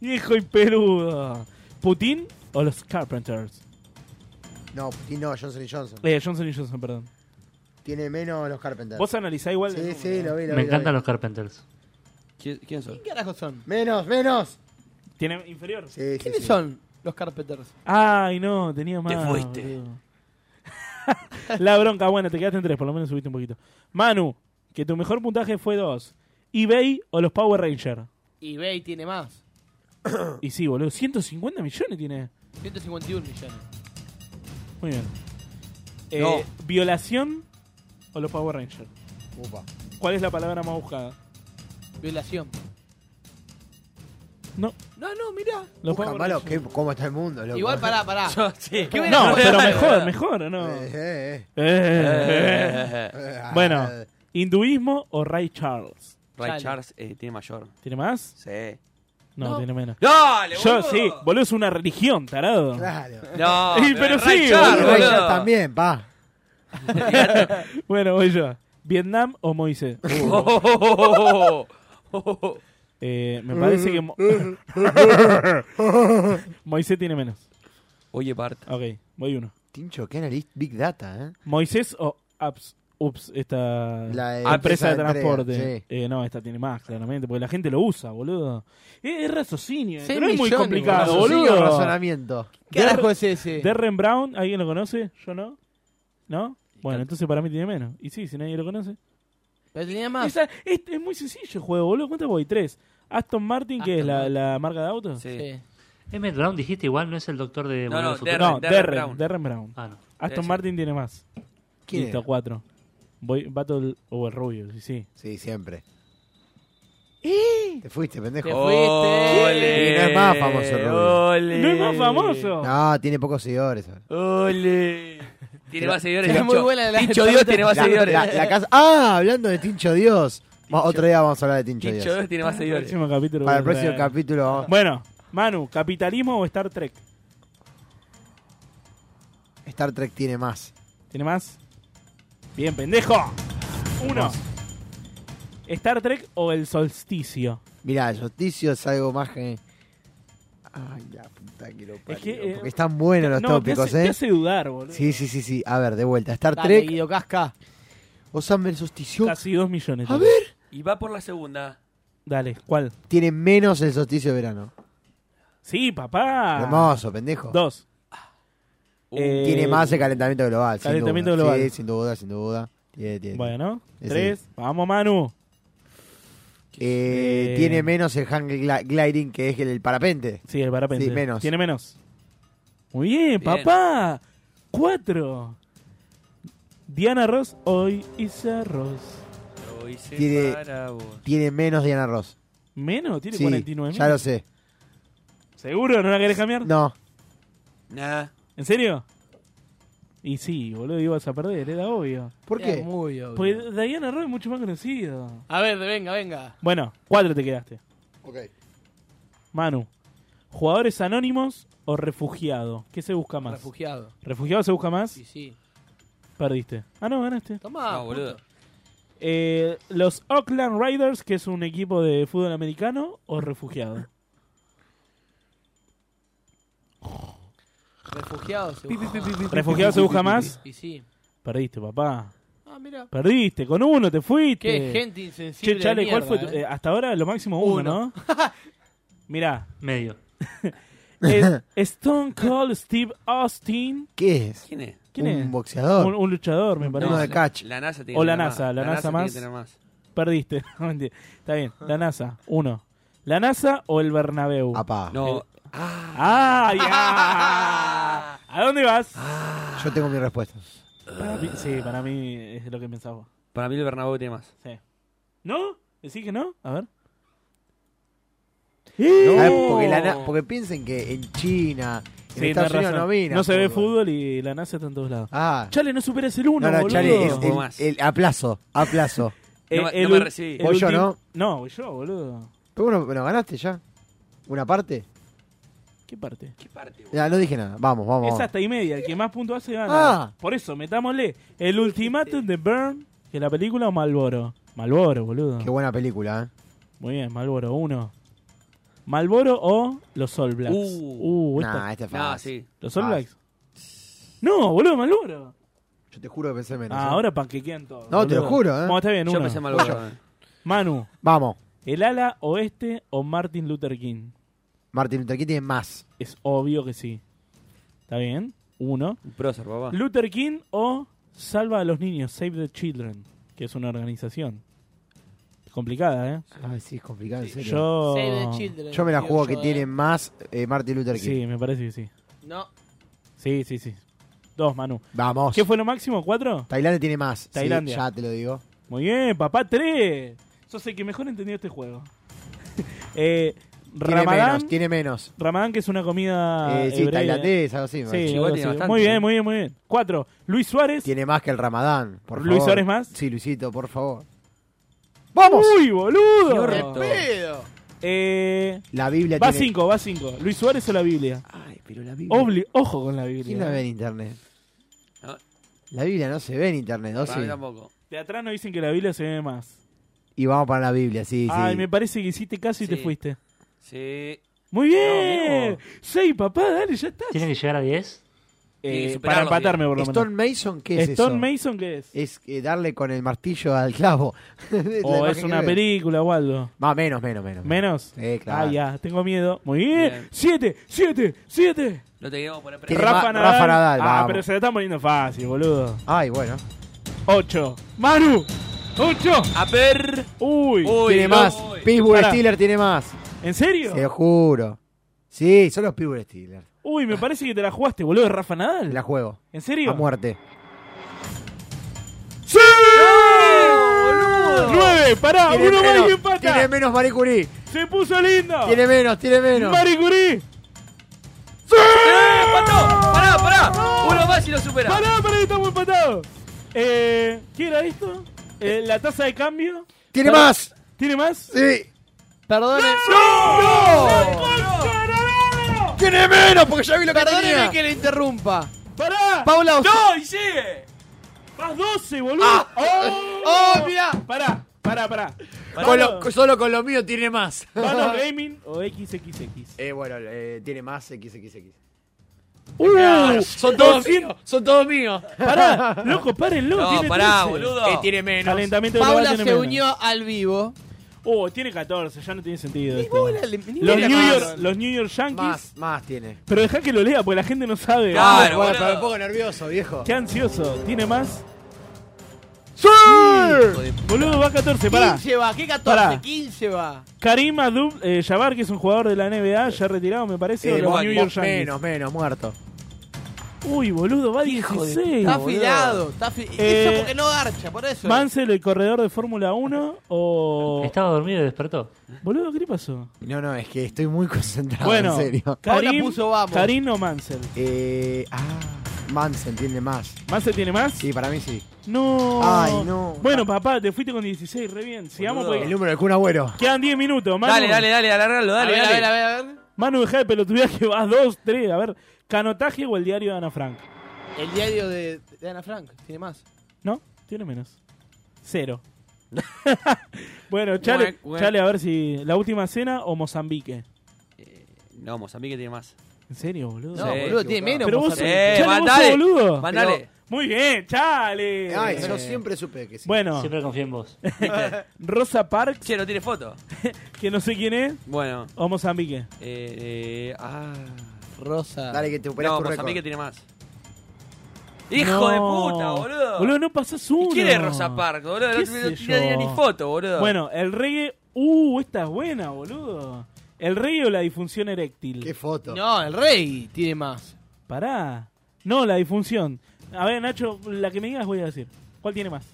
Speaker 7: Viejo y peludo. ¿Putin o los Carpenters?
Speaker 5: No, Putin no, Johnson y Johnson.
Speaker 7: Eh, Johnson y Johnson, perdón.
Speaker 5: Tiene menos los Carpenters.
Speaker 7: Vos analizá igual. el
Speaker 5: Sí,
Speaker 7: número.
Speaker 5: sí, lo vi, lo
Speaker 9: Me
Speaker 5: vi, lo
Speaker 9: encantan
Speaker 5: vi.
Speaker 9: los Carpenters.
Speaker 6: ¿Qui- ¿Quién son?
Speaker 8: ¿Qué carajos son?
Speaker 5: Menos, menos.
Speaker 7: ¿Tiene inferior?
Speaker 5: Sí, sí,
Speaker 8: ¿Quiénes
Speaker 5: sí.
Speaker 8: son los Carpenters?
Speaker 7: Ay, no, tenía más.
Speaker 6: fuiste.
Speaker 7: boludo. La bronca, bueno, te quedaste en tres, por lo menos subiste un poquito. Manu, que tu mejor puntaje fue dos. eBay o los Power Rangers.
Speaker 8: eBay tiene más.
Speaker 7: Y sí, boludo, 150 millones tiene.
Speaker 8: 151 millones.
Speaker 7: Muy bien. Eh,
Speaker 6: No.
Speaker 7: ¿Violación o los Power Rangers?
Speaker 5: Upa.
Speaker 7: ¿Cuál es la palabra más buscada?
Speaker 8: Violación.
Speaker 7: No.
Speaker 8: No, no, mirá.
Speaker 7: Los
Speaker 5: Busca,
Speaker 7: Power
Speaker 5: malo,
Speaker 7: Rangers.
Speaker 5: ¿qué- ¿cómo está el mundo? loco?
Speaker 8: Igual, pará, pará.
Speaker 6: Yo, sí.
Speaker 8: ¿Qué hubiera-
Speaker 7: No, pero mejor, mejor, ¿o no?
Speaker 5: Eh, eh, eh.
Speaker 7: Eh.
Speaker 5: Eh,
Speaker 7: Bueno,
Speaker 5: ah,
Speaker 7: ¿hinduismo o Ray Charles?
Speaker 6: Ray
Speaker 8: Chale.
Speaker 6: Charles eh, tiene mayor.
Speaker 7: ¿Tiene más?
Speaker 6: Sí.
Speaker 7: No,
Speaker 8: No.
Speaker 7: tiene menos.
Speaker 6: ¡Dale,
Speaker 7: Yo
Speaker 6: boludo!
Speaker 7: sí, boludo, es una religión, tarado.
Speaker 5: Claro.
Speaker 6: No,
Speaker 7: Y pero
Speaker 6: Ray
Speaker 7: sí,
Speaker 5: Y
Speaker 6: Charles,
Speaker 7: boludo.
Speaker 5: Ray
Speaker 6: boludo.
Speaker 5: Charles también, pa.
Speaker 7: Bueno, voy yo. ¿Vietnam o Moisés?
Speaker 6: Oh,
Speaker 7: Eh, me parece que. Mo- Moisés tiene menos.
Speaker 6: Oye, Bart.
Speaker 7: Ok, voy uno.
Speaker 5: Tincho, qué analista. Big Data, ¿eh?
Speaker 7: ¿Moisés o Ups? Ups, esta
Speaker 5: La de
Speaker 7: empresa, de
Speaker 5: empresa de
Speaker 7: transporte.
Speaker 5: entrega, sí.
Speaker 7: Eh, no, esta tiene más, claramente, porque la gente lo usa, boludo. Eh, Es, es raciocinio,
Speaker 8: Seis
Speaker 7: no es muy
Speaker 8: millones,
Speaker 7: complicado,
Speaker 5: Raciocinio,
Speaker 7: boludo.
Speaker 5: razonamiento.
Speaker 8: ¿Qué carajo es ese?
Speaker 7: Derren Brown, ¿alguien lo conoce? Yo no. ¿No? Bueno, entonces para mí tiene menos. Y sí, si nadie lo conoce.
Speaker 8: Pero tenía más.
Speaker 7: Esa- es, es muy sencillo el juego, boludo. ¿Cuántas voy? Tres. Aston Martin, que es
Speaker 6: Aston
Speaker 7: la, la marca de autos.
Speaker 6: Sí.
Speaker 8: Sí.
Speaker 9: Emmett Brown dijiste igual, no es el doctor de
Speaker 6: No,
Speaker 9: Volver
Speaker 6: no,
Speaker 9: al Futuro.
Speaker 6: Derren,
Speaker 7: No,
Speaker 6: Derren
Speaker 7: Derren,
Speaker 6: Brown.
Speaker 7: Derren Brown.
Speaker 9: Ah, no.
Speaker 7: Aston
Speaker 6: Ese.
Speaker 7: Martin tiene más.
Speaker 5: ¿Quién
Speaker 7: Listo,
Speaker 5: era?
Speaker 7: cuatro. Voy, Battle o el Rubio, sí, sí.
Speaker 5: Sí, siempre. Te fuiste, pendejo.
Speaker 8: Te
Speaker 6: Ole.
Speaker 8: fuiste.
Speaker 5: Y no es más famoso, Rubio.
Speaker 6: Ole.
Speaker 7: ¡No es más famoso!
Speaker 5: No, tiene pocos seguidores.
Speaker 6: Ole. Tiene más seguidores.
Speaker 8: Es muy
Speaker 6: Tincho.
Speaker 8: buena la-
Speaker 6: Tincho Dios tiene más
Speaker 5: La,
Speaker 6: seguidores.
Speaker 5: la- la casa... Ah, hablando de Tincho Dios. Va, Otro día vamos a hablar de Tincho,
Speaker 6: Tincho
Speaker 5: Dios.
Speaker 6: Dios tiene más seguidores.
Speaker 7: Próximo capítulo
Speaker 5: Para el
Speaker 7: voy a
Speaker 5: próximo
Speaker 7: traer.
Speaker 5: capítulo vamos-
Speaker 7: Bueno, Manu, ¿capitalismo o Star Trek?
Speaker 5: Star Trek tiene más.
Speaker 7: ¿Tiene más? Bien, pendejo. Uno. ¿Star Trek o el solsticio?
Speaker 5: Mirá, el solsticio es algo más que... Ay, la puta que lo parió.
Speaker 7: Es que, eh,
Speaker 5: Porque están buenos los
Speaker 7: te
Speaker 5: tópicos,
Speaker 7: hace, te
Speaker 5: ¿eh?
Speaker 7: hace dudar, boludo.
Speaker 5: Sí, sí, sí, sí. A ver, de vuelta. Star
Speaker 8: Dale,
Speaker 5: Trek
Speaker 8: Guido Casca.
Speaker 5: Osama el solsticio.
Speaker 7: Casi dos millones.
Speaker 5: A ver.
Speaker 6: Y va por la segunda.
Speaker 7: Dale, ¿cuál?
Speaker 5: Tiene menos el solsticio de verano.
Speaker 7: Sí, papá.
Speaker 5: Hermoso, pendejo.
Speaker 7: Ah. Dos. Eh,
Speaker 5: Tiene más el calentamiento global. sin
Speaker 7: calentamiento
Speaker 5: duda.
Speaker 7: global.
Speaker 5: Sí, sin duda, sin duda. Tiene, tiene.
Speaker 7: Bueno,
Speaker 5: Ese.
Speaker 7: tres. Vamos, Manu.
Speaker 5: Eh,
Speaker 7: Eh,
Speaker 5: Tiene menos el hang gla- gliding que es el parapente.
Speaker 7: Sí, el parapente.
Speaker 5: Sí, menos.
Speaker 7: Tiene menos. Muy bien,
Speaker 6: Bien.
Speaker 7: papá. Cuatro. Diana Ross, hoy Isa Ross.
Speaker 6: Lo hice
Speaker 5: Tiene-
Speaker 6: para vos.
Speaker 5: Tiene menos Diana Ross.
Speaker 7: Menos, tiene
Speaker 5: Sí,
Speaker 7: 49
Speaker 5: ya lo sé.
Speaker 7: ¿Seguro? ¿No la querés cambiar?
Speaker 5: No,
Speaker 6: Nah.
Speaker 7: ¿En serio? Y sí, boludo, ibas a perder, era obvio.
Speaker 5: ¿por
Speaker 8: Era
Speaker 5: qué?
Speaker 8: Muy obvio.
Speaker 7: Porque Diana Ross es mucho más conocido.
Speaker 8: A ver, venga, venga.
Speaker 7: Bueno, cuatro te quedaste. Manu, ¿jugadores anónimos o refugiado? ¿Qué se busca más?
Speaker 8: Refugiado.
Speaker 7: ¿Refugiado se busca más?
Speaker 8: Sí, sí.
Speaker 7: Perdiste. Ah, no, ganaste.
Speaker 8: Tomá,
Speaker 6: No, boludo.
Speaker 8: puto.
Speaker 7: Eh, ¿Los Oakland Raiders, que es un equipo de fútbol americano, o refugiado?
Speaker 8: Refugiado se busca.
Speaker 7: ¿Refugiado se busca más?
Speaker 8: Y sí.
Speaker 7: Perdiste, papá.
Speaker 8: Ah, mira.
Speaker 7: Perdiste, con uno te fuiste.
Speaker 8: Qué gente insensible.
Speaker 7: Che, Chale,
Speaker 8: de
Speaker 6: eh?
Speaker 7: ¿cuál fue eh,
Speaker 8: mierda,
Speaker 7: tu-
Speaker 8: eh.
Speaker 7: eh, hasta ahora lo máximo uno,
Speaker 8: Uno.
Speaker 7: ¿no? Mirá,
Speaker 9: Medio.
Speaker 7: Es Stone Cold Steve Austin.
Speaker 5: ¿Qué es?
Speaker 6: ¿Quién es?
Speaker 7: ¿Quién
Speaker 5: un
Speaker 7: es?
Speaker 5: boxeador.
Speaker 7: Un, un luchador, me parece.
Speaker 5: Uno de catch.
Speaker 6: La NASA tiene
Speaker 7: O
Speaker 6: que
Speaker 7: la
Speaker 6: tener
Speaker 7: NASA,
Speaker 6: más.
Speaker 7: la,
Speaker 6: La NASA
Speaker 7: NASA,
Speaker 6: tiene
Speaker 7: más.
Speaker 6: que tener más.
Speaker 7: Perdiste, no, mentira. Está bien, la NASA, uno. ¿La NASA o el Bernabéu?
Speaker 5: Apá.
Speaker 6: No.
Speaker 7: ¡Ah! ya! ¿A dónde vas?
Speaker 5: Ah. Yo tengo mi respuesta.
Speaker 7: Para mí- sí, para mí es lo que pensaba.
Speaker 6: Para mí el Bernabéu tiene más.
Speaker 7: Sí. ¿No? ¿Decís que no? A ver.
Speaker 5: A ver,
Speaker 7: ¡Eh!
Speaker 5: Ah, porque, la na- porque piensen que en China, en
Speaker 7: Sí,
Speaker 5: Estados
Speaker 7: tenés
Speaker 5: Unidos
Speaker 7: razón.
Speaker 5: no vino.
Speaker 7: se ve fútbol y la NASA está en todos lados.
Speaker 5: Ah.
Speaker 7: Chale, no superes el uno,
Speaker 5: No, no,
Speaker 7: boludo.
Speaker 5: Chale, es
Speaker 7: No,
Speaker 5: el,
Speaker 7: más.
Speaker 5: el- a plazo, a plazo.
Speaker 7: Eh,
Speaker 6: me-
Speaker 7: el
Speaker 6: no me
Speaker 7: ul-
Speaker 6: recibí.
Speaker 7: el
Speaker 5: Voy yo,
Speaker 7: ultim-
Speaker 5: ¿no?
Speaker 7: No, voy yo, boludo.
Speaker 5: Pero bueno, bueno, ganaste ya. ¿Una parte?
Speaker 7: ¿Qué parte?
Speaker 5: Ya, no dije nada. Vamos, vamos.
Speaker 7: Es
Speaker 5: vamos.
Speaker 7: hasta y media. El que más puntos hace gana.
Speaker 5: Oh. Ah.
Speaker 7: Por eso, metámosle. El ultimátum de Burn, que la película o Malboro. Malboro, boludo.
Speaker 5: Qué buena película, ¿eh?
Speaker 7: Muy bien, Malboro, uno. Malboro o los All Blacks.
Speaker 6: Uh.
Speaker 7: esta-
Speaker 5: Nah, este es
Speaker 6: No,
Speaker 5: fácil.
Speaker 6: sí.
Speaker 7: ¿Los All
Speaker 5: Ah.
Speaker 7: Blacks? No, boludo, Malboro.
Speaker 5: Yo te juro que pensé menos.
Speaker 7: Ah,
Speaker 5: ¿eh?
Speaker 7: ahora panquequean todos.
Speaker 5: No, te lo
Speaker 7: boludo.
Speaker 5: juro, ¿eh?
Speaker 7: Bueno, está bien,
Speaker 6: Yo
Speaker 7: uno.
Speaker 6: pensé Malboro.
Speaker 7: Manu,
Speaker 5: Vamos.
Speaker 7: ¿el ala oeste o Martin Luther King?
Speaker 5: Martin Luther King tiene más.
Speaker 7: Es obvio que sí. ¿Está bien? Uno.
Speaker 6: Un prócer, papá.
Speaker 7: Luther King o Salva a los Niños, Save the Children, que es una organización. Complicada, ¿eh?
Speaker 5: Ay, sí, es complicado, en serio. Yo,
Speaker 7: Yo...
Speaker 8: Save the children,
Speaker 5: me la
Speaker 8: digo
Speaker 5: juego
Speaker 8: yo,
Speaker 5: que
Speaker 8: eh.
Speaker 5: tiene más eh, Martin Luther King.
Speaker 7: Sí, me parece que sí.
Speaker 8: No,
Speaker 7: Sí, sí, sí. Dos, Manu.
Speaker 5: Vamos.
Speaker 7: ¿Qué fue lo máximo? ¿Cuatro?
Speaker 5: Tailandia tiene más. Sí,
Speaker 7: Tailandia.
Speaker 5: ya te lo digo.
Speaker 7: Muy bien, papá, tres. Sos el que mejor entendió este juego. eh,
Speaker 5: Tiene
Speaker 7: Ramadán,
Speaker 5: menos, tiene menos.
Speaker 7: Ramadán, que es una comida
Speaker 5: Eh, sí,
Speaker 7: hebrea.
Speaker 5: tailandés, algo así. me
Speaker 7: Sí,
Speaker 5: parece.
Speaker 7: algo
Speaker 6: Igual tiene
Speaker 7: así.
Speaker 6: bastante,
Speaker 7: Muy bien,
Speaker 6: ¿eh?
Speaker 7: muy bien, muy bien. Cuatro, Luis Suárez.
Speaker 5: Tiene más que el Ramadán, por
Speaker 7: ¿Luis
Speaker 5: favor.
Speaker 7: Suárez más?
Speaker 5: Sí, Luisito, por favor. ¡Vamos!
Speaker 7: ¡Uy, boludo!
Speaker 6: Correcto.
Speaker 8: pedo.
Speaker 7: Eh,
Speaker 5: La Biblia
Speaker 7: va
Speaker 5: tiene...
Speaker 7: cinco, va cinco. Luis Suárez o la Biblia.
Speaker 6: Ay, pero la Biblia.
Speaker 7: Obli- ojo con la
Speaker 5: ¿Quién la ve
Speaker 7: Biblia.
Speaker 5: en internet?
Speaker 6: No.
Speaker 5: La Biblia no se ve en internet, ¿o
Speaker 6: Para
Speaker 5: sí?
Speaker 6: mí tampoco.
Speaker 7: De atrás nos dicen que la Biblia se ve más.
Speaker 5: Y vamos para la Biblia, sí,
Speaker 7: Ay,
Speaker 5: sí.
Speaker 7: me parece que hiciste caso y
Speaker 6: Sí.
Speaker 7: te fuiste.
Speaker 6: Sí.
Speaker 7: Muy
Speaker 6: No,
Speaker 7: bien.
Speaker 6: mijo.
Speaker 7: Seis, papá, dale, ya está.
Speaker 9: ¿Tienen que llegar a 10?
Speaker 7: Eh,
Speaker 6: Tiene que
Speaker 7: para
Speaker 6: superarlo,
Speaker 7: empatarme, por lo menos.
Speaker 5: ¿Stone Mason qué es
Speaker 7: Stone
Speaker 5: eso?
Speaker 7: Mason, ¿qué es?
Speaker 5: Es eh, darle con el martillo al clavo. Es la
Speaker 7: o
Speaker 5: imagen
Speaker 7: Oh, es
Speaker 5: que
Speaker 7: una
Speaker 5: veo.
Speaker 7: película o algo.
Speaker 5: Va, menos, menos, menos.
Speaker 7: ¿Menos?
Speaker 5: Sí, claro.
Speaker 7: Ah, ya, tengo miedo. Muy bien.
Speaker 6: Bien.
Speaker 7: Siete, siete, siete.
Speaker 6: No te queremos poner
Speaker 5: Tiene
Speaker 6: presión.
Speaker 5: Ra- más-
Speaker 7: Rafa Nadal.
Speaker 5: Rafa Nadal,
Speaker 7: ah,
Speaker 5: vamos.
Speaker 7: pero se la están poniendo fácil, boludo.
Speaker 5: Ay, bueno.
Speaker 7: Ocho. Manu. Ocho.
Speaker 6: A ver.
Speaker 7: Uy.
Speaker 6: Uy,
Speaker 5: tiene
Speaker 6: no.
Speaker 5: más. Pittsburgh
Speaker 7: Pará.
Speaker 5: Steelers tiene más.
Speaker 7: ¿En serio?
Speaker 5: Se lo juro. Sí, son los Pittsburgh Steelers.
Speaker 7: Uy, me parece que te la jugaste, boludo, de Rafa Nadal.
Speaker 5: Ah. La juego.
Speaker 7: ¿En
Speaker 5: A
Speaker 7: serio?
Speaker 5: muerte.
Speaker 7: ¡Sí! Nueve, pará,
Speaker 5: Tiene
Speaker 7: uno más
Speaker 5: menos,
Speaker 7: y empata.
Speaker 5: Tiene menos Marie Curie.
Speaker 7: Se puso lindo.
Speaker 5: Tiene menos, tiene menos.
Speaker 7: Marie Curie.
Speaker 6: ¡Eh, empató! ¡Pará, pará! Uno más y lo supera.
Speaker 7: Pará, pará, estamos empatados. Eh, ¿Qué era esto? Eh, ¿La tasa de cambio?
Speaker 5: Tiene
Speaker 7: Pará.
Speaker 5: más.
Speaker 7: ¿Tiene más?
Speaker 5: Sí.
Speaker 8: Perdonen,
Speaker 7: eh.
Speaker 5: Tiene menos porque ya vi lo que
Speaker 8: perdónenme
Speaker 5: tenía.
Speaker 8: que le interrumpa.
Speaker 7: ¡Pará!
Speaker 8: Paula Oso-
Speaker 7: ¡No! ¡Y sigue! ¡Más 12, boludo! ¡Oh!
Speaker 5: Ah. ¡Oh, mirá!
Speaker 7: ¡Pará! ¡Pará, pará!
Speaker 5: Con
Speaker 7: Vano-
Speaker 5: lo- solo con lo mío tiene más.
Speaker 7: Vano Gaming o XXX.
Speaker 5: Eh, bueno, eh, tiene más XXX.
Speaker 7: ¡Uh!
Speaker 5: Son todos míos. Son todos míos.
Speaker 7: ¡Pará! ¡Loco, párenlo!
Speaker 6: No,
Speaker 7: tiene
Speaker 6: pará,
Speaker 7: 13.
Speaker 6: boludo.
Speaker 5: Eh, tiene menos.
Speaker 7: Calentamiento global
Speaker 8: Paula
Speaker 7: tiene
Speaker 8: se
Speaker 7: menos.
Speaker 8: unió al vivo.
Speaker 7: Uh, tiene 14, ya no tiene sentido esto.
Speaker 8: Paula le- ni
Speaker 7: Los
Speaker 8: le
Speaker 7: New, York,
Speaker 8: llamaron.
Speaker 7: los New York Yankees.
Speaker 5: Más, más tiene.
Speaker 7: Pero dejá que lo lea porque la gente no sabe.
Speaker 6: Claro.
Speaker 5: Ah, bueno,
Speaker 6: boludo.
Speaker 5: pero me pongo nervioso, viejo.
Speaker 7: Qué ansioso. ¿Tiene más?
Speaker 5: ¡Sí!
Speaker 7: Boludo, va 14, pará.
Speaker 8: 15 va, ¿qué 14?
Speaker 7: Pará.
Speaker 8: 15 va.
Speaker 7: Karim Abdul eh, Jabbar, que es un jugador de la NBA, ya retirado, me parece, de
Speaker 5: Eh,
Speaker 7: los
Speaker 5: vos-
Speaker 7: New
Speaker 5: vos
Speaker 7: York Yankees.
Speaker 5: menos, menos, muerto.
Speaker 7: Uy, boludo, va 16.
Speaker 8: Está afilado, está afi-
Speaker 7: Eh,
Speaker 8: Eso porque no garcha, por eso.
Speaker 7: Mansell, el corredor de Fórmula 1 o...
Speaker 9: Estaba dormido y despertó.
Speaker 7: Boludo, ¿qué le pasó?
Speaker 5: No, no, es que estoy muy concentrado,
Speaker 7: bueno,
Speaker 5: en serio.
Speaker 8: Paula
Speaker 7: Karim,
Speaker 8: puso vamos.
Speaker 7: Karim o Mansell.
Speaker 5: Eh, ah, Manson tiene más.
Speaker 7: ¿Mansell tiene más?
Speaker 5: Sí, para mí sí.
Speaker 7: No.
Speaker 5: Ay, no.
Speaker 7: Bueno, papá, te fuiste con 16, re bien. Sigamos
Speaker 6: Boludo.
Speaker 5: El
Speaker 7: porque...
Speaker 5: número del Kun Agüero.
Speaker 7: Quedan 10 minutos, Manu.
Speaker 6: Dale, dale, dale, alargalo,
Speaker 8: a
Speaker 6: dale,
Speaker 8: ver, a ver,
Speaker 6: dale.
Speaker 8: a ver, a ver.
Speaker 7: Manu, dejá de pelotudear que vas 2, 3. A ver, ¿canotaje o el diario de Ana Frank?
Speaker 8: El diario de, de Ana Frank, tiene más.
Speaker 7: ¿No? Tiene menos. Cero. bueno, chale,
Speaker 6: Guac, guac.
Speaker 7: chale, a ver si... La última cena o Mozambique.
Speaker 6: No, Mozambique tiene más.
Speaker 7: ¿En serio, boludo?
Speaker 8: No,
Speaker 6: Sí.
Speaker 8: boludo, tiene menos.
Speaker 7: Pero vos,
Speaker 8: Mozart.
Speaker 6: Eh,
Speaker 7: Chale, vos sos
Speaker 6: mandale.
Speaker 7: boludo.
Speaker 6: Mandale. Eh,
Speaker 7: Pero Muy bien, chale.
Speaker 5: Ay, yo siempre supe que sí.
Speaker 7: Bueno.
Speaker 9: Siempre confié en vos.
Speaker 7: Rosa Parks,
Speaker 6: Che, no tiene foto.
Speaker 7: que no sé quién es.
Speaker 6: Bueno.
Speaker 7: O Mozambique.
Speaker 6: Eh, eh, ah,
Speaker 8: Rosa.
Speaker 5: Dale, que te operás
Speaker 6: No,
Speaker 5: tu
Speaker 6: Mozambique
Speaker 5: récord.
Speaker 6: tiene más. ¡Hijo
Speaker 7: No.
Speaker 6: de puta, boludo!
Speaker 7: Boludo, no pasás uno.
Speaker 6: ¿Quién es Rosa Parks, boludo? No
Speaker 7: ¿Qué
Speaker 6: tiene- no
Speaker 7: sé
Speaker 6: tiene
Speaker 7: yo?
Speaker 6: ni foto, boludo.
Speaker 7: Bueno, el reggae. Uh, esta es buena, boludo. ¿El reggae o la disfunción eréctil?
Speaker 5: ¿Qué foto?
Speaker 8: No, el rey tiene más.
Speaker 7: Pará. No, la disfunción. A ver, Nacho, la que me digas voy a decir. ¿Cuál tiene más?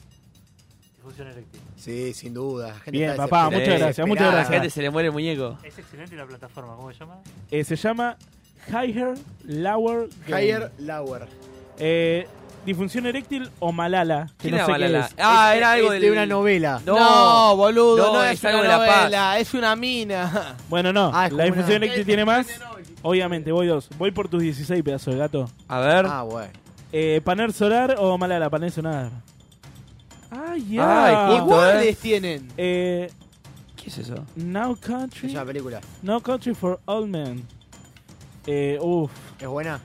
Speaker 9: Difusión eréctil.
Speaker 5: Sí, sin duda. La gente
Speaker 7: Bien,
Speaker 5: está
Speaker 7: papá,
Speaker 5: desesperada.
Speaker 7: muchas gracias, muchas
Speaker 6: A la
Speaker 7: gracias.
Speaker 6: gente se le muere el muñeco.
Speaker 9: Es excelente la plataforma, ¿cómo se llama?
Speaker 7: Eh, se llama Higher Lower Game.
Speaker 5: Higher Lower.
Speaker 7: Eh, disfunción eréctil o Malala. Que
Speaker 6: ¿Quién
Speaker 7: no
Speaker 6: era
Speaker 7: sé
Speaker 6: Malala?
Speaker 7: qué es.
Speaker 6: Ah,
Speaker 5: Es-
Speaker 6: era algo
Speaker 5: es
Speaker 6: del-
Speaker 5: de una novela.
Speaker 6: No,
Speaker 8: No, boludo, no,
Speaker 6: no,
Speaker 8: es,
Speaker 6: es
Speaker 8: una
Speaker 6: algo de La Paz.
Speaker 8: novela, es una mina.
Speaker 7: Bueno, no.
Speaker 8: Ah, es como
Speaker 7: la disfunción
Speaker 8: una-
Speaker 7: eréctil tiene más. Obviamente, voy dos. Voy por tus 16 pedazos de gato.
Speaker 6: A ver.
Speaker 5: Ah, bueno.
Speaker 7: Eh, ¿Paner solar o Malala? Paner solar. Ah, Ay, ya.
Speaker 6: Ay, justo, eh.
Speaker 8: ¿Cuáles Ah. tienen?
Speaker 7: Eh,
Speaker 6: ¿Qué es eso?
Speaker 7: Now
Speaker 5: Es
Speaker 7: Country.
Speaker 5: una película.
Speaker 7: No Country for Old Men. Eh, uf,
Speaker 5: ¿Es buena?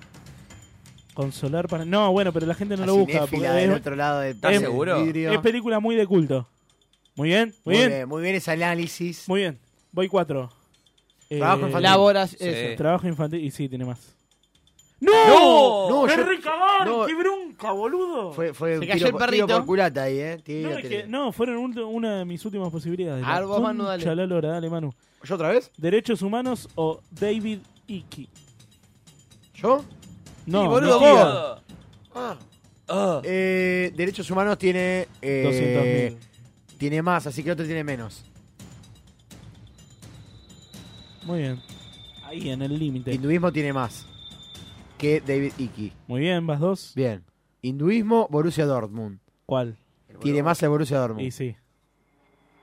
Speaker 7: consolar para. No, bueno, pero la gente no
Speaker 5: La
Speaker 7: lo busca.
Speaker 5: cinéfila
Speaker 7: Porque
Speaker 5: del
Speaker 7: es,
Speaker 5: otro lado del
Speaker 6: ¿Estás
Speaker 5: del
Speaker 6: seguro?
Speaker 5: vidrio.
Speaker 7: es película muy de culto. Muy bien, muy,
Speaker 5: Muy
Speaker 7: bien,
Speaker 5: bien, muy bien ese análisis.
Speaker 7: muy bien. Voy cuatro. Eh,
Speaker 5: Trabajo infantil.
Speaker 8: Laboras,
Speaker 6: Sí.
Speaker 8: eso.
Speaker 7: Trabajo infantil. Y sí, tiene más.
Speaker 6: ¡No!
Speaker 5: No,
Speaker 7: ¡Es
Speaker 5: yo-
Speaker 7: recabón!
Speaker 5: no.
Speaker 7: ¡Qué bronca, boludo!
Speaker 5: Fue, fue
Speaker 8: Se
Speaker 5: un
Speaker 8: cayó
Speaker 5: tiro
Speaker 8: el
Speaker 5: por-
Speaker 8: perrito.
Speaker 5: tiro por culata ahí, ¿eh?
Speaker 7: no,
Speaker 5: Tiro,
Speaker 7: es
Speaker 5: tiro.
Speaker 7: que- no, fueron ulti- una de mis últimas posibilidades.
Speaker 8: A ver, vos, Manu, dale.
Speaker 7: Concha la lora, dale, Manu.
Speaker 5: ¿Yo otra vez?
Speaker 7: ¿Derechos humanos o David Icke?
Speaker 5: ¿Yo?
Speaker 7: No,
Speaker 6: Y, boludo,
Speaker 7: no digas.
Speaker 6: vos.
Speaker 5: Ah.
Speaker 6: Ah.
Speaker 5: Eh, derechos humanos tiene. Eh,
Speaker 7: 200.000.
Speaker 5: tiene más, así que el otro tiene menos.
Speaker 7: Muy bien. Ahí, en el límite.
Speaker 5: Hinduismo tiene más que David Icke.
Speaker 7: Muy bien, vas dos.
Speaker 5: Bien. Hinduismo, Borussia Dortmund.
Speaker 7: ¿Cuál?
Speaker 5: Tiene más el Borussia Dortmund.
Speaker 7: Y sí.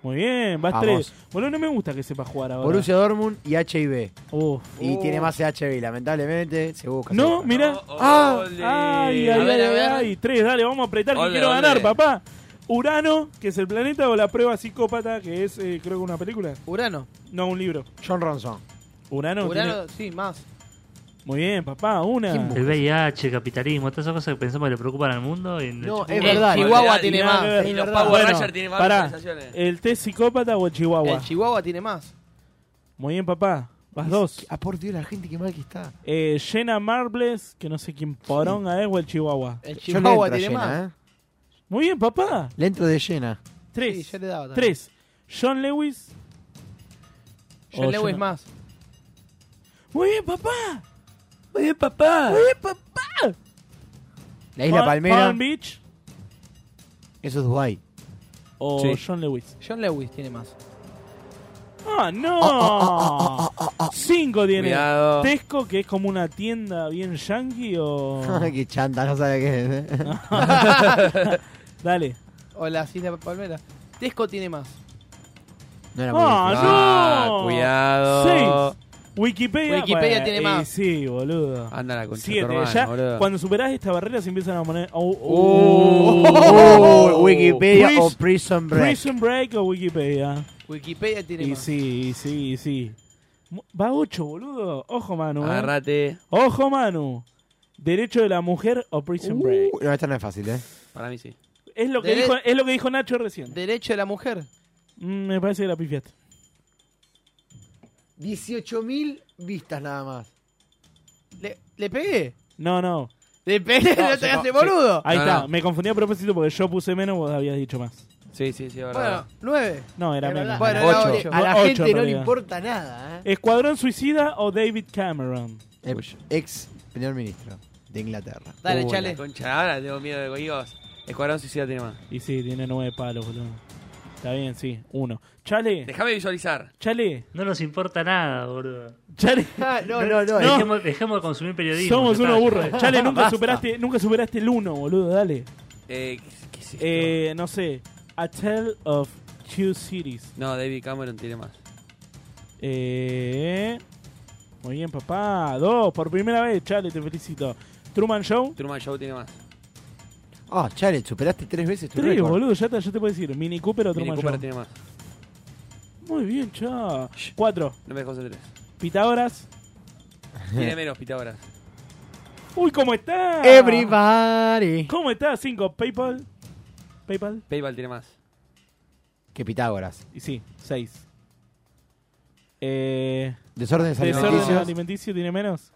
Speaker 7: Muy bien, vas
Speaker 5: Vamos.
Speaker 7: tres. Boludo, no me gusta que sepa jugar ahora.
Speaker 5: Borussia Dortmund y HIV.
Speaker 7: Uf.
Speaker 5: Y tiene más HIV, lamentablemente. Se busca. se
Speaker 7: No,
Speaker 5: busca.
Speaker 7: mirá.
Speaker 5: Ah,
Speaker 6: Ole.
Speaker 7: Ay, ay,
Speaker 8: A
Speaker 7: ay,
Speaker 8: ver, a ver.
Speaker 7: ay. Tres, dale, vamos a apretar que
Speaker 6: Ole,
Speaker 7: quiero
Speaker 6: ole.
Speaker 7: ganar, papá. Urano, que es el planeta, o la prueba psicópata, que es, eh, creo que una película.
Speaker 8: Urano.
Speaker 7: No, un libro.
Speaker 5: John Ronson.
Speaker 7: Urano. tiene-
Speaker 8: Urano, sí, más.
Speaker 7: Muy bien, papá, una.
Speaker 9: El VIH, capitalismo, todas esas cosas que pensamos que le preocupan al mundo. Y
Speaker 5: No,
Speaker 9: chupa
Speaker 5: es
Speaker 9: un-
Speaker 6: Eh,
Speaker 5: verdad.
Speaker 8: Chihuahua
Speaker 6: olvidate,
Speaker 8: tiene
Speaker 7: nada
Speaker 8: más.
Speaker 7: que ver.
Speaker 8: es
Speaker 6: Y los
Speaker 8: verdad.
Speaker 6: Power
Speaker 7: Bueno,
Speaker 6: Rangers tienen más
Speaker 7: pará.
Speaker 6: organizaciones.
Speaker 7: ¿El test psicópata o el chihuahua?
Speaker 8: El Chihuahua tiene más.
Speaker 7: Muy bien, papá. Vas dos.
Speaker 5: Ah, por Dios, la gente que mal que está.
Speaker 7: Eh, Jenna Marbles, que no sé quién poronga es, o el chihuahua.
Speaker 8: El
Speaker 5: Yo le entro
Speaker 8: Chihuahua
Speaker 5: a
Speaker 8: tiene
Speaker 5: llena,
Speaker 8: más.
Speaker 5: ¿eh?
Speaker 7: Muy bien, papá.
Speaker 5: Le entro de llena.
Speaker 8: Sí,
Speaker 7: Tres.
Speaker 8: yo le daba también.
Speaker 7: Tres. John Lewis.
Speaker 8: John
Speaker 7: O
Speaker 8: Lewis
Speaker 7: Jenna-
Speaker 8: más.
Speaker 7: Muy bien, papá.
Speaker 6: Muy bien, papá.
Speaker 7: Muy bien, papá.
Speaker 5: La isla
Speaker 7: Palm-
Speaker 5: Palmera.
Speaker 7: Palm Beach
Speaker 5: Eso es Dubai.
Speaker 7: o
Speaker 6: Sí.
Speaker 7: John Lewis.
Speaker 8: John Lewis tiene más.
Speaker 7: ¡Ah, no!
Speaker 5: Oh,
Speaker 7: Cinco tiene.
Speaker 6: Cuidado.
Speaker 7: Tesco, que es como una tienda bien yankee o...
Speaker 5: qué chanta, no sabe qué es. ¿eh?
Speaker 7: Dale.
Speaker 8: Ah. O la Isla Palmera. Tesco tiene más.
Speaker 5: No era muy
Speaker 7: ¡Ah,
Speaker 5: difícil.
Speaker 7: no!
Speaker 6: Ah, cuidado.
Speaker 7: Seis. Wikipedia.
Speaker 8: Wikipedia
Speaker 7: bueno,
Speaker 8: tiene
Speaker 7: y
Speaker 8: más.
Speaker 7: Sí, boludo.
Speaker 6: Anda la concha de tu
Speaker 7: Siete.
Speaker 6: hermano,
Speaker 7: ya
Speaker 6: boludo.
Speaker 7: cuando superás esta barrera se empiezan a poner... oh, oh.
Speaker 5: Oh, Wikipedia
Speaker 7: Pris-
Speaker 5: o Prison Break.
Speaker 7: Prison Break o Wikipedia.
Speaker 8: Wikipedia tiene
Speaker 7: Y
Speaker 8: más.
Speaker 7: sí, y sí, y sí. Mu- Va 8, boludo. Ojo, Manu. eh.
Speaker 6: Agarrate.
Speaker 7: Ojo, Manu. Derecho de la mujer o Prison Break.
Speaker 5: Uh, no, esta no es fácil, ¿eh?
Speaker 6: Para mí sí.
Speaker 7: Es lo, que
Speaker 8: Dere-
Speaker 7: dijo, es lo que dijo Nacho recién.
Speaker 8: Derecho de la mujer.
Speaker 7: Mm, me parece que la pifiaste.
Speaker 5: 18.000 vistas nada más.
Speaker 8: ¿Le, le pegué?
Speaker 7: No, no.
Speaker 8: ¿Le pegué?
Speaker 5: No,
Speaker 8: No,
Speaker 5: se
Speaker 8: te
Speaker 5: co-
Speaker 8: hagas el boludo.
Speaker 7: Ahí
Speaker 6: No,
Speaker 7: está.
Speaker 6: no.
Speaker 7: Me confundí a propósito porque yo puse menos, vos habías dicho más.
Speaker 6: Sí, sí, sí, ahora.
Speaker 8: Bueno, nueve.
Speaker 7: No, era
Speaker 5: Es verdad.
Speaker 7: menos.
Speaker 8: Bueno,
Speaker 6: Ocho.
Speaker 8: era ocho.
Speaker 5: A la
Speaker 7: Ocho, en
Speaker 5: gente no le
Speaker 7: realidad.
Speaker 5: importa nada, ¿eh?
Speaker 7: ¿Escuadrón Suicida o David Cameron?
Speaker 5: El ex primer ministro de Inglaterra.
Speaker 8: Dale,
Speaker 6: Uy,
Speaker 8: chale.
Speaker 6: la Concha, ahora tengo miedo de coigos. Escuadrón Suicida tiene más.
Speaker 7: Y sí, tiene nueve palos, boludo. Está bien, sí. Uno. Chale.
Speaker 6: Déjame visualizar.
Speaker 7: Chale.
Speaker 9: No nos importa nada, boludo.
Speaker 7: Chale.
Speaker 5: Ah, no, no, no.
Speaker 7: No.
Speaker 9: Dejemos, dejemos de consumir periodismo.
Speaker 7: Somos
Speaker 9: ya está.
Speaker 7: unos burros. Chale, nunca
Speaker 9: Basta.
Speaker 7: superaste, nunca superaste el uno, boludo. Dale.
Speaker 6: Eh, ¿qué- ¿Qué es esto?
Speaker 7: Eh, no sé. A Tale of Two Cities.
Speaker 6: No, David Cameron tiene más.
Speaker 7: Eh, muy bien, papá. Dos, por primera vez, chale, te felicito. Truman Show.
Speaker 6: Truman Show tiene más.
Speaker 5: Ah, chale, superaste tres veces tu
Speaker 7: Tres,
Speaker 5: récord.
Speaker 7: boludo, ya te, ya te puedo decir. Mini Cooper o
Speaker 6: Mini
Speaker 7: Truman
Speaker 6: Cooper
Speaker 7: Show.
Speaker 6: tiene más.
Speaker 7: Muy bien, cha. Cuatro,
Speaker 6: No me desconcentres.
Speaker 7: Pitágoras.
Speaker 6: Tiene menos Pitágoras.
Speaker 7: Uy, ¿cómo está?
Speaker 5: Everybody.
Speaker 7: ¿Cómo está, Cinco? ¿Paypal? ¿Paypal?
Speaker 6: PayPal tiene más.
Speaker 5: Que Pitágoras.
Speaker 7: Y sí, 6. Eh,
Speaker 5: Desórdenes
Speaker 7: ¿Desorden
Speaker 5: alimenticios.
Speaker 7: alimenticio tiene menos?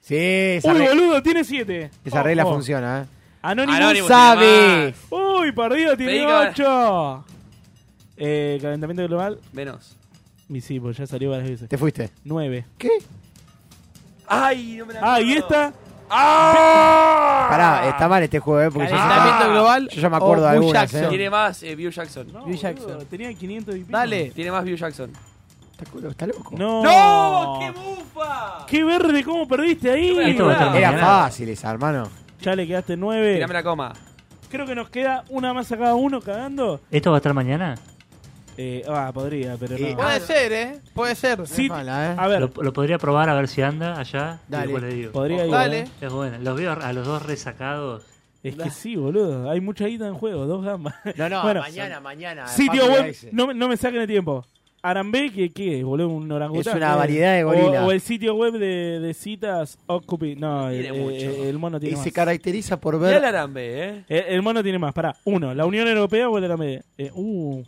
Speaker 5: Sí, esa,
Speaker 7: Uy,
Speaker 5: re-
Speaker 7: boludo, Oh. tiene 7.
Speaker 5: esa regla funciona, ¿eh?
Speaker 7: Anónimo
Speaker 5: Anonymous sabe.
Speaker 7: Uy, perdido tiene
Speaker 6: Venga.
Speaker 7: 8. Eh, calentamiento global.
Speaker 6: Menos.
Speaker 7: Mi sí, pues ya salió varias veces.
Speaker 5: Te fuiste.
Speaker 7: 9.
Speaker 5: ¿Qué?
Speaker 6: Ay, no me la ¡Ah!
Speaker 7: Ah, y esta. Ah.
Speaker 5: Pará, está mal este juego, ¿eh? Porque yo-
Speaker 8: Calentamiento global
Speaker 5: Yo ya me acuerdo de
Speaker 8: o Hugh
Speaker 5: algunas,
Speaker 8: Jackson.
Speaker 5: ¿eh?
Speaker 6: Tiene más eh, View Jackson.
Speaker 8: Bill Jackson.
Speaker 7: Tenía 500 y pico.
Speaker 8: Dale.
Speaker 6: Tiene más View Jackson.
Speaker 5: ¿Está
Speaker 6: Oh.
Speaker 5: loco?
Speaker 7: No.
Speaker 6: ¡No! ¡Qué bufa!
Speaker 7: ¡Qué verde! ¿Cómo perdiste ahí?
Speaker 5: Era fácil esa, hermano.
Speaker 7: Ya le quedaste 9.
Speaker 6: Tirame la coma.
Speaker 7: Creo que nos queda una más a cada uno cagando.
Speaker 9: ¿Esto va a estar mañana?
Speaker 7: Eh, ah, podría, pero no.
Speaker 8: Puede ser, ¿eh? Puede ser.
Speaker 7: Sí,
Speaker 5: a
Speaker 7: ver.
Speaker 9: Lo, lo podría probar a ver si anda allá.
Speaker 8: Dale.
Speaker 9: Y después le digo.
Speaker 7: Podría ir, Dale.
Speaker 9: Dale.
Speaker 7: eh.
Speaker 9: Es bueno. Los veo a los dos resacados.
Speaker 7: Es que sí, boludo. Hay mucha guita en juego, dos gambas.
Speaker 5: No, no,
Speaker 7: Bueno.
Speaker 5: mañana, mañana.
Speaker 7: Sitio
Speaker 5: Papi,
Speaker 7: web.
Speaker 5: ese.
Speaker 7: No, me- no me saquen el tiempo. Arambe, ¿qué, qué es, boludo? Un orangután.
Speaker 5: Es una
Speaker 7: ¿qué?
Speaker 5: variedad de gorila.
Speaker 7: O, o el sitio web de, de citas Occupy. No, el,
Speaker 6: Tiene mucho.
Speaker 7: el- el mono tiene
Speaker 5: Y
Speaker 7: más.
Speaker 5: se caracteriza por
Speaker 6: Mirá el
Speaker 5: ver.
Speaker 6: arambe, ¿eh?
Speaker 7: El, el mono tiene más. Pará, uno. ¿La Unión Europea o el Arambe? Eh, uh.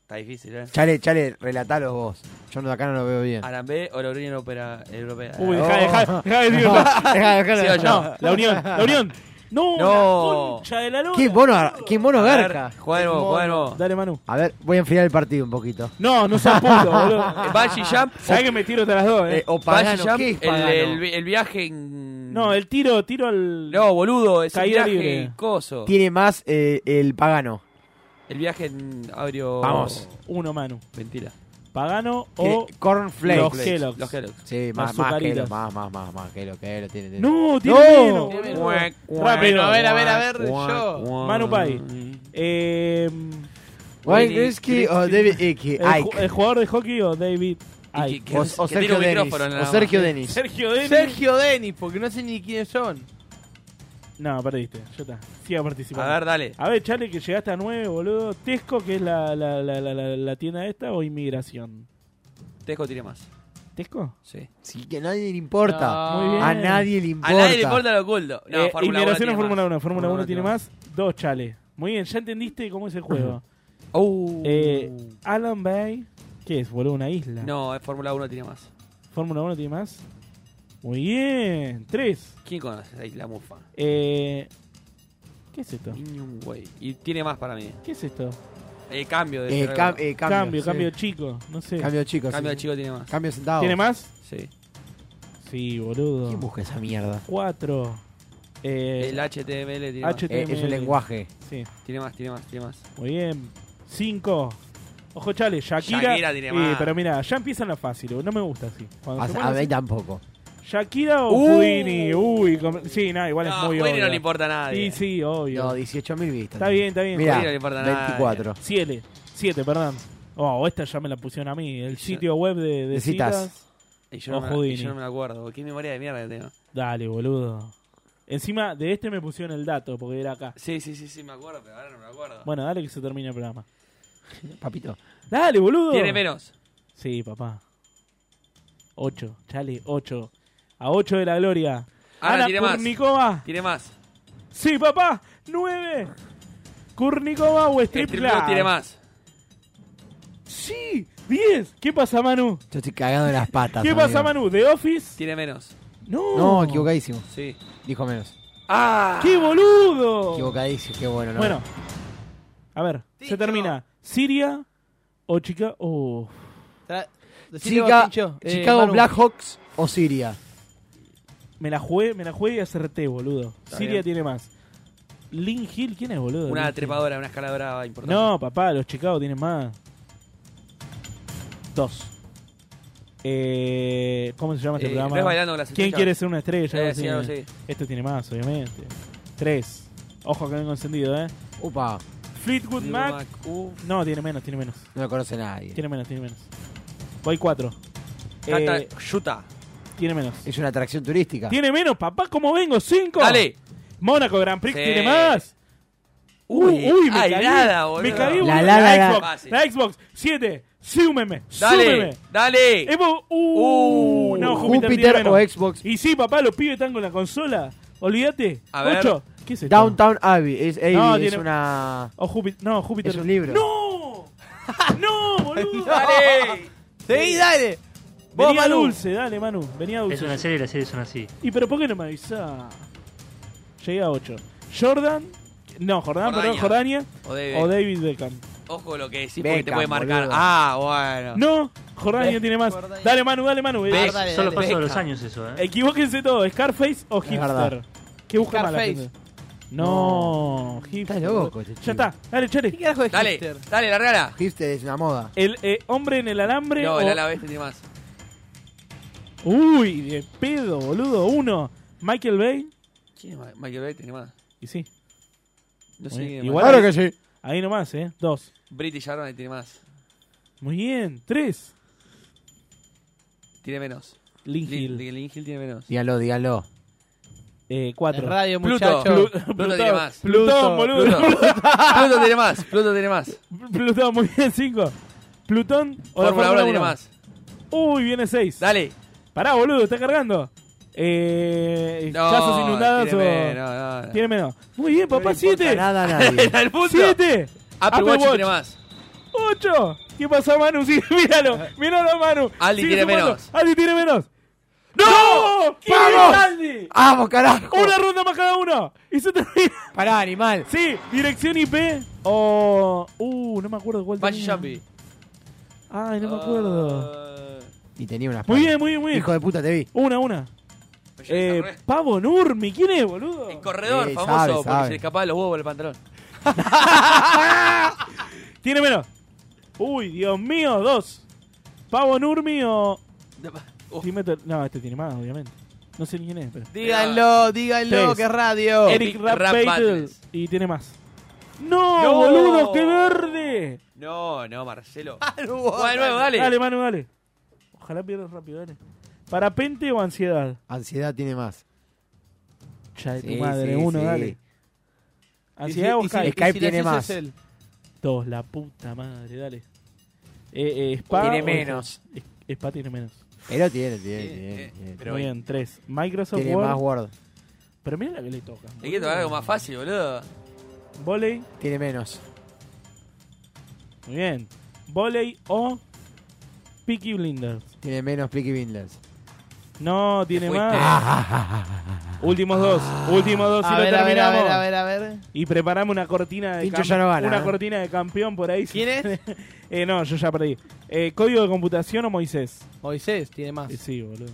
Speaker 6: Está difícil, ¿eh?
Speaker 5: Chale, chale, relatalos vos. Yo no, acá no lo veo bien.
Speaker 7: Ah.
Speaker 6: Arambe o la Unión Europea. europea.
Speaker 7: Uy,
Speaker 5: Oh.
Speaker 7: dejá, dejá, dejá de decirlo.
Speaker 5: Dejá, dejá de
Speaker 6: Sigo yo.
Speaker 7: No, la Unión, la Unión. No,
Speaker 6: No.
Speaker 7: la concha de la lora.
Speaker 5: Qué mono, qué mono garca.
Speaker 6: Oh. Juega vos, juega vos.
Speaker 7: Dale, Manu.
Speaker 5: A ver, voy a enfriar el partido un poquito.
Speaker 7: No, no seas puto, boludo.
Speaker 6: Eh, Bungee Jump.
Speaker 7: Sabés que me tiro hasta las dos, eh.
Speaker 5: Eh, o
Speaker 6: Bungee
Speaker 5: pagano,
Speaker 6: Jump.
Speaker 5: ¿qué es
Speaker 6: El,
Speaker 5: pagano?
Speaker 6: el vi- el viaje en...
Speaker 7: No, el tiro, tiro al.
Speaker 6: No, boludo. Es el
Speaker 7: Caída
Speaker 6: viaje
Speaker 7: libre.
Speaker 6: en coso.
Speaker 5: Tiene más eh, el pagano.
Speaker 6: El viaje en Ario...
Speaker 5: Vamos.
Speaker 7: Uno, Manu.
Speaker 6: Mentira.
Speaker 7: Pagano o.
Speaker 5: Que- cornflakes.
Speaker 7: Los Kellogg's.
Speaker 6: Los Kellogg's.
Speaker 5: Sí,
Speaker 7: Las
Speaker 5: más, más
Speaker 7: azucaritas.
Speaker 5: que lo, más, más, más, más que lo que lo tiene. tiene.
Speaker 7: No, tiene menos, boludo.
Speaker 6: Cuac, cuac,
Speaker 7: Rápido.
Speaker 8: A ver, a ver, a ver,
Speaker 5: Guau,
Speaker 8: yo.
Speaker 5: guau.
Speaker 7: Manu Pai. Eh,
Speaker 5: Wayne Gretzky o David Icke.
Speaker 7: el, ju-
Speaker 5: Ike.
Speaker 7: el jugador de hockey o David Ike.
Speaker 6: que-
Speaker 5: O,
Speaker 6: que
Speaker 5: o
Speaker 6: tiene
Speaker 5: Sergio
Speaker 6: un
Speaker 5: Denis.
Speaker 6: micrófono nada
Speaker 5: O
Speaker 6: más.
Speaker 5: Sergio Denis.
Speaker 7: Sergio Denis.
Speaker 8: Sergio Denis, porque no sé ni quiénes son.
Speaker 7: No, perdiste. Ya está. Siga participando.
Speaker 6: A ver, dale.
Speaker 7: A ver, Chale, que llegaste a 9, boludo. Tesco, que es la, la, la, la, la- la tienda esta, o inmigración.
Speaker 6: Tesco tiene más.
Speaker 7: ¿Tesco?
Speaker 6: Sí.
Speaker 5: Sí, que a nadie le importa.
Speaker 7: Muy bien.
Speaker 5: A nadie le
Speaker 6: A
Speaker 5: importa.
Speaker 6: nadie le importa lo oculto. No, Fórmula
Speaker 7: Eh,
Speaker 6: 1
Speaker 7: inmigración
Speaker 6: tiene
Speaker 7: o Fórmula
Speaker 6: más.
Speaker 7: 1. Fórmula 1 tiene más. Dos, Chale. Muy bien, ya entendiste cómo es el juego.
Speaker 5: Oh.
Speaker 7: Eh, Alan Bay. ¿Qué es, boludo? Una isla.
Speaker 6: No, es Fórmula 1 tiene más.
Speaker 7: Fórmula 1 tiene más. Muy bien. Tres.
Speaker 6: ¿Quién conoce ahí la mufa?
Speaker 7: Eh, ¿Qué es esto?
Speaker 6: Niño, güey. Y tiene más para mí.
Speaker 7: ¿Qué es esto?
Speaker 6: El cambio de.
Speaker 5: Eh, cam- eh, cambio,
Speaker 7: Cambio, cambio,
Speaker 5: sí.
Speaker 7: chico. No sé.
Speaker 5: Cambio chico.
Speaker 6: Cambio de
Speaker 5: sí.
Speaker 6: chico tiene más.
Speaker 5: Cambio sentado.
Speaker 7: ¿Tiene más?
Speaker 6: Sí.
Speaker 7: Sí, boludo.
Speaker 5: ¿Quién busca esa mierda?
Speaker 7: Cuatro. Eh,
Speaker 6: El HTML tiene
Speaker 7: HTML.
Speaker 5: Eh, es un lenguaje.
Speaker 7: Sí,
Speaker 6: más. Tiene más, tiene más, tiene más.
Speaker 7: muy bien. Cinco. Ojo, chale, Shakira.
Speaker 6: Shakira tiene más.
Speaker 7: pero mira, ya empiezan las fáciles. No me gusta así. Cuando
Speaker 5: A,
Speaker 7: se
Speaker 5: a
Speaker 7: ponen
Speaker 5: mí
Speaker 7: así,
Speaker 5: tampoco.
Speaker 7: Shakira o
Speaker 6: Uh.
Speaker 7: Houdini. Uy, com- sí, nada, igual es
Speaker 6: No,
Speaker 7: muy
Speaker 6: Houdini
Speaker 7: obvio.
Speaker 6: no le importa a nadie.
Speaker 7: Sí, sí, obvio.
Speaker 5: No, 18.000 vistas.
Speaker 7: Está bien, está bien.
Speaker 5: Mira,
Speaker 6: Joder, no le importa nada.
Speaker 5: 24.
Speaker 7: Siete. Siete, perdón. Oh, esta ya me la pusieron a mí. El sitio web Eh, de, de
Speaker 5: De citas.
Speaker 7: citas.
Speaker 6: Y yo, no
Speaker 7: O
Speaker 6: me, la-
Speaker 7: Houdini.
Speaker 6: y yo no me la acuerdo. Qué memoria de mierda que tengo.
Speaker 7: Dale, boludo. Encima de este me pusieron el dato porque era acá.
Speaker 6: Sí, sí, sí, sí, me acuerdo, pero ahora no me acuerdo.
Speaker 7: Bueno, dale que se termine el programa.
Speaker 5: Papito.
Speaker 7: Dale, boludo.
Speaker 6: Tiene menos.
Speaker 7: Sí, papá. 8, chale, 8. A 8 de la gloria.
Speaker 6: Ahora
Speaker 7: Ana
Speaker 6: tiene más.
Speaker 7: Kurnikova.
Speaker 6: Tiene más.
Speaker 7: Sí, papá. 9. Eh, Kurnikova o Strip
Speaker 6: Strip Club
Speaker 7: Club.
Speaker 6: Este tiene más.
Speaker 7: Sí, 10. ¿Qué pasa, Manu?
Speaker 5: Yo estoy cagado en las patas.
Speaker 7: ¿Qué
Speaker 5: amigo.
Speaker 7: pasa, Manu? ¿The Office?
Speaker 6: Tiene menos.
Speaker 7: No.
Speaker 5: No, equivocadísimo.
Speaker 6: Sí.
Speaker 5: Dijo menos.
Speaker 6: ¡Ah!
Speaker 7: ¡Qué boludo!
Speaker 5: Equivocadísimo, qué bueno, ¿no?
Speaker 7: Bueno. A ver, se termina. Siria o Chica... Oh.
Speaker 8: Tra- decile vos,
Speaker 5: Chica,
Speaker 8: Tincho. Eh,
Speaker 5: Chicago
Speaker 8: Manu.
Speaker 5: Blackhawks o Siria.
Speaker 7: Me la jugué, me la jugué y acerté, boludo.
Speaker 6: Está
Speaker 7: Siria
Speaker 6: bien.
Speaker 7: tiene más. Lynn Hill, ¿quién es, boludo? Lynn
Speaker 6: Una
Speaker 7: Hill?
Speaker 6: trepadora, una escaladora importante.
Speaker 7: No, papá, los Chicago tienen más. Dos. Eh, ¿Cómo se llama este
Speaker 6: Eh,
Speaker 7: programa?
Speaker 6: ¿ves bailando con las
Speaker 7: ¿Quién
Speaker 6: estrellas?
Speaker 7: quiere ser una estrella?
Speaker 6: Eh,
Speaker 7: Algo
Speaker 6: sí, algo
Speaker 7: así.
Speaker 6: así.
Speaker 7: Este tiene más, obviamente. Tres. Ojo que vengo encendido, ¿eh?
Speaker 5: Upa,
Speaker 7: Fleetwood
Speaker 6: Digo,
Speaker 7: Mac.
Speaker 6: Mac, uh,
Speaker 7: No, tiene menos, tiene menos.
Speaker 5: no lo conoce nadie.
Speaker 7: Tiene menos, tiene menos. Voy cuatro.
Speaker 6: Tata,
Speaker 7: Eh,
Speaker 6: Yuta.
Speaker 7: tiene menos.
Speaker 5: Es una atracción turística.
Speaker 7: Tiene menos, papá, ¿cómo vengo? Cinco.
Speaker 6: Dale.
Speaker 7: Mónaco Grand Prix
Speaker 6: Sí.
Speaker 7: tiene más. Uy, uy, me
Speaker 6: ay,
Speaker 7: cagué.
Speaker 6: nada, boludo.
Speaker 7: Me cagué,
Speaker 6: La,
Speaker 7: boludo.
Speaker 6: la, la, la.
Speaker 7: Xbox.
Speaker 6: Fácil.
Speaker 7: La Xbox. 7. Súmeme.
Speaker 6: Dale,
Speaker 7: súmeme.
Speaker 6: dale.
Speaker 7: Evo- uh,
Speaker 6: Uh,
Speaker 7: no, Júpiter,
Speaker 5: Júpiter
Speaker 7: tiene
Speaker 5: o
Speaker 7: menos.
Speaker 5: Xbox.
Speaker 7: Y sí, papá, los pibes están con la consola. Olvídate.
Speaker 5: A ver.
Speaker 7: Ocho. ¿Qué es esto?
Speaker 5: Downtown Abbey. Es, Abbey,
Speaker 7: No,
Speaker 5: es
Speaker 7: tiene-
Speaker 5: una.
Speaker 7: O Júpiter. No, Júpiter.
Speaker 5: Es un libro.
Speaker 7: ¡No! ¡No, boludo!
Speaker 6: ¡Dale!
Speaker 8: ¡Seguí, dale!
Speaker 9: Vos,
Speaker 7: Venía
Speaker 9: Manu.
Speaker 7: dulce, dale, Manu. Venía dulce.
Speaker 9: Es una serie y las series son así.
Speaker 7: ¿Y pero por qué no me avisa? Llegué a 8. Jordan. No, Jordan,
Speaker 6: Jordania.
Speaker 7: perdón, Jordania.
Speaker 6: O David.
Speaker 7: O David Beckham.
Speaker 6: Ojo lo que decís porque te
Speaker 7: Beckham,
Speaker 6: puede marcar.
Speaker 7: boludo.
Speaker 6: Ah, bueno.
Speaker 7: No, Jordania tiene más. Dale, Manu, dale, Manu.
Speaker 6: Be- Ah, dale,
Speaker 9: Solo
Speaker 6: dale.
Speaker 9: paso de los
Speaker 6: Beckham.
Speaker 9: años eso, ¿eh?
Speaker 7: Equivóquense todo, Scarface o Hipster.
Speaker 9: verdad.
Speaker 7: ¿Qué busca más la
Speaker 9: Scarface.
Speaker 7: gente? No, Hipster.
Speaker 5: loco este
Speaker 7: ya está, dale, chale. ¿Qué
Speaker 8: carajo es
Speaker 6: Dale, hipster? dale, largala.
Speaker 5: Hipster es una moda.
Speaker 7: El eh, hombre en el alambre.
Speaker 6: No,
Speaker 7: o-
Speaker 6: el ala este tiene más.
Speaker 7: Uy, de pedo, boludo. Uno, Michael Bay.
Speaker 6: ¿Quién es Ma- Michael Bay? Tiene más.
Speaker 7: Y sí.
Speaker 6: No sé
Speaker 7: Muy
Speaker 6: quién
Speaker 7: bien.
Speaker 6: es
Speaker 7: Igual
Speaker 6: Michael
Speaker 7: ahí-
Speaker 6: Bay.
Speaker 7: Ahí nomás, ¿eh? Dos.
Speaker 6: British Army tiene más.
Speaker 7: Muy bien, tres.
Speaker 6: Tiene menos.
Speaker 7: Lin Hill.
Speaker 6: Lin, Lin Hill tiene menos.
Speaker 5: Dígalo, dígalo.
Speaker 7: Eh, cuatro.
Speaker 8: Radio,
Speaker 6: Pluto.
Speaker 8: muchacho.
Speaker 6: Pluto. tiene más.
Speaker 7: Plutón, boludo.
Speaker 6: Pluto. Pluto tiene más. Pluto tiene más.
Speaker 7: Plutón, muy bien, cinco. Plutón o la
Speaker 6: Fórmula 1 tiene
Speaker 7: uno.
Speaker 6: más.
Speaker 7: Uy, viene 6.
Speaker 6: Dale.
Speaker 7: Pará, boludo, está cargando. Eh,
Speaker 6: No,
Speaker 7: casas inundadas
Speaker 6: tiene
Speaker 7: o.
Speaker 6: menos, no, no.
Speaker 7: Tiene menos. Muy bien, papá, 7.
Speaker 5: nada a nadie.
Speaker 6: Al punto.
Speaker 7: 7.
Speaker 6: Apple Watch tiene más.
Speaker 7: 8. ¿Qué pasó, Manu? Sí, míralo. Míralo, Manu.
Speaker 6: Aldi
Speaker 7: Sigue
Speaker 6: tiene
Speaker 7: sumando.
Speaker 6: menos.
Speaker 7: Aldi tiene menos.
Speaker 6: ¡No!
Speaker 7: ¡Qué bien,
Speaker 6: ¡Vamos!
Speaker 7: Aldi!
Speaker 5: ¡Vamos, carajo!
Speaker 7: Una ronda más cada uno. Y se termina.
Speaker 5: Pará, animal.
Speaker 7: Sí, dirección IP o. Uh, no me acuerdo cuál
Speaker 6: Bungee
Speaker 7: tenía.
Speaker 6: jumping.
Speaker 7: Ay, no me acuerdo.
Speaker 5: Y tenía unas
Speaker 7: Muy
Speaker 5: palas.
Speaker 7: bien, muy bien, muy bien.
Speaker 5: Hijo de puta, te vi.
Speaker 7: Una, una. Eh, Pavo Nurmi, ¿quién es, boludo?
Speaker 6: El corredor
Speaker 5: Sí,
Speaker 6: famoso
Speaker 5: sabe,
Speaker 6: porque
Speaker 5: sabe.
Speaker 6: se le escapaba los huevos del pantalón.
Speaker 7: Tiene menos. Uy, Dios mío, dos. Pavo Nurmi o. Tim Etter- No, este tiene más, obviamente. No sé ni quién es, pero.
Speaker 8: Díganlo, díganlo,
Speaker 7: Tres.
Speaker 8: que es radio.
Speaker 7: Eric Rap, Battle.
Speaker 6: Battles.
Speaker 7: Y tiene más. ¡No,
Speaker 6: No.
Speaker 7: boludo, qué verde!
Speaker 6: No, no, Marcelo. Bueno, bueno, dale.
Speaker 7: Dale, Manu, dale. Ojalá pierdas rápido, dale. ¿Parapente o ansiedad?
Speaker 5: Ansiedad tiene más.
Speaker 7: Cha de tu
Speaker 5: Sí,
Speaker 7: madre,
Speaker 5: sí,
Speaker 7: uno,
Speaker 5: sí.
Speaker 7: dale. Ansiedad o Skype.
Speaker 5: Skype tiene más.
Speaker 7: Dos, la puta madre, dale. Eh, eh, Spa
Speaker 5: Tiene
Speaker 7: o-
Speaker 5: menos.
Speaker 7: Eh, Spa tiene menos.
Speaker 5: Pero tiene, tiene,
Speaker 6: Eh,
Speaker 5: tiene. tiene.
Speaker 7: Muy bien, tres. Microsoft
Speaker 5: Tiene
Speaker 7: Word.
Speaker 5: más Word.
Speaker 7: Pero mira la que le toca.
Speaker 6: Hay que tocar algo más fácil, boludo.
Speaker 7: Voley,
Speaker 5: Tiene menos.
Speaker 7: muy bien. Voley o Peaky Blinders.
Speaker 5: Tiene menos Plicky Bindlers.
Speaker 7: No, tiene
Speaker 5: fuiste.
Speaker 7: más. últimos dos, últimos dos y
Speaker 8: A
Speaker 7: lo
Speaker 8: ver, a ver, a
Speaker 7: terminamos.
Speaker 8: ver, a ver, a ver.
Speaker 7: Y preparame una cortina de
Speaker 5: Tincho ya no gana,
Speaker 7: una
Speaker 5: ¿eh?
Speaker 7: cortina de campeón por ahí. ¿Quién es? no, yo ya perdí. Eh, Código de computación o Moisés.
Speaker 8: Moisés tiene más.
Speaker 7: Eh, Sí, boludo.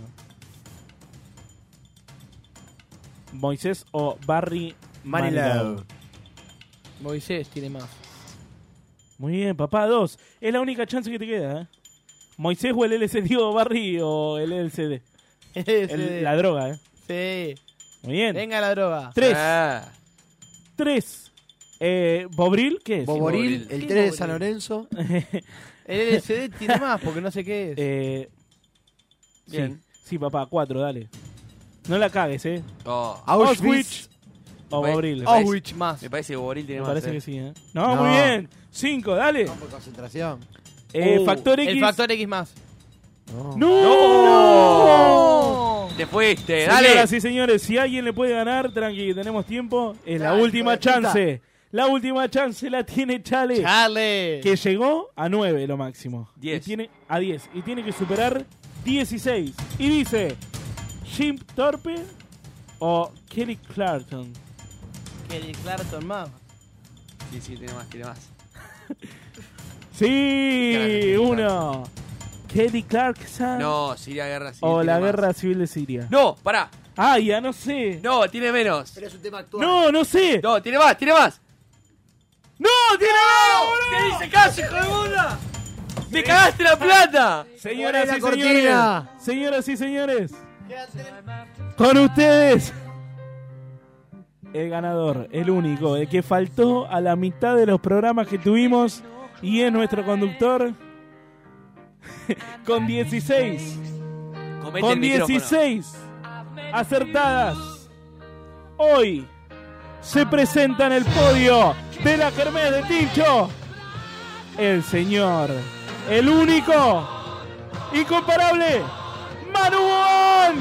Speaker 7: Moisés o Barry Manilow.
Speaker 5: Manilow.
Speaker 8: Moisés tiene más.
Speaker 7: Muy bien, papá, dos. Es la única chance que te queda, ¿eh? Moisés o el LCD digo Barry o el LCD. El- la droga, ¿eh?
Speaker 8: Sí.
Speaker 7: Muy bien.
Speaker 8: Venga la droga.
Speaker 7: Tres.
Speaker 6: Ah,
Speaker 7: Tres. Eh, ¿Bobril? ¿Qué es?
Speaker 5: Boboril, el 3 de San
Speaker 8: Boboril?
Speaker 5: Lorenzo.
Speaker 8: El LCD tiene más porque no sé qué es.
Speaker 7: Eh, sí.
Speaker 6: Bien.
Speaker 7: Sí, papá, cuatro, dale. No la cagues, ¿eh?
Speaker 6: Oh.
Speaker 7: Auschwitz. O
Speaker 6: Me-
Speaker 7: Bobril.
Speaker 6: me parece-
Speaker 8: Auschwitz más.
Speaker 6: Me parece que Boril tiene
Speaker 7: Me
Speaker 6: más.
Speaker 7: parece
Speaker 6: eh.
Speaker 7: que sí, ¿eh? No,
Speaker 5: No.
Speaker 7: muy bien. Cinco, dale.
Speaker 5: Por concentración.
Speaker 7: Eh,
Speaker 8: Uh,
Speaker 7: Factor X.
Speaker 8: El Factor X más.
Speaker 7: ¡No!
Speaker 8: ¡No!
Speaker 6: Te fuiste,
Speaker 7: Señoras
Speaker 6: Eh, dale.
Speaker 7: y señores, si alguien le puede ganar, tranqui, que tenemos tiempo. Es la
Speaker 8: Dale,
Speaker 7: última
Speaker 8: hijo de puta.
Speaker 7: chance. La última chance la tiene Chale.
Speaker 8: Charlie.
Speaker 7: Que llegó a 9 lo máximo.
Speaker 6: Diez.
Speaker 7: Y tiene, a 10. Y tiene que superar 16. Y dice: Jim Torpe o Kelly Clarkson.
Speaker 8: Que el Clarkson más.
Speaker 6: Sí, sí, tiene más, tiene más.
Speaker 7: Sí,
Speaker 6: Clarkson,
Speaker 7: uno. Kelly Clarkson
Speaker 6: No, Siria Guerra Civil.
Speaker 7: o Oh,
Speaker 6: tiene
Speaker 7: la
Speaker 6: más.
Speaker 7: guerra civil de Siria.
Speaker 6: No, pará.
Speaker 7: Ah, ya no sé.
Speaker 6: No, tiene menos.
Speaker 5: Pero es un tema actual.
Speaker 7: No, no sé.
Speaker 6: No, tiene más, tiene más.
Speaker 7: No, tiene
Speaker 6: ¡Te dice caso, hijo de puta! ¡Me cagaste la plata!
Speaker 5: Poné la
Speaker 7: Señoras y señores,
Speaker 5: cortina.
Speaker 7: señoras y señores, con ustedes el ganador, el único, el que faltó a la mitad de los programas que tuvimos y es nuestro conductor con 16,
Speaker 6: Comete el
Speaker 7: con
Speaker 6: micrófono.
Speaker 7: 16 acertadas. Hoy se presenta en el podio de la Kermés de Tincho, el señor, el único, incomparable, Manuón.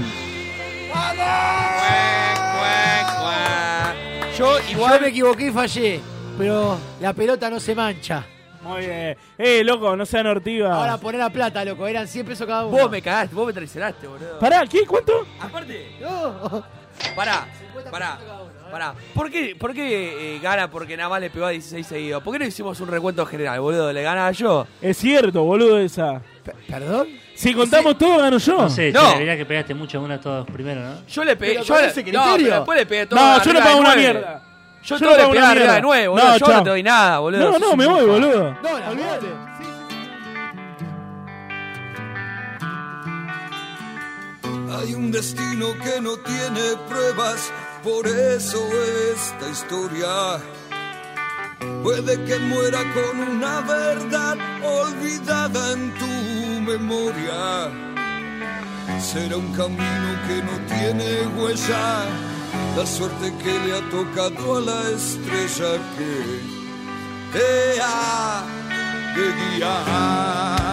Speaker 6: Yo
Speaker 5: igual me equivoqué y fallé, pero la pelota no se mancha.
Speaker 7: Muy bien. Eh, loco, no sean ortivas.
Speaker 5: Ahora poner la plata, loco, eran 100 pesos cada uno.
Speaker 6: Vos me cagaste, vos me traicionaste, boludo.
Speaker 7: Pará, ¿qué? ¿Cuánto?
Speaker 6: Aparte. Pará, pará, pará. ¿Por qué, por qué eh, gana porque nada más le pegó a 16 seguidos? ¿Por qué no hicimos un recuento general, boludo? ¿Le gana yo?
Speaker 7: Es cierto, boludo, esa.
Speaker 5: ¿Perdón?
Speaker 7: Si contamos todo, gano yo.
Speaker 9: No sé,
Speaker 6: No.
Speaker 9: che, la verdad que pegaste mucho a una todos primero, ¿no?
Speaker 6: Yo le pegué.
Speaker 9: Pero
Speaker 6: Yo
Speaker 9: con
Speaker 6: le-
Speaker 9: ese
Speaker 6: no,
Speaker 9: criterio.
Speaker 6: pero después le pegué todo.
Speaker 9: No, yo no
Speaker 6: arriba de
Speaker 9: pago una
Speaker 6: nueve.
Speaker 9: mierda.
Speaker 6: Yo,
Speaker 9: Yo
Speaker 6: todo
Speaker 9: no
Speaker 6: le
Speaker 9: pago
Speaker 6: pegué
Speaker 9: una
Speaker 6: arriba
Speaker 9: mierda.
Speaker 6: de nueve, Eh, boludo.
Speaker 9: No,
Speaker 6: yo
Speaker 9: chao.
Speaker 6: no te doy nada, boludo.
Speaker 9: No,
Speaker 6: Sos
Speaker 9: no,
Speaker 6: un
Speaker 9: me voy,
Speaker 6: boludo.
Speaker 9: boludo.
Speaker 5: No, la olvídate.
Speaker 4: Hay un destino que no tiene pruebas, por eso esta historia puede que muera con una verdad olvidada en tu memoria. Será un camino que no tiene huella, la suerte que le ha tocado a la estrella que te ha de guiar.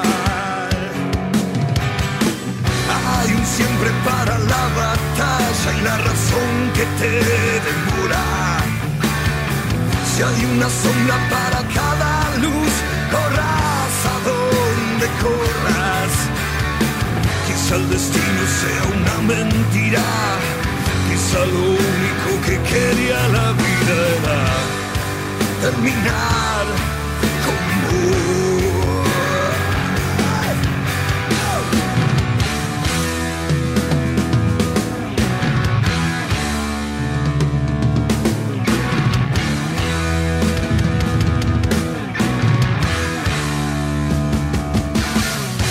Speaker 4: Hay un siempre para la batalla y la razón que te devora. Si hay una sombra para cada luz, corras a donde corras. Quizá el destino sea una mentira, quizá lo único que quería la vida era terminar con vos.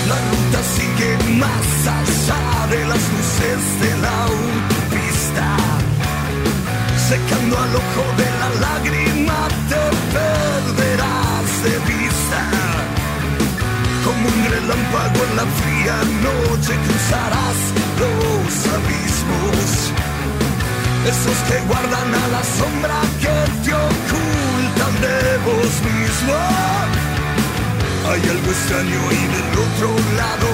Speaker 4: La ruta sigue más allá de las luces de la autopista, secando al ojo de la lágrima te perderás de vista. Como un relámpago en la fría noche cruzarás los abismos, esos que guardan a la sombra que te ocultan de vos mismo. Hay algo extraño y del otro lado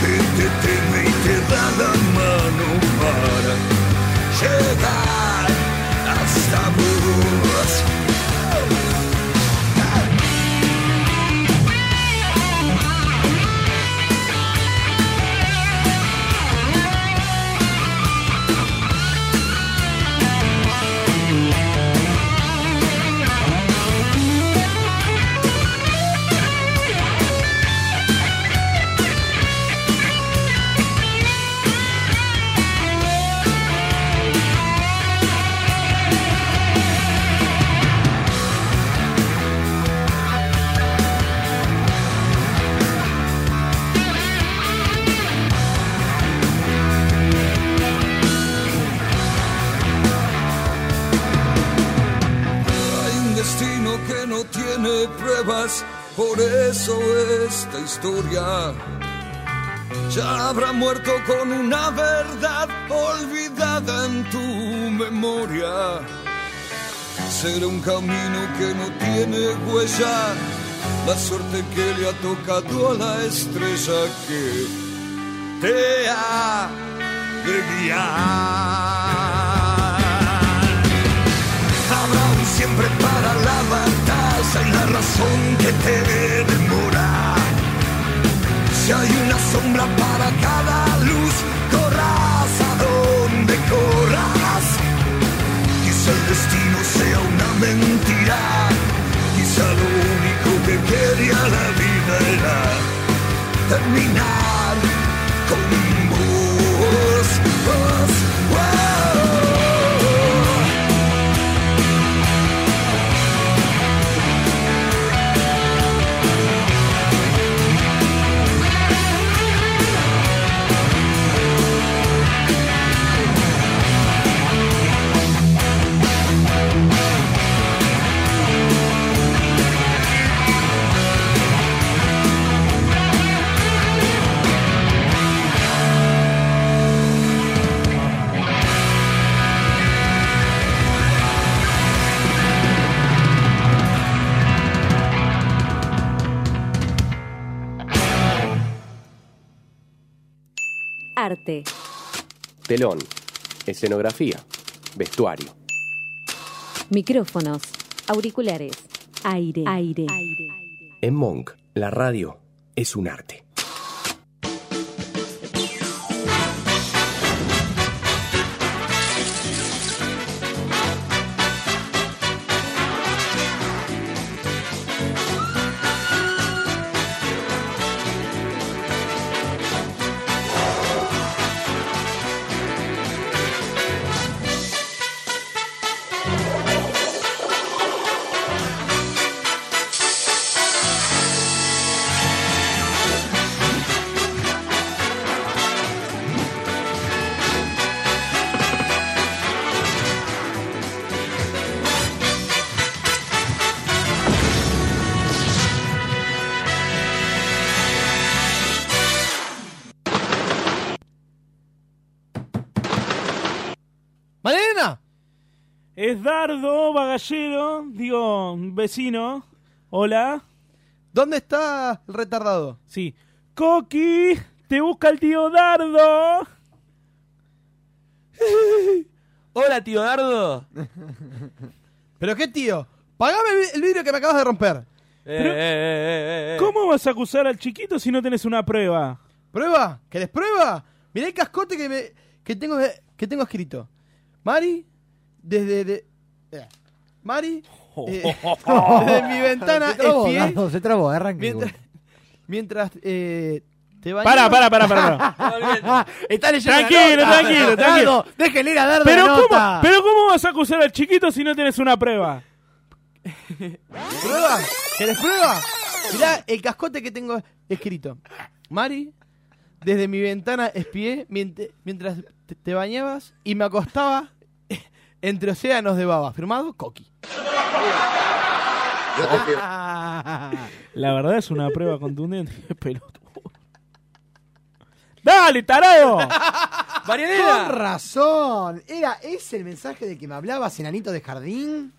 Speaker 4: que te teme y te da la mano para llegar hasta vos. Hay un destino que no tiene pruebas, por eso esta historia ya habrá muerto con una verdad olvidada en tu memoria. Será un camino que no tiene huella, la suerte que le ha tocado a la estrella que te ha de guiar. Habrá un siempre para la batalla y la razón que te demora. Si hay una sombra para cada luz, corras a donde corras. Quizá el destino sea una mentira. Quizá lo único que quería la vida era terminar con vos. vos, wow.
Speaker 15: Arte.
Speaker 23: Telón, escenografía, vestuario.
Speaker 15: Micrófonos. Auriculares. Aire. Aire.
Speaker 1: En Monk, la radio es un arte.
Speaker 7: ¡Malena! Es Dardo Bagallero, digo, vecino. Hola. ¿Dónde está el retardado? Sí. ¡Coqui! ¡Te busca el tío Dardo!
Speaker 6: Hola, tío Dardo.
Speaker 8: ¿Pero qué tío? Pagame el vi- el vidrio que me acabas de romper.
Speaker 7: Pero- Eh. ¿Cómo vas a acusar al chiquito si no tenés una prueba?
Speaker 8: ¿Prueba? ¿Querés prueba? Mirá el cascote que, me- que, tengo, que tengo escrito. Mari, desde... de- eh, Mari,
Speaker 7: Oh.
Speaker 8: eh, desde mi ventana
Speaker 5: se trabó,
Speaker 8: espié-
Speaker 5: Dardo, se trabó, arranque.
Speaker 8: Mientras, mientras eh, te bañas...
Speaker 7: Pará, pará, pará, pará,
Speaker 8: Está leyendo la
Speaker 7: Tranquilo,
Speaker 8: nota.
Speaker 7: tranquilo, tranquilo.
Speaker 8: Dardo, déjele ir a Dardo
Speaker 7: pero
Speaker 8: la
Speaker 7: ¿cómo,
Speaker 8: nota.
Speaker 7: Pero ¿cómo vas a acusar al chiquito si no tenés una prueba?
Speaker 8: ¿Prueba? ¿Querés prueba? Mirá el cascote que tengo escrito. Mari, desde mi ventana espié mient- mientras te- te bañabas y me acostaba entre océanos de baba. Firmado, Coqui.
Speaker 7: Ah, La verdad es una prueba contundente. Pelotudo. ¡Dale, tarado!
Speaker 5: Con razón. ¿Era ese el mensaje de que me hablabas, enanito de jardín?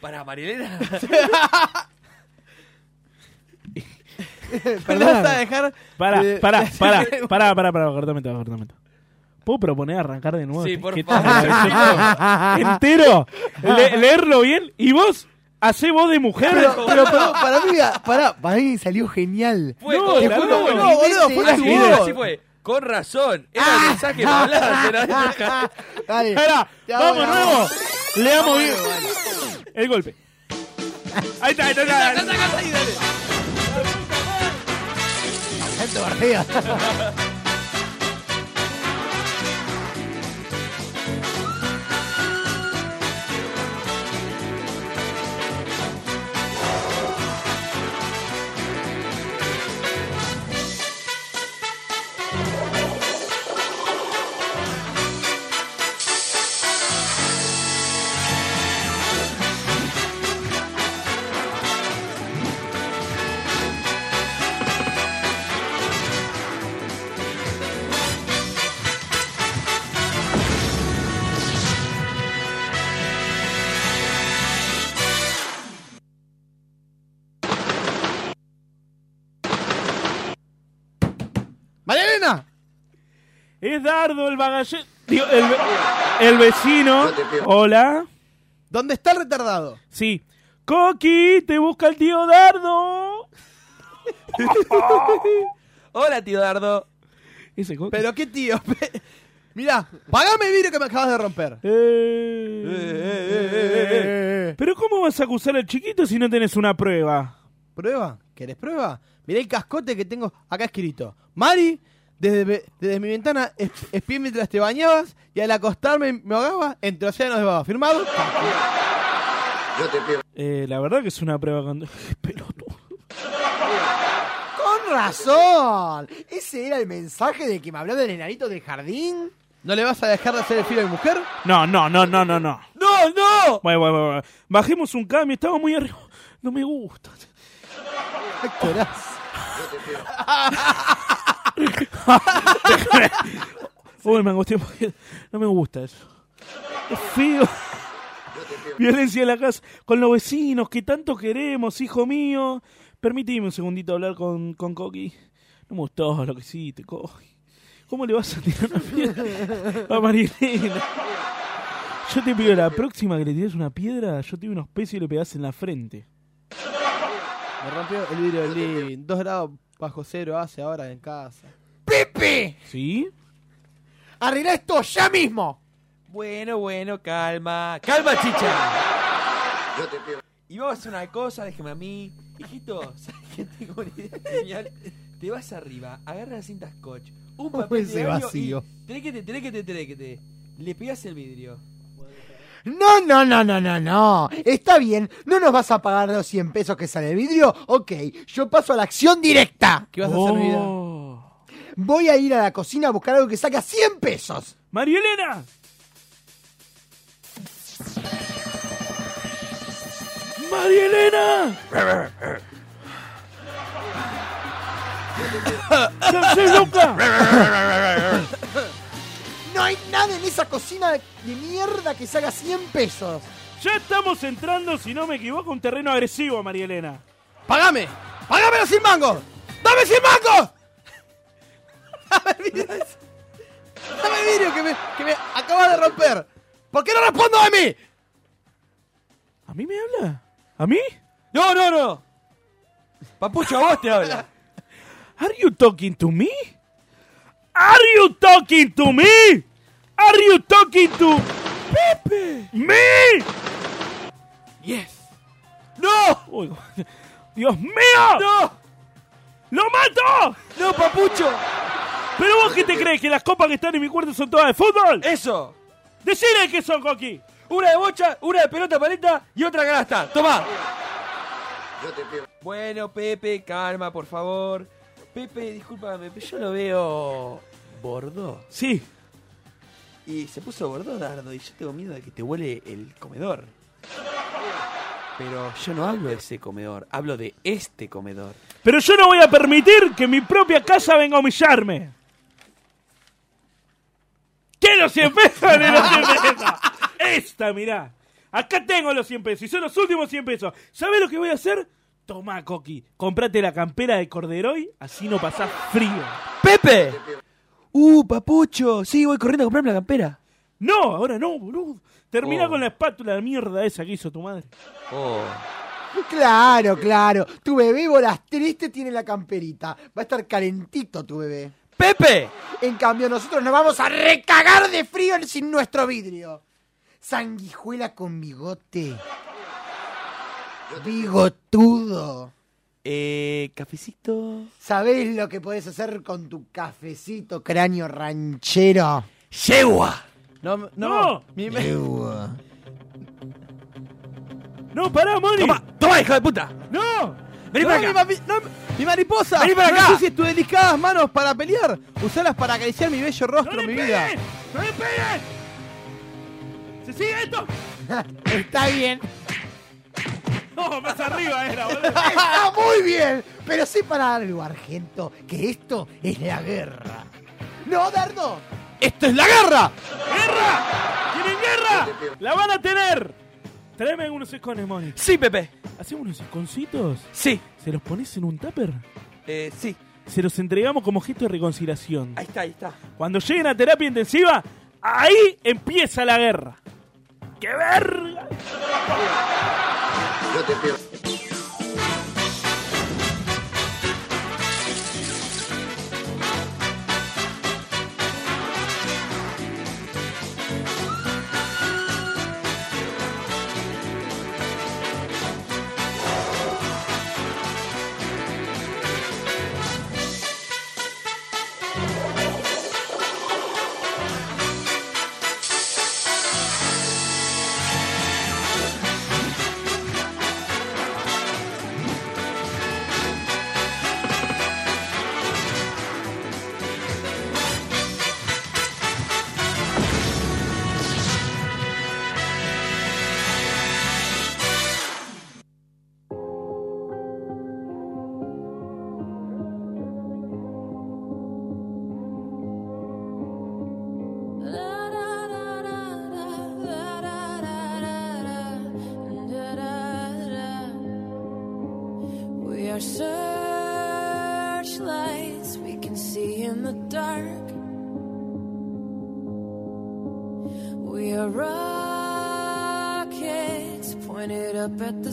Speaker 6: Para Marilena.
Speaker 7: Perdóname.
Speaker 8: Vas a dejar-
Speaker 7: Pará,
Speaker 8: eh,
Speaker 7: pará, pará, pará, pará, pará, cortame todo, cortame todo. ¿Puedo proponer arrancar de nuevo?
Speaker 6: Sí,
Speaker 7: este-
Speaker 6: por
Speaker 7: que
Speaker 6: favor.
Speaker 7: tanto la- Entero, le- leerlo bien y vos hacé voz de mujer.
Speaker 5: Pero, pero para, para mí, para, para mí salió genial.
Speaker 6: No,
Speaker 5: Te
Speaker 6: claro,
Speaker 5: juro,
Speaker 6: no,
Speaker 5: me
Speaker 6: no,
Speaker 5: olvidé
Speaker 6: boludo,
Speaker 5: de
Speaker 6: fue
Speaker 5: eso.
Speaker 6: tu voz. Así fue. Con razón. Era el mensaje para hablar. se la
Speaker 9: Ah.
Speaker 6: deja.
Speaker 5: Dale.
Speaker 7: Pará,
Speaker 5: Te hago
Speaker 7: vamos
Speaker 5: la
Speaker 7: nuevo.
Speaker 5: voz.
Speaker 7: Le damos
Speaker 5: Vamos
Speaker 7: bien.
Speaker 5: nuevo,
Speaker 7: El golpe. Ahí está, ahí está, ahí está.
Speaker 5: Sargento García.
Speaker 8: María Elena.
Speaker 7: Es Dardo el bagallero. Digo, el, ve- el vecino. Hola.
Speaker 8: ¿Dónde está el retardado?
Speaker 7: Sí. Coqui, te busca el tío Dardo.
Speaker 6: Hola, tío Dardo.
Speaker 8: Pero qué tío. Mirá, pagame el vidrio que me acabas de romper. Eh,
Speaker 7: Eh. Pero ¿cómo vas a acusar al chiquito si no tenés una prueba?
Speaker 8: ¿Prueba? ¿Querés prueba? Mirá el cascote que tengo acá escrito. Mari, desde, ve- desde mi ventana es- espié mientras te bañabas y al acostarme me ahogaba entre océanos de baba. ¿Firmado?
Speaker 7: Eh, la verdad que es una prueba con...
Speaker 5: Con razón. ¿Ese era el mensaje de que me habló del enanito de jardín?
Speaker 8: ¿No le vas a dejar de hacer el filo de mujer?
Speaker 7: No, no, no, no, no, no.
Speaker 8: ¡No, no!
Speaker 7: Bueno, bueno, bueno. Bajemos un cambio, estaba muy arriba. No me gusta. Uy, me angustié un poquito. No me gusta eso. Es feo. Violencia en la casa. Con los vecinos que tanto queremos, hijo mío. Permitime un segundito hablar con, con Coqui. No me gustó lo que hiciste, Coqui. ¿Cómo le vas a tirar una piedra a Marilena? Yo te pido la próxima que le tires una piedra, yo te doy unos pesos y le pegás en la frente.
Speaker 8: Me rompió el vidrio del living. Dos grados bajo cero hace ahora en casa.
Speaker 7: ¡Pipi! ¿Sí?
Speaker 8: ¡Arregla esto ya mismo! Bueno, bueno, calma.
Speaker 6: ¡Calma, chicha! Y vamos a hacer una cosa, déjeme a mí. Hijito, ¿sabes qué? Tengo una idea genial. Te vas arriba, agarras la cinta scotch, un papel
Speaker 5: Ese
Speaker 6: de baño
Speaker 5: vacío.
Speaker 6: y trequete, trequete, trequete. Le pegas el vidrio.
Speaker 5: No, no, no, no, no, no. Está bien, no nos vas a pagar los 100 pesos que sale el vidrio. Ok, yo paso a la acción directa. Oh.
Speaker 8: ¿Qué vas a hacer, mi vida?
Speaker 5: Voy a ir a la cocina a buscar algo que saque a 100 pesos.
Speaker 7: ¡Marielena! ¡María Elena!
Speaker 5: No hay nada en esa cocina de mierda que salga 100 pesos.
Speaker 7: Ya estamos entrando, si no me equivoco, a un terreno agresivo, María Elena.
Speaker 8: ¡Pagame!
Speaker 5: ¡Págamelo sin mango! ¡Dame sin mango!
Speaker 8: ¡Dame el vidrio que me, que me acabas de romper! ¿Por qué no respondo a mí?
Speaker 7: ¿A mí me habla? ¿A mí?
Speaker 6: No, no, no. Papucho, a vos te habla.
Speaker 7: ¿Are you talking to me? ¿Are you talking to me? ¿Are you talking to Pepe? ¡Me!
Speaker 6: Yes.
Speaker 7: ¡No! ¡Dios mío! ¡No! ¡Lo mato!
Speaker 6: ¡No, papucho!
Speaker 7: ¿Pero vos qué te crees? ¿Que las copas que están en mi cuarto son todas de fútbol?
Speaker 6: ¡Eso!
Speaker 7: ¡Decile que son, Coqui!
Speaker 6: Una de bocha, una de pelota paleta y otra canasta. Tomá. Bueno, Pepe, calma, por favor. Pepe, discúlpame, pero yo lo veo bordo.
Speaker 7: Sí.
Speaker 6: Y se puso bordo, Dardo, y yo tengo miedo de que te huele el comedor. Pero yo no hablo de ese comedor, hablo de este comedor.
Speaker 7: Pero yo no voy a permitir que mi propia casa venga a humillarme. ¿Qué los 100 pesos de los 100 pesos? Esta, mirá. Acá tengo los 100 pesos y son los últimos 100 pesos. ¿Sabés lo que voy a hacer? Tomá, Coqui. Comprate la campera de Corderoy, así no pasás frío.
Speaker 6: ¡Pepe! ¡Uh, papucho! Sí, voy corriendo a comprarme la campera.
Speaker 7: No, ahora no, boludo. Termina
Speaker 6: Oh.
Speaker 7: con la espátula de mierda esa que hizo tu madre.
Speaker 6: Oh.
Speaker 5: Claro, claro. Tu bebé bolas triste tiene la camperita. Va a estar calentito tu bebé.
Speaker 6: ¡Pepe!
Speaker 5: En cambio, nosotros nos vamos a recagar de frío en- sin nuestro vidrio. Sanguijuela con bigote. Bigotudo.
Speaker 6: Eh, cafecito.
Speaker 5: ¿Sabés lo que podés hacer con tu cafecito cráneo ranchero?
Speaker 6: ¡Yegua!
Speaker 8: No, no,
Speaker 7: ¡No!
Speaker 8: mi-
Speaker 5: Yegua.
Speaker 7: ¡No, pará, Moni!
Speaker 6: ¡Toma, hijo de puta!
Speaker 7: ¡No!
Speaker 6: ¡Vení
Speaker 8: no,
Speaker 6: para
Speaker 8: mi,
Speaker 6: acá!
Speaker 8: papi- no, mi mariposa.
Speaker 6: Vení para
Speaker 8: no
Speaker 6: acá.
Speaker 8: uses tus delicadas manos para pelear. Usalas para acariciar mi bello rostro,
Speaker 7: ¡No le
Speaker 8: mi vida.
Speaker 7: peguen! ¡No le peguen! ¿Se sigue esto?
Speaker 5: Está bien.
Speaker 7: No, más arriba era, boludo.
Speaker 5: Está muy bien. Pero sé para algo, Argento, que esto es la guerra. No, Dardo.
Speaker 8: ¡Esto es la guerra!
Speaker 7: ¡Guerra! ¡Tienen guerra! ¡La van a tener! Tráeme unos escones, Moni.
Speaker 6: Sí, Pepe.
Speaker 7: ¿Hacemos unos esconcitos?
Speaker 6: Sí.
Speaker 7: ¿Se los pones en un tupper?
Speaker 6: Eh, sí.
Speaker 7: Se los entregamos como gesto de reconciliación.
Speaker 6: Ahí está, ahí está.
Speaker 7: Cuando lleguen a terapia intensiva, ahí empieza la guerra. ¡Qué verga!
Speaker 24: We are searchlights we can see in the dark.
Speaker 11: pointed up at the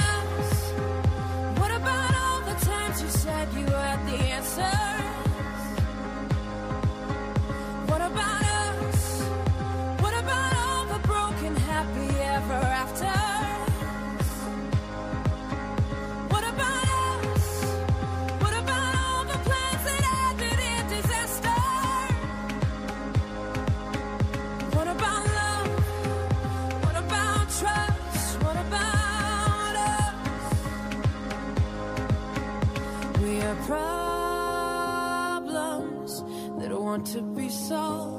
Speaker 11: us? What about all the times you said you had the answer? What about us? What about all the broken happy ever after? What about us? What about all the plans that ended in disaster? What about love? What about trust? What about us? We are problems that want to be solved.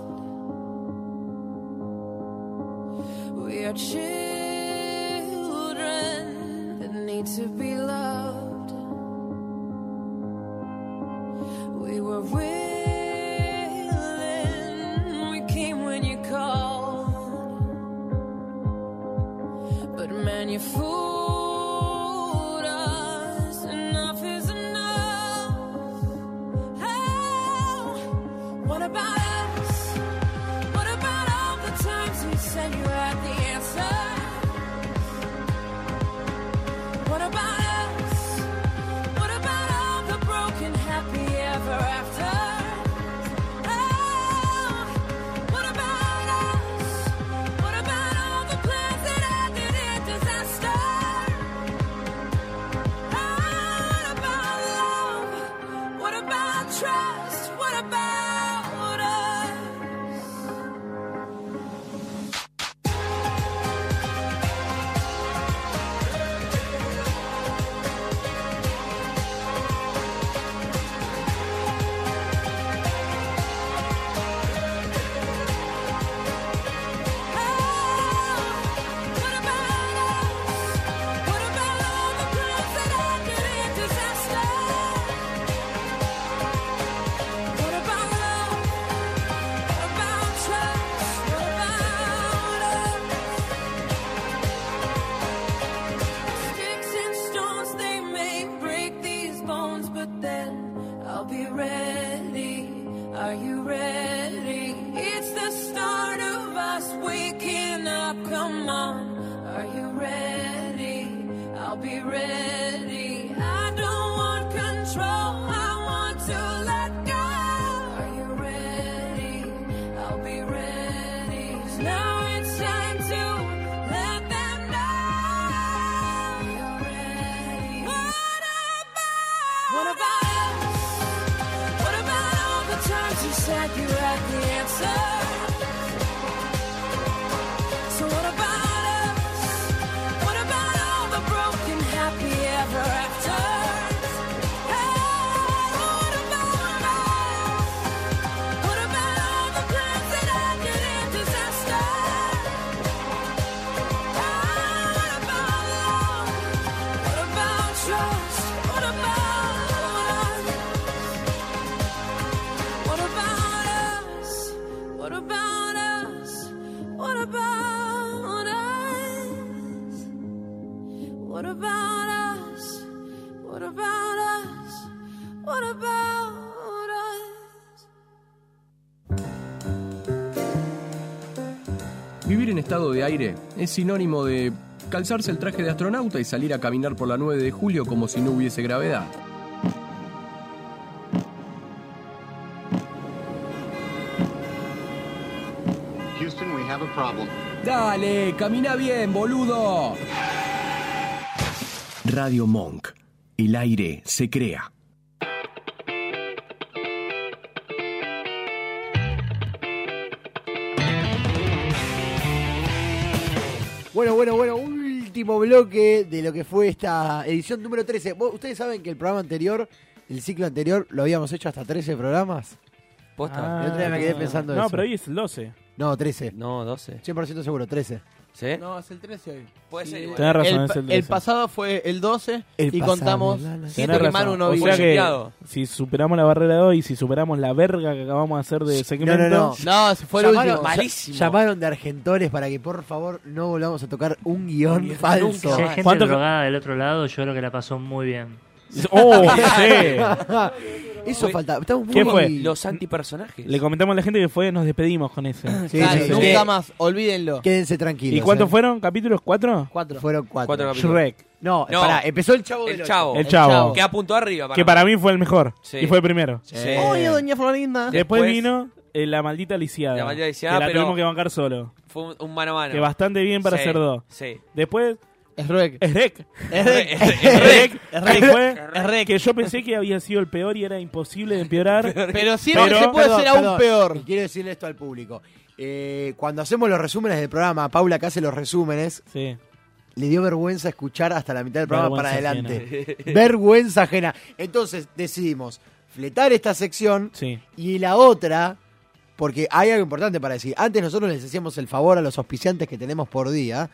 Speaker 11: We are children that need to be loved. We were willing, we came when you called. But man, you fooled us. Enough is enough. Oh, what about us? What about all the times you said you had the answer? What about us? What about all the broken happy ever after? Oh, what about us? What about all the plans that ended in disaster? Oh, what about love? What about trust? What about us? Sticks and stones they may break these bones, but then I'll be ready. Are you ready? It's the start of us waking up. Come on, are you ready? I'll be ready. I don't want control. I want to let go. Are you ready? I'll be ready. 'Cause Now it's time to let them know. You're ready. What about? What about us? What about all the times you said you had the answer? So what about us? What about all the broken happy ever after? Hey, what about us? What about all the plans that ended in disaster? What about love? What about trust? What about What about us? What about us? What about us? What about us? What about us? What about us?
Speaker 1: Vivir en estado de aire es sinónimo de calzarse el traje de astronauta y salir a caminar por la 9 de julio como si no hubiese gravedad.
Speaker 17: Houston, we have a problem.
Speaker 1: Dale, camina bien, boludo.
Speaker 19: Radio Monk. El aire se crea.
Speaker 5: Bueno, bueno, bueno, último bloque de lo que fue esta edición número 13. Vos- Ustedes saben que el programa anterior, el ciclo anterior, lo habíamos hecho hasta 13 programas.
Speaker 3: Posta.
Speaker 5: El otro día me quedé pensando
Speaker 3: no,
Speaker 5: eso.
Speaker 3: pero hoy es el 12.
Speaker 5: No, 13.
Speaker 6: No, 12.
Speaker 5: 100% seguro, 13.
Speaker 4: ¿Sí?
Speaker 8: No, es el 13 hoy.
Speaker 6: Puede
Speaker 8: Sí,
Speaker 6: ser igual.
Speaker 7: Tenés razón,
Speaker 8: el,
Speaker 7: es el
Speaker 8: el
Speaker 7: 13.
Speaker 8: pasado fue el 12
Speaker 7: El
Speaker 8: y
Speaker 7: pasado,
Speaker 8: contamos
Speaker 7: la, la,
Speaker 8: siete
Speaker 7: Tenés
Speaker 8: que
Speaker 7: razón.
Speaker 8: Manu no
Speaker 7: o
Speaker 8: vio.
Speaker 7: sea que si superamos la barrera de hoy, si superamos la verga que acabamos de hacer de segmento.
Speaker 8: No, se fue el
Speaker 5: Llamaron-
Speaker 8: último.
Speaker 5: ll- Llamaron de Argentores para que por favor no volvamos a tocar un guión falso.
Speaker 9: Si hay gente drogada del otro lado, yo creo que la pasó muy bien.
Speaker 7: ¡Oh,
Speaker 5: sí! Eso falta. Estamos muy
Speaker 7: ¿Qué fue?
Speaker 4: Los antipersonajes.
Speaker 7: Le comentamos a la gente que fue, nos despedimos con ese.
Speaker 5: Sí, Dale, sí, sí. nunca
Speaker 8: más, olvídenlo.
Speaker 5: Quédense tranquilos.
Speaker 7: ¿Y cuántos
Speaker 5: eh.
Speaker 7: fueron? ¿Capítulos? ¿Cuatro?
Speaker 8: Cuatro.
Speaker 5: Fueron cuatro.
Speaker 7: Cuatro capítulos. Shrek.
Speaker 5: No,
Speaker 7: No.
Speaker 5: pará, empezó el chavo.
Speaker 6: El
Speaker 5: del
Speaker 6: chavo.
Speaker 5: Ocho.
Speaker 7: El Chavo.
Speaker 6: Que apuntó arriba.
Speaker 7: que para mí fue el mejor.
Speaker 6: Sí.
Speaker 7: Y fue el primero.
Speaker 6: Sí. Oye,
Speaker 8: doña Florinda.
Speaker 7: Después,
Speaker 6: Después-
Speaker 7: vino eh, la maldita lisiada.
Speaker 6: La maldita lisiada,
Speaker 7: Que la
Speaker 6: pero-
Speaker 7: tuvimos que bancar solo.
Speaker 6: Fue un, un mano a mano.
Speaker 7: Que bastante bien para
Speaker 6: Sí,
Speaker 7: hacer dos.
Speaker 6: Sí.
Speaker 7: Después.
Speaker 8: Shrek.
Speaker 7: Shrek.
Speaker 6: Shrek.
Speaker 7: Shrek.
Speaker 6: Shrek.
Speaker 7: Que fue-
Speaker 6: Shrek.
Speaker 7: Que yo pensé que había sido el peor y era imposible de empeorar.
Speaker 8: Pero
Speaker 5: Perdón, perdón. Y quiero decirle esto al público. Eh, cuando hacemos los resúmenes del programa, Paula que hace los resúmenes, le dio vergüenza escuchar hasta la mitad del programa para
Speaker 7: Vergüenza
Speaker 5: adelante.
Speaker 7: ajena.
Speaker 5: vergüenza ajena. Entonces decidimos fletar esta sección
Speaker 7: Sí.
Speaker 5: y la otra, porque hay algo importante para decir. Antes nosotros les hacíamos el favor a los auspiciantes que tenemos por día.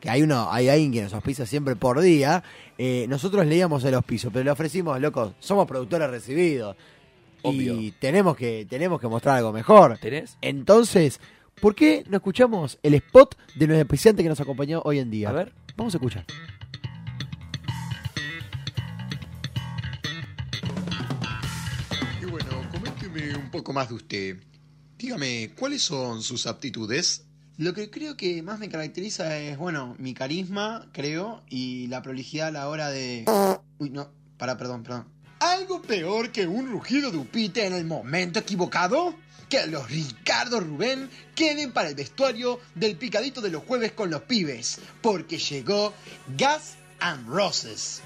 Speaker 5: Que hay uno, hay alguien que nos auspicia siempre por día. eh, nosotros leíamos el auspicio, pero le ofrecimos, loco, somos productores recibidos. Y tenemos que, tenemos que mostrar algo mejor.
Speaker 6: ¿Tenés?
Speaker 5: Entonces, ¿por qué no escuchamos el spot de nuestro auspiciante que nos acompañó hoy en día?
Speaker 6: A ver.
Speaker 5: Vamos a escuchar.
Speaker 25: Y bueno, coménteme un poco más de usted. Dígame, ¿cuáles son sus aptitudes?
Speaker 26: Lo que creo que más me caracteriza es, bueno, mi carisma, creo, y la prolijidad a la hora de... Uy, no, para, perdón, perdón.
Speaker 25: ¿Algo peor que un rugido de Upite en el momento equivocado? Que los Ricardo Rubén queden para el vestuario del picadito de los jueves con los pibes, porque llegó Gas and Roses.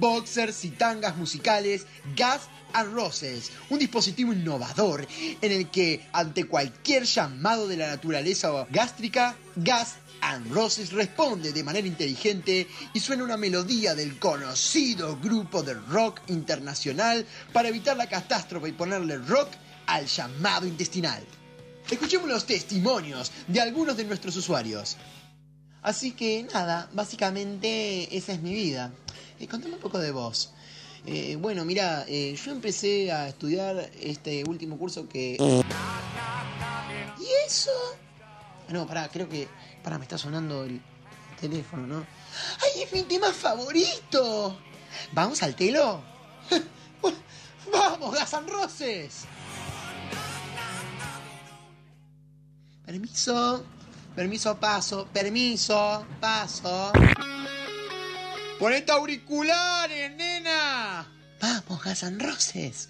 Speaker 25: Boxers y tangas musicales Gas and Roses, un dispositivo innovador en el que ante cualquier llamado de la naturaleza gástrica, Gas and Roses responde de manera inteligente y suena una melodía del conocido grupo de rock internacional para evitar la catástrofe y ponerle rock al llamado intestinal.
Speaker 26: Escuchemos los testimonios de algunos de nuestros usuarios. Así que nada, básicamente esa es mi vida. Eh, contame un poco de vos. Eh, bueno, mira, eh, yo empecé a estudiar este último curso que... ¿Y eso? Ah, No, pará, creo que... Pará, me está sonando el teléfono, ¿no?
Speaker 25: ¡Ay, es mi tema favorito!
Speaker 26: ¿Vamos al telo? ¡Vamos, Gas and Roses! Permiso, permiso, paso, permiso, paso. Ponete auriculares, nena. Vamos, Gas and Roses.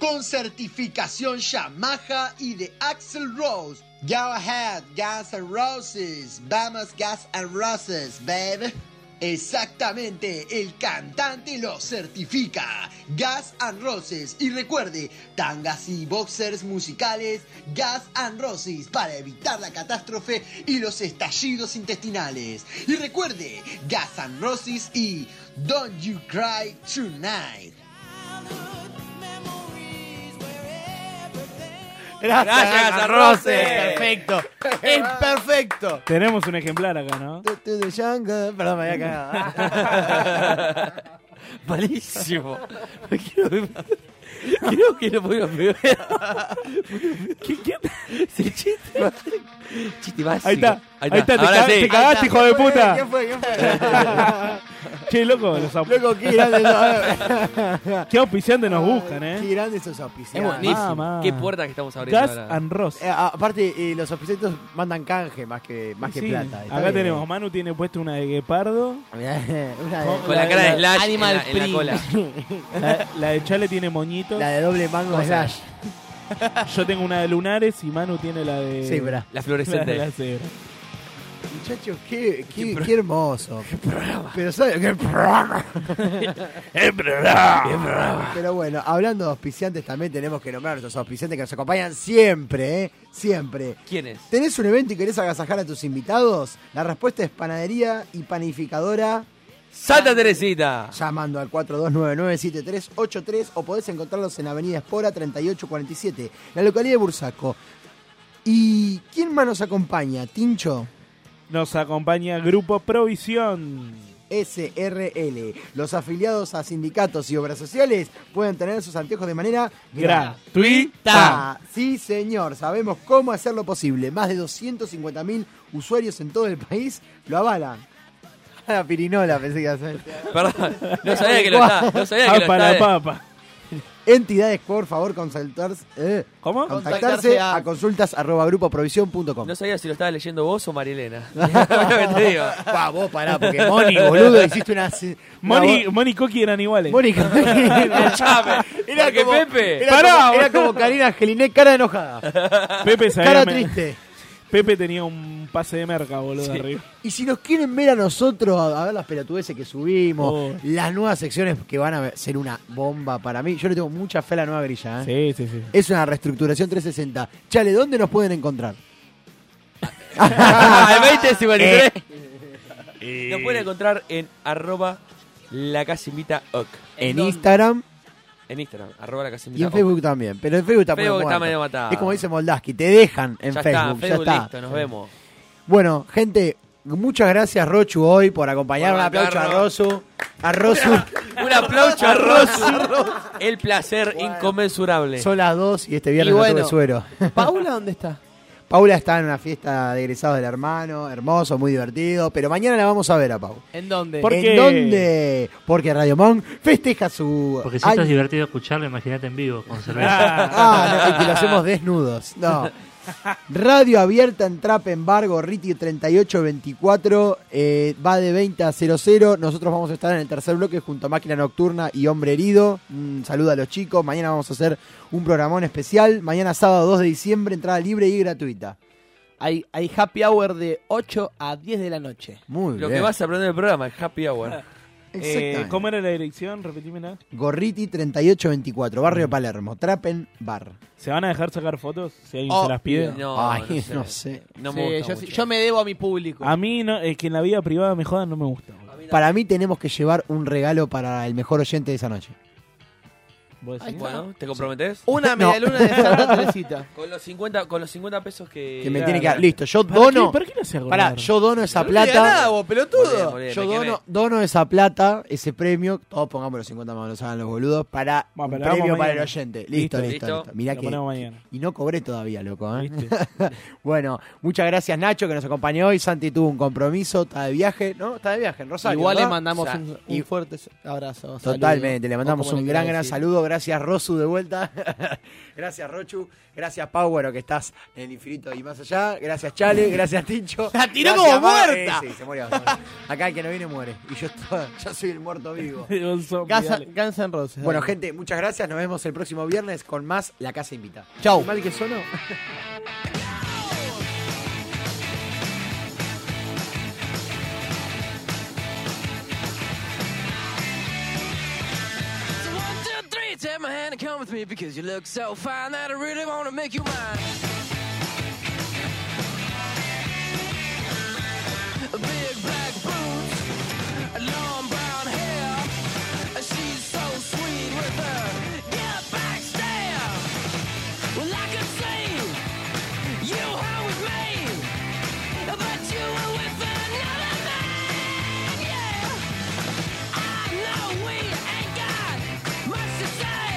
Speaker 26: Con certificación Yamaha y de Axel Rose. Go ahead, Gas and Roses. Vamos, Gas and Roses, babe. Exactamente, el cantante lo certifica. Gas and Roses. Y recuerde, tangas y boxers musicales, Gas and Roses, para evitar la catástrofe y los estallidos intestinales. Y recuerde, Gas and Roses y Don't You Cry Tonight.
Speaker 5: Gracias,
Speaker 7: Arroces.
Speaker 5: Perfecto. Es perfecto.
Speaker 7: Tenemos un ejemplar acá, ¿no?
Speaker 5: To- to the jungle. Perdón, me había cagado.
Speaker 4: Malísimo.
Speaker 8: Creo que no pudieron ver.
Speaker 7: ¿Qué,
Speaker 4: Sí, chiste. más- Chiste más.
Speaker 7: Ahí está, ahí está, te,
Speaker 4: Ahora
Speaker 7: ca-
Speaker 4: sí.
Speaker 7: te cagaste, hijo de puta.
Speaker 5: ¿Qué fue? ¿Qué fue?
Speaker 7: Che, loco, los au-
Speaker 5: Loco, qué grande. no.
Speaker 7: Qué auspiciantes nos buscan, ¿eh?
Speaker 5: Qué grandes esos auspiciantes.
Speaker 6: Es buenísimo. Qué puerta que estamos abriendo
Speaker 7: Gas
Speaker 6: ahora.
Speaker 7: and Ross.
Speaker 5: Eh, a- aparte, eh, los auspiciantes mandan canje más que, más que
Speaker 7: Sí,
Speaker 5: plata. Está
Speaker 7: Acá
Speaker 5: bien.
Speaker 7: tenemos, Manu tiene puesto una de guepardo.
Speaker 5: Una de-
Speaker 6: Con la cara de Slash
Speaker 8: Animal
Speaker 6: en la, en la cola.
Speaker 7: La, la de Chale tiene moñitos.
Speaker 5: La de doble mango
Speaker 7: Cosa.
Speaker 5: slash.
Speaker 7: Yo tengo una de lunares y Manu tiene la de.
Speaker 5: Cebra.
Speaker 6: La fluorescente.
Speaker 7: La, la cebra.
Speaker 5: Muchachos, qué, qué, qué hermoso. Pero ¿sabes qué programa? Pero bueno, hablando de auspiciantes, también tenemos que nombrar a nuestros auspiciantes que nos acompañan siempre, ¿eh? Siempre.
Speaker 6: ¿Quién es?
Speaker 5: ¿Tenés un evento y querés agasajar a tus invitados? La respuesta es panadería y panificadora
Speaker 6: Santa Teresita.
Speaker 5: llamando al 4299-7383 o podés encontrarlos en Avenida Espora 3847, la localidad de Bursaco. ¿Y quién más nos acompaña? Tincho.
Speaker 7: Nos acompaña Grupo Provisión.
Speaker 5: SRL. Los afiliados a sindicatos y obras sociales pueden tener sus anteojos de manera
Speaker 7: Gratuita.
Speaker 5: Sí, señor, sabemos cómo hacerlo posible. Más de 250.000 usuarios en todo el país lo avalan. La pirinola pensé que iba a ser.
Speaker 6: Perdón, no sabía que lo estaba- no sabía que lo
Speaker 7: Apa la
Speaker 6: estaba-
Speaker 7: papa.
Speaker 5: Entidades, por favor, consultarse, eh,
Speaker 7: ¿Cómo?
Speaker 5: contactarse
Speaker 6: Contactarse a-
Speaker 5: a consultas arroba grupoprovisión.com.
Speaker 6: No sabía si lo estaba leyendo vos o Marilena. Bueno, te digo.
Speaker 5: Pa, vos pará, porque Moni, boludo, hiciste una.
Speaker 7: Moni, Moni y Coqui eran iguales.
Speaker 5: Moni y Coqui
Speaker 6: Era
Speaker 5: como-
Speaker 6: Pepe.
Speaker 5: Era, como, era como Karina Geliné, cara enojada.
Speaker 7: Pepe sabía
Speaker 5: Cara
Speaker 7: me-
Speaker 5: triste.
Speaker 7: Pepe tenía un pase de merca, boludo,
Speaker 5: Sí.
Speaker 7: arriba.
Speaker 5: Y si nos quieren ver a nosotros, a a ver las pelotudeces que subimos,
Speaker 7: Oh.
Speaker 5: las nuevas secciones que van a ser una bomba para mí. Yo le tengo mucha fe a la nueva grilla, ¿eh?
Speaker 7: Sí, sí, sí.
Speaker 5: Es una reestructuración 360. Chale, ¿dónde nos pueden encontrar?
Speaker 6: Ah, el 20 53.
Speaker 7: Eh.
Speaker 6: Nos pueden encontrar en arroba la casa invita ok.
Speaker 5: En Instagram
Speaker 6: En Instagram, arroba la casa invita
Speaker 5: y en
Speaker 6: ok.
Speaker 5: Facebook también. Pero en Facebook está
Speaker 6: Facebook
Speaker 5: medio
Speaker 6: está
Speaker 5: muerto.
Speaker 6: medio matado.
Speaker 5: Es como dice Moldaski, te dejan en
Speaker 6: ya
Speaker 5: Facebook.
Speaker 6: está, Facebook
Speaker 5: ya está.
Speaker 6: listo, nos vemos.
Speaker 5: Bueno, gente, muchas gracias Rochu hoy por acompañarnos. Un
Speaker 6: Por
Speaker 5: aplauso a
Speaker 6: bancarnos.
Speaker 5: Rosu. A Rosu.
Speaker 6: Un aplauso a Rosu. El placer inconmensurable.
Speaker 5: Son las dos y este viernes
Speaker 6: Y
Speaker 5: no
Speaker 6: bueno,
Speaker 5: tuve suero.
Speaker 8: ¿Paula dónde está?
Speaker 5: Paula está en una fiesta de egresados del hermano, hermoso, muy divertido, pero mañana la vamos a ver a Pau.
Speaker 8: ¿En dónde?
Speaker 5: ¿En dónde? Porque Radio Monk festeja su
Speaker 9: Porque si esto es
Speaker 5: año-
Speaker 9: divertido escucharlo, imagínate en vivo con cerveza.
Speaker 5: Ah, no, y que lo hacemos desnudos. No. Radio abierta en Trap en Bar, Gorriti 3824, eh, va de 20 a 00. Nosotros vamos a estar en el tercer bloque junto a Máquina Nocturna y Hombre Herido. Un saludo a los chicos. Mañana vamos a hacer un programón especial. Mañana sábado 2 de diciembre, entrada libre y gratuita.
Speaker 8: Hay, hay happy hour de 8 a 10 de la noche.
Speaker 5: Muy
Speaker 6: Lo
Speaker 5: bien.
Speaker 6: que vas a aprender del programa, el happy hour.
Speaker 7: Eh, ¿Cómo era la dirección? Repetímela.
Speaker 5: Gorriti 3824,
Speaker 7: Mm.
Speaker 5: Barrio Palermo, Trapen Bar.
Speaker 7: ¿Se van a dejar sacar fotos? Si alguien
Speaker 5: Oh,
Speaker 7: se las pide.
Speaker 5: no, Ay, no sé. no sé. No me gusta
Speaker 8: yo,
Speaker 5: mucho.
Speaker 8: yo me debo a mi público.
Speaker 7: A mí, no, es que en la vida privada me jodan, no me gusta. boludo.
Speaker 5: Para mí tenemos que llevar un regalo para el mejor oyente de esa noche.
Speaker 7: ¿Vos decís?
Speaker 6: Bueno, ¿te comprometes?
Speaker 8: Una
Speaker 5: No. medialuna de Santa Teresita.
Speaker 6: Con los 50, con los 50 pesos que.
Speaker 5: Que me tiene que dar. Listo, yo dono. Pará, yo dono esa
Speaker 6: No le diga
Speaker 5: plata.
Speaker 6: nada, vos, pelotudo. Muy bien, muy bien,
Speaker 5: yo
Speaker 6: me
Speaker 5: dono, dono esa plata, ese premio. Todos pongamos los 50 más, nos hagan los boludos. Para un
Speaker 7: Bueno, pero lo
Speaker 5: premio
Speaker 7: hagamos
Speaker 5: para el
Speaker 7: mañana.
Speaker 5: oyente. Listo, listo.
Speaker 7: Listo.
Speaker 5: listo.
Speaker 7: Listo.
Speaker 5: Mirá
Speaker 7: Lo
Speaker 5: que.
Speaker 7: ponemos mañana.
Speaker 5: Y no cobré todavía, loco. ¿eh? bueno, muchas gracias, Nacho, que nos acompañó hoy. Santi tuvo un compromiso, está de viaje. No, está de viaje en Rosario.
Speaker 8: Igual le
Speaker 5: ¿verdad?
Speaker 8: mandamos
Speaker 5: O sea,
Speaker 8: un, un
Speaker 5: y-
Speaker 8: fuerte abrazo. saludo,
Speaker 5: Totalmente, le
Speaker 8: o
Speaker 5: mandamos
Speaker 8: como
Speaker 5: un
Speaker 8: le
Speaker 5: gran,
Speaker 8: quieras
Speaker 5: gran
Speaker 8: decir.
Speaker 5: saludo. Gracias, Rosu, de vuelta. gracias, Rochu. Gracias, Pau, bueno, que estás en el infinito y más allá. Gracias, Chale. Gracias, Tincho.
Speaker 8: La tiró
Speaker 5: Gracias,
Speaker 8: como
Speaker 5: Mar-
Speaker 8: muerta.
Speaker 5: Eh, sí, se murió, se murió. Acá el que no viene muere. Y yo, estoy- yo soy el muerto vivo.
Speaker 8: Guns, Guns N' Roses.
Speaker 5: bueno,
Speaker 8: dale.
Speaker 5: gente, muchas gracias. Nos vemos el próximo viernes con más La Casa Invita.
Speaker 8: Chau.
Speaker 5: Mal que sonó.
Speaker 4: So one, two, three, take my hand and come with me because you look so fine that I really want to make you mine. Big black boots, long brown hair, she's so sweet with her get back stare. Well, I could sing you were with me, but you were with another man. Yeah, I know we ain't got much to say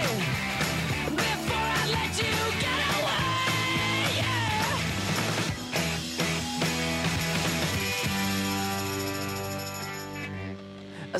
Speaker 4: before I let you get away. Yeah. I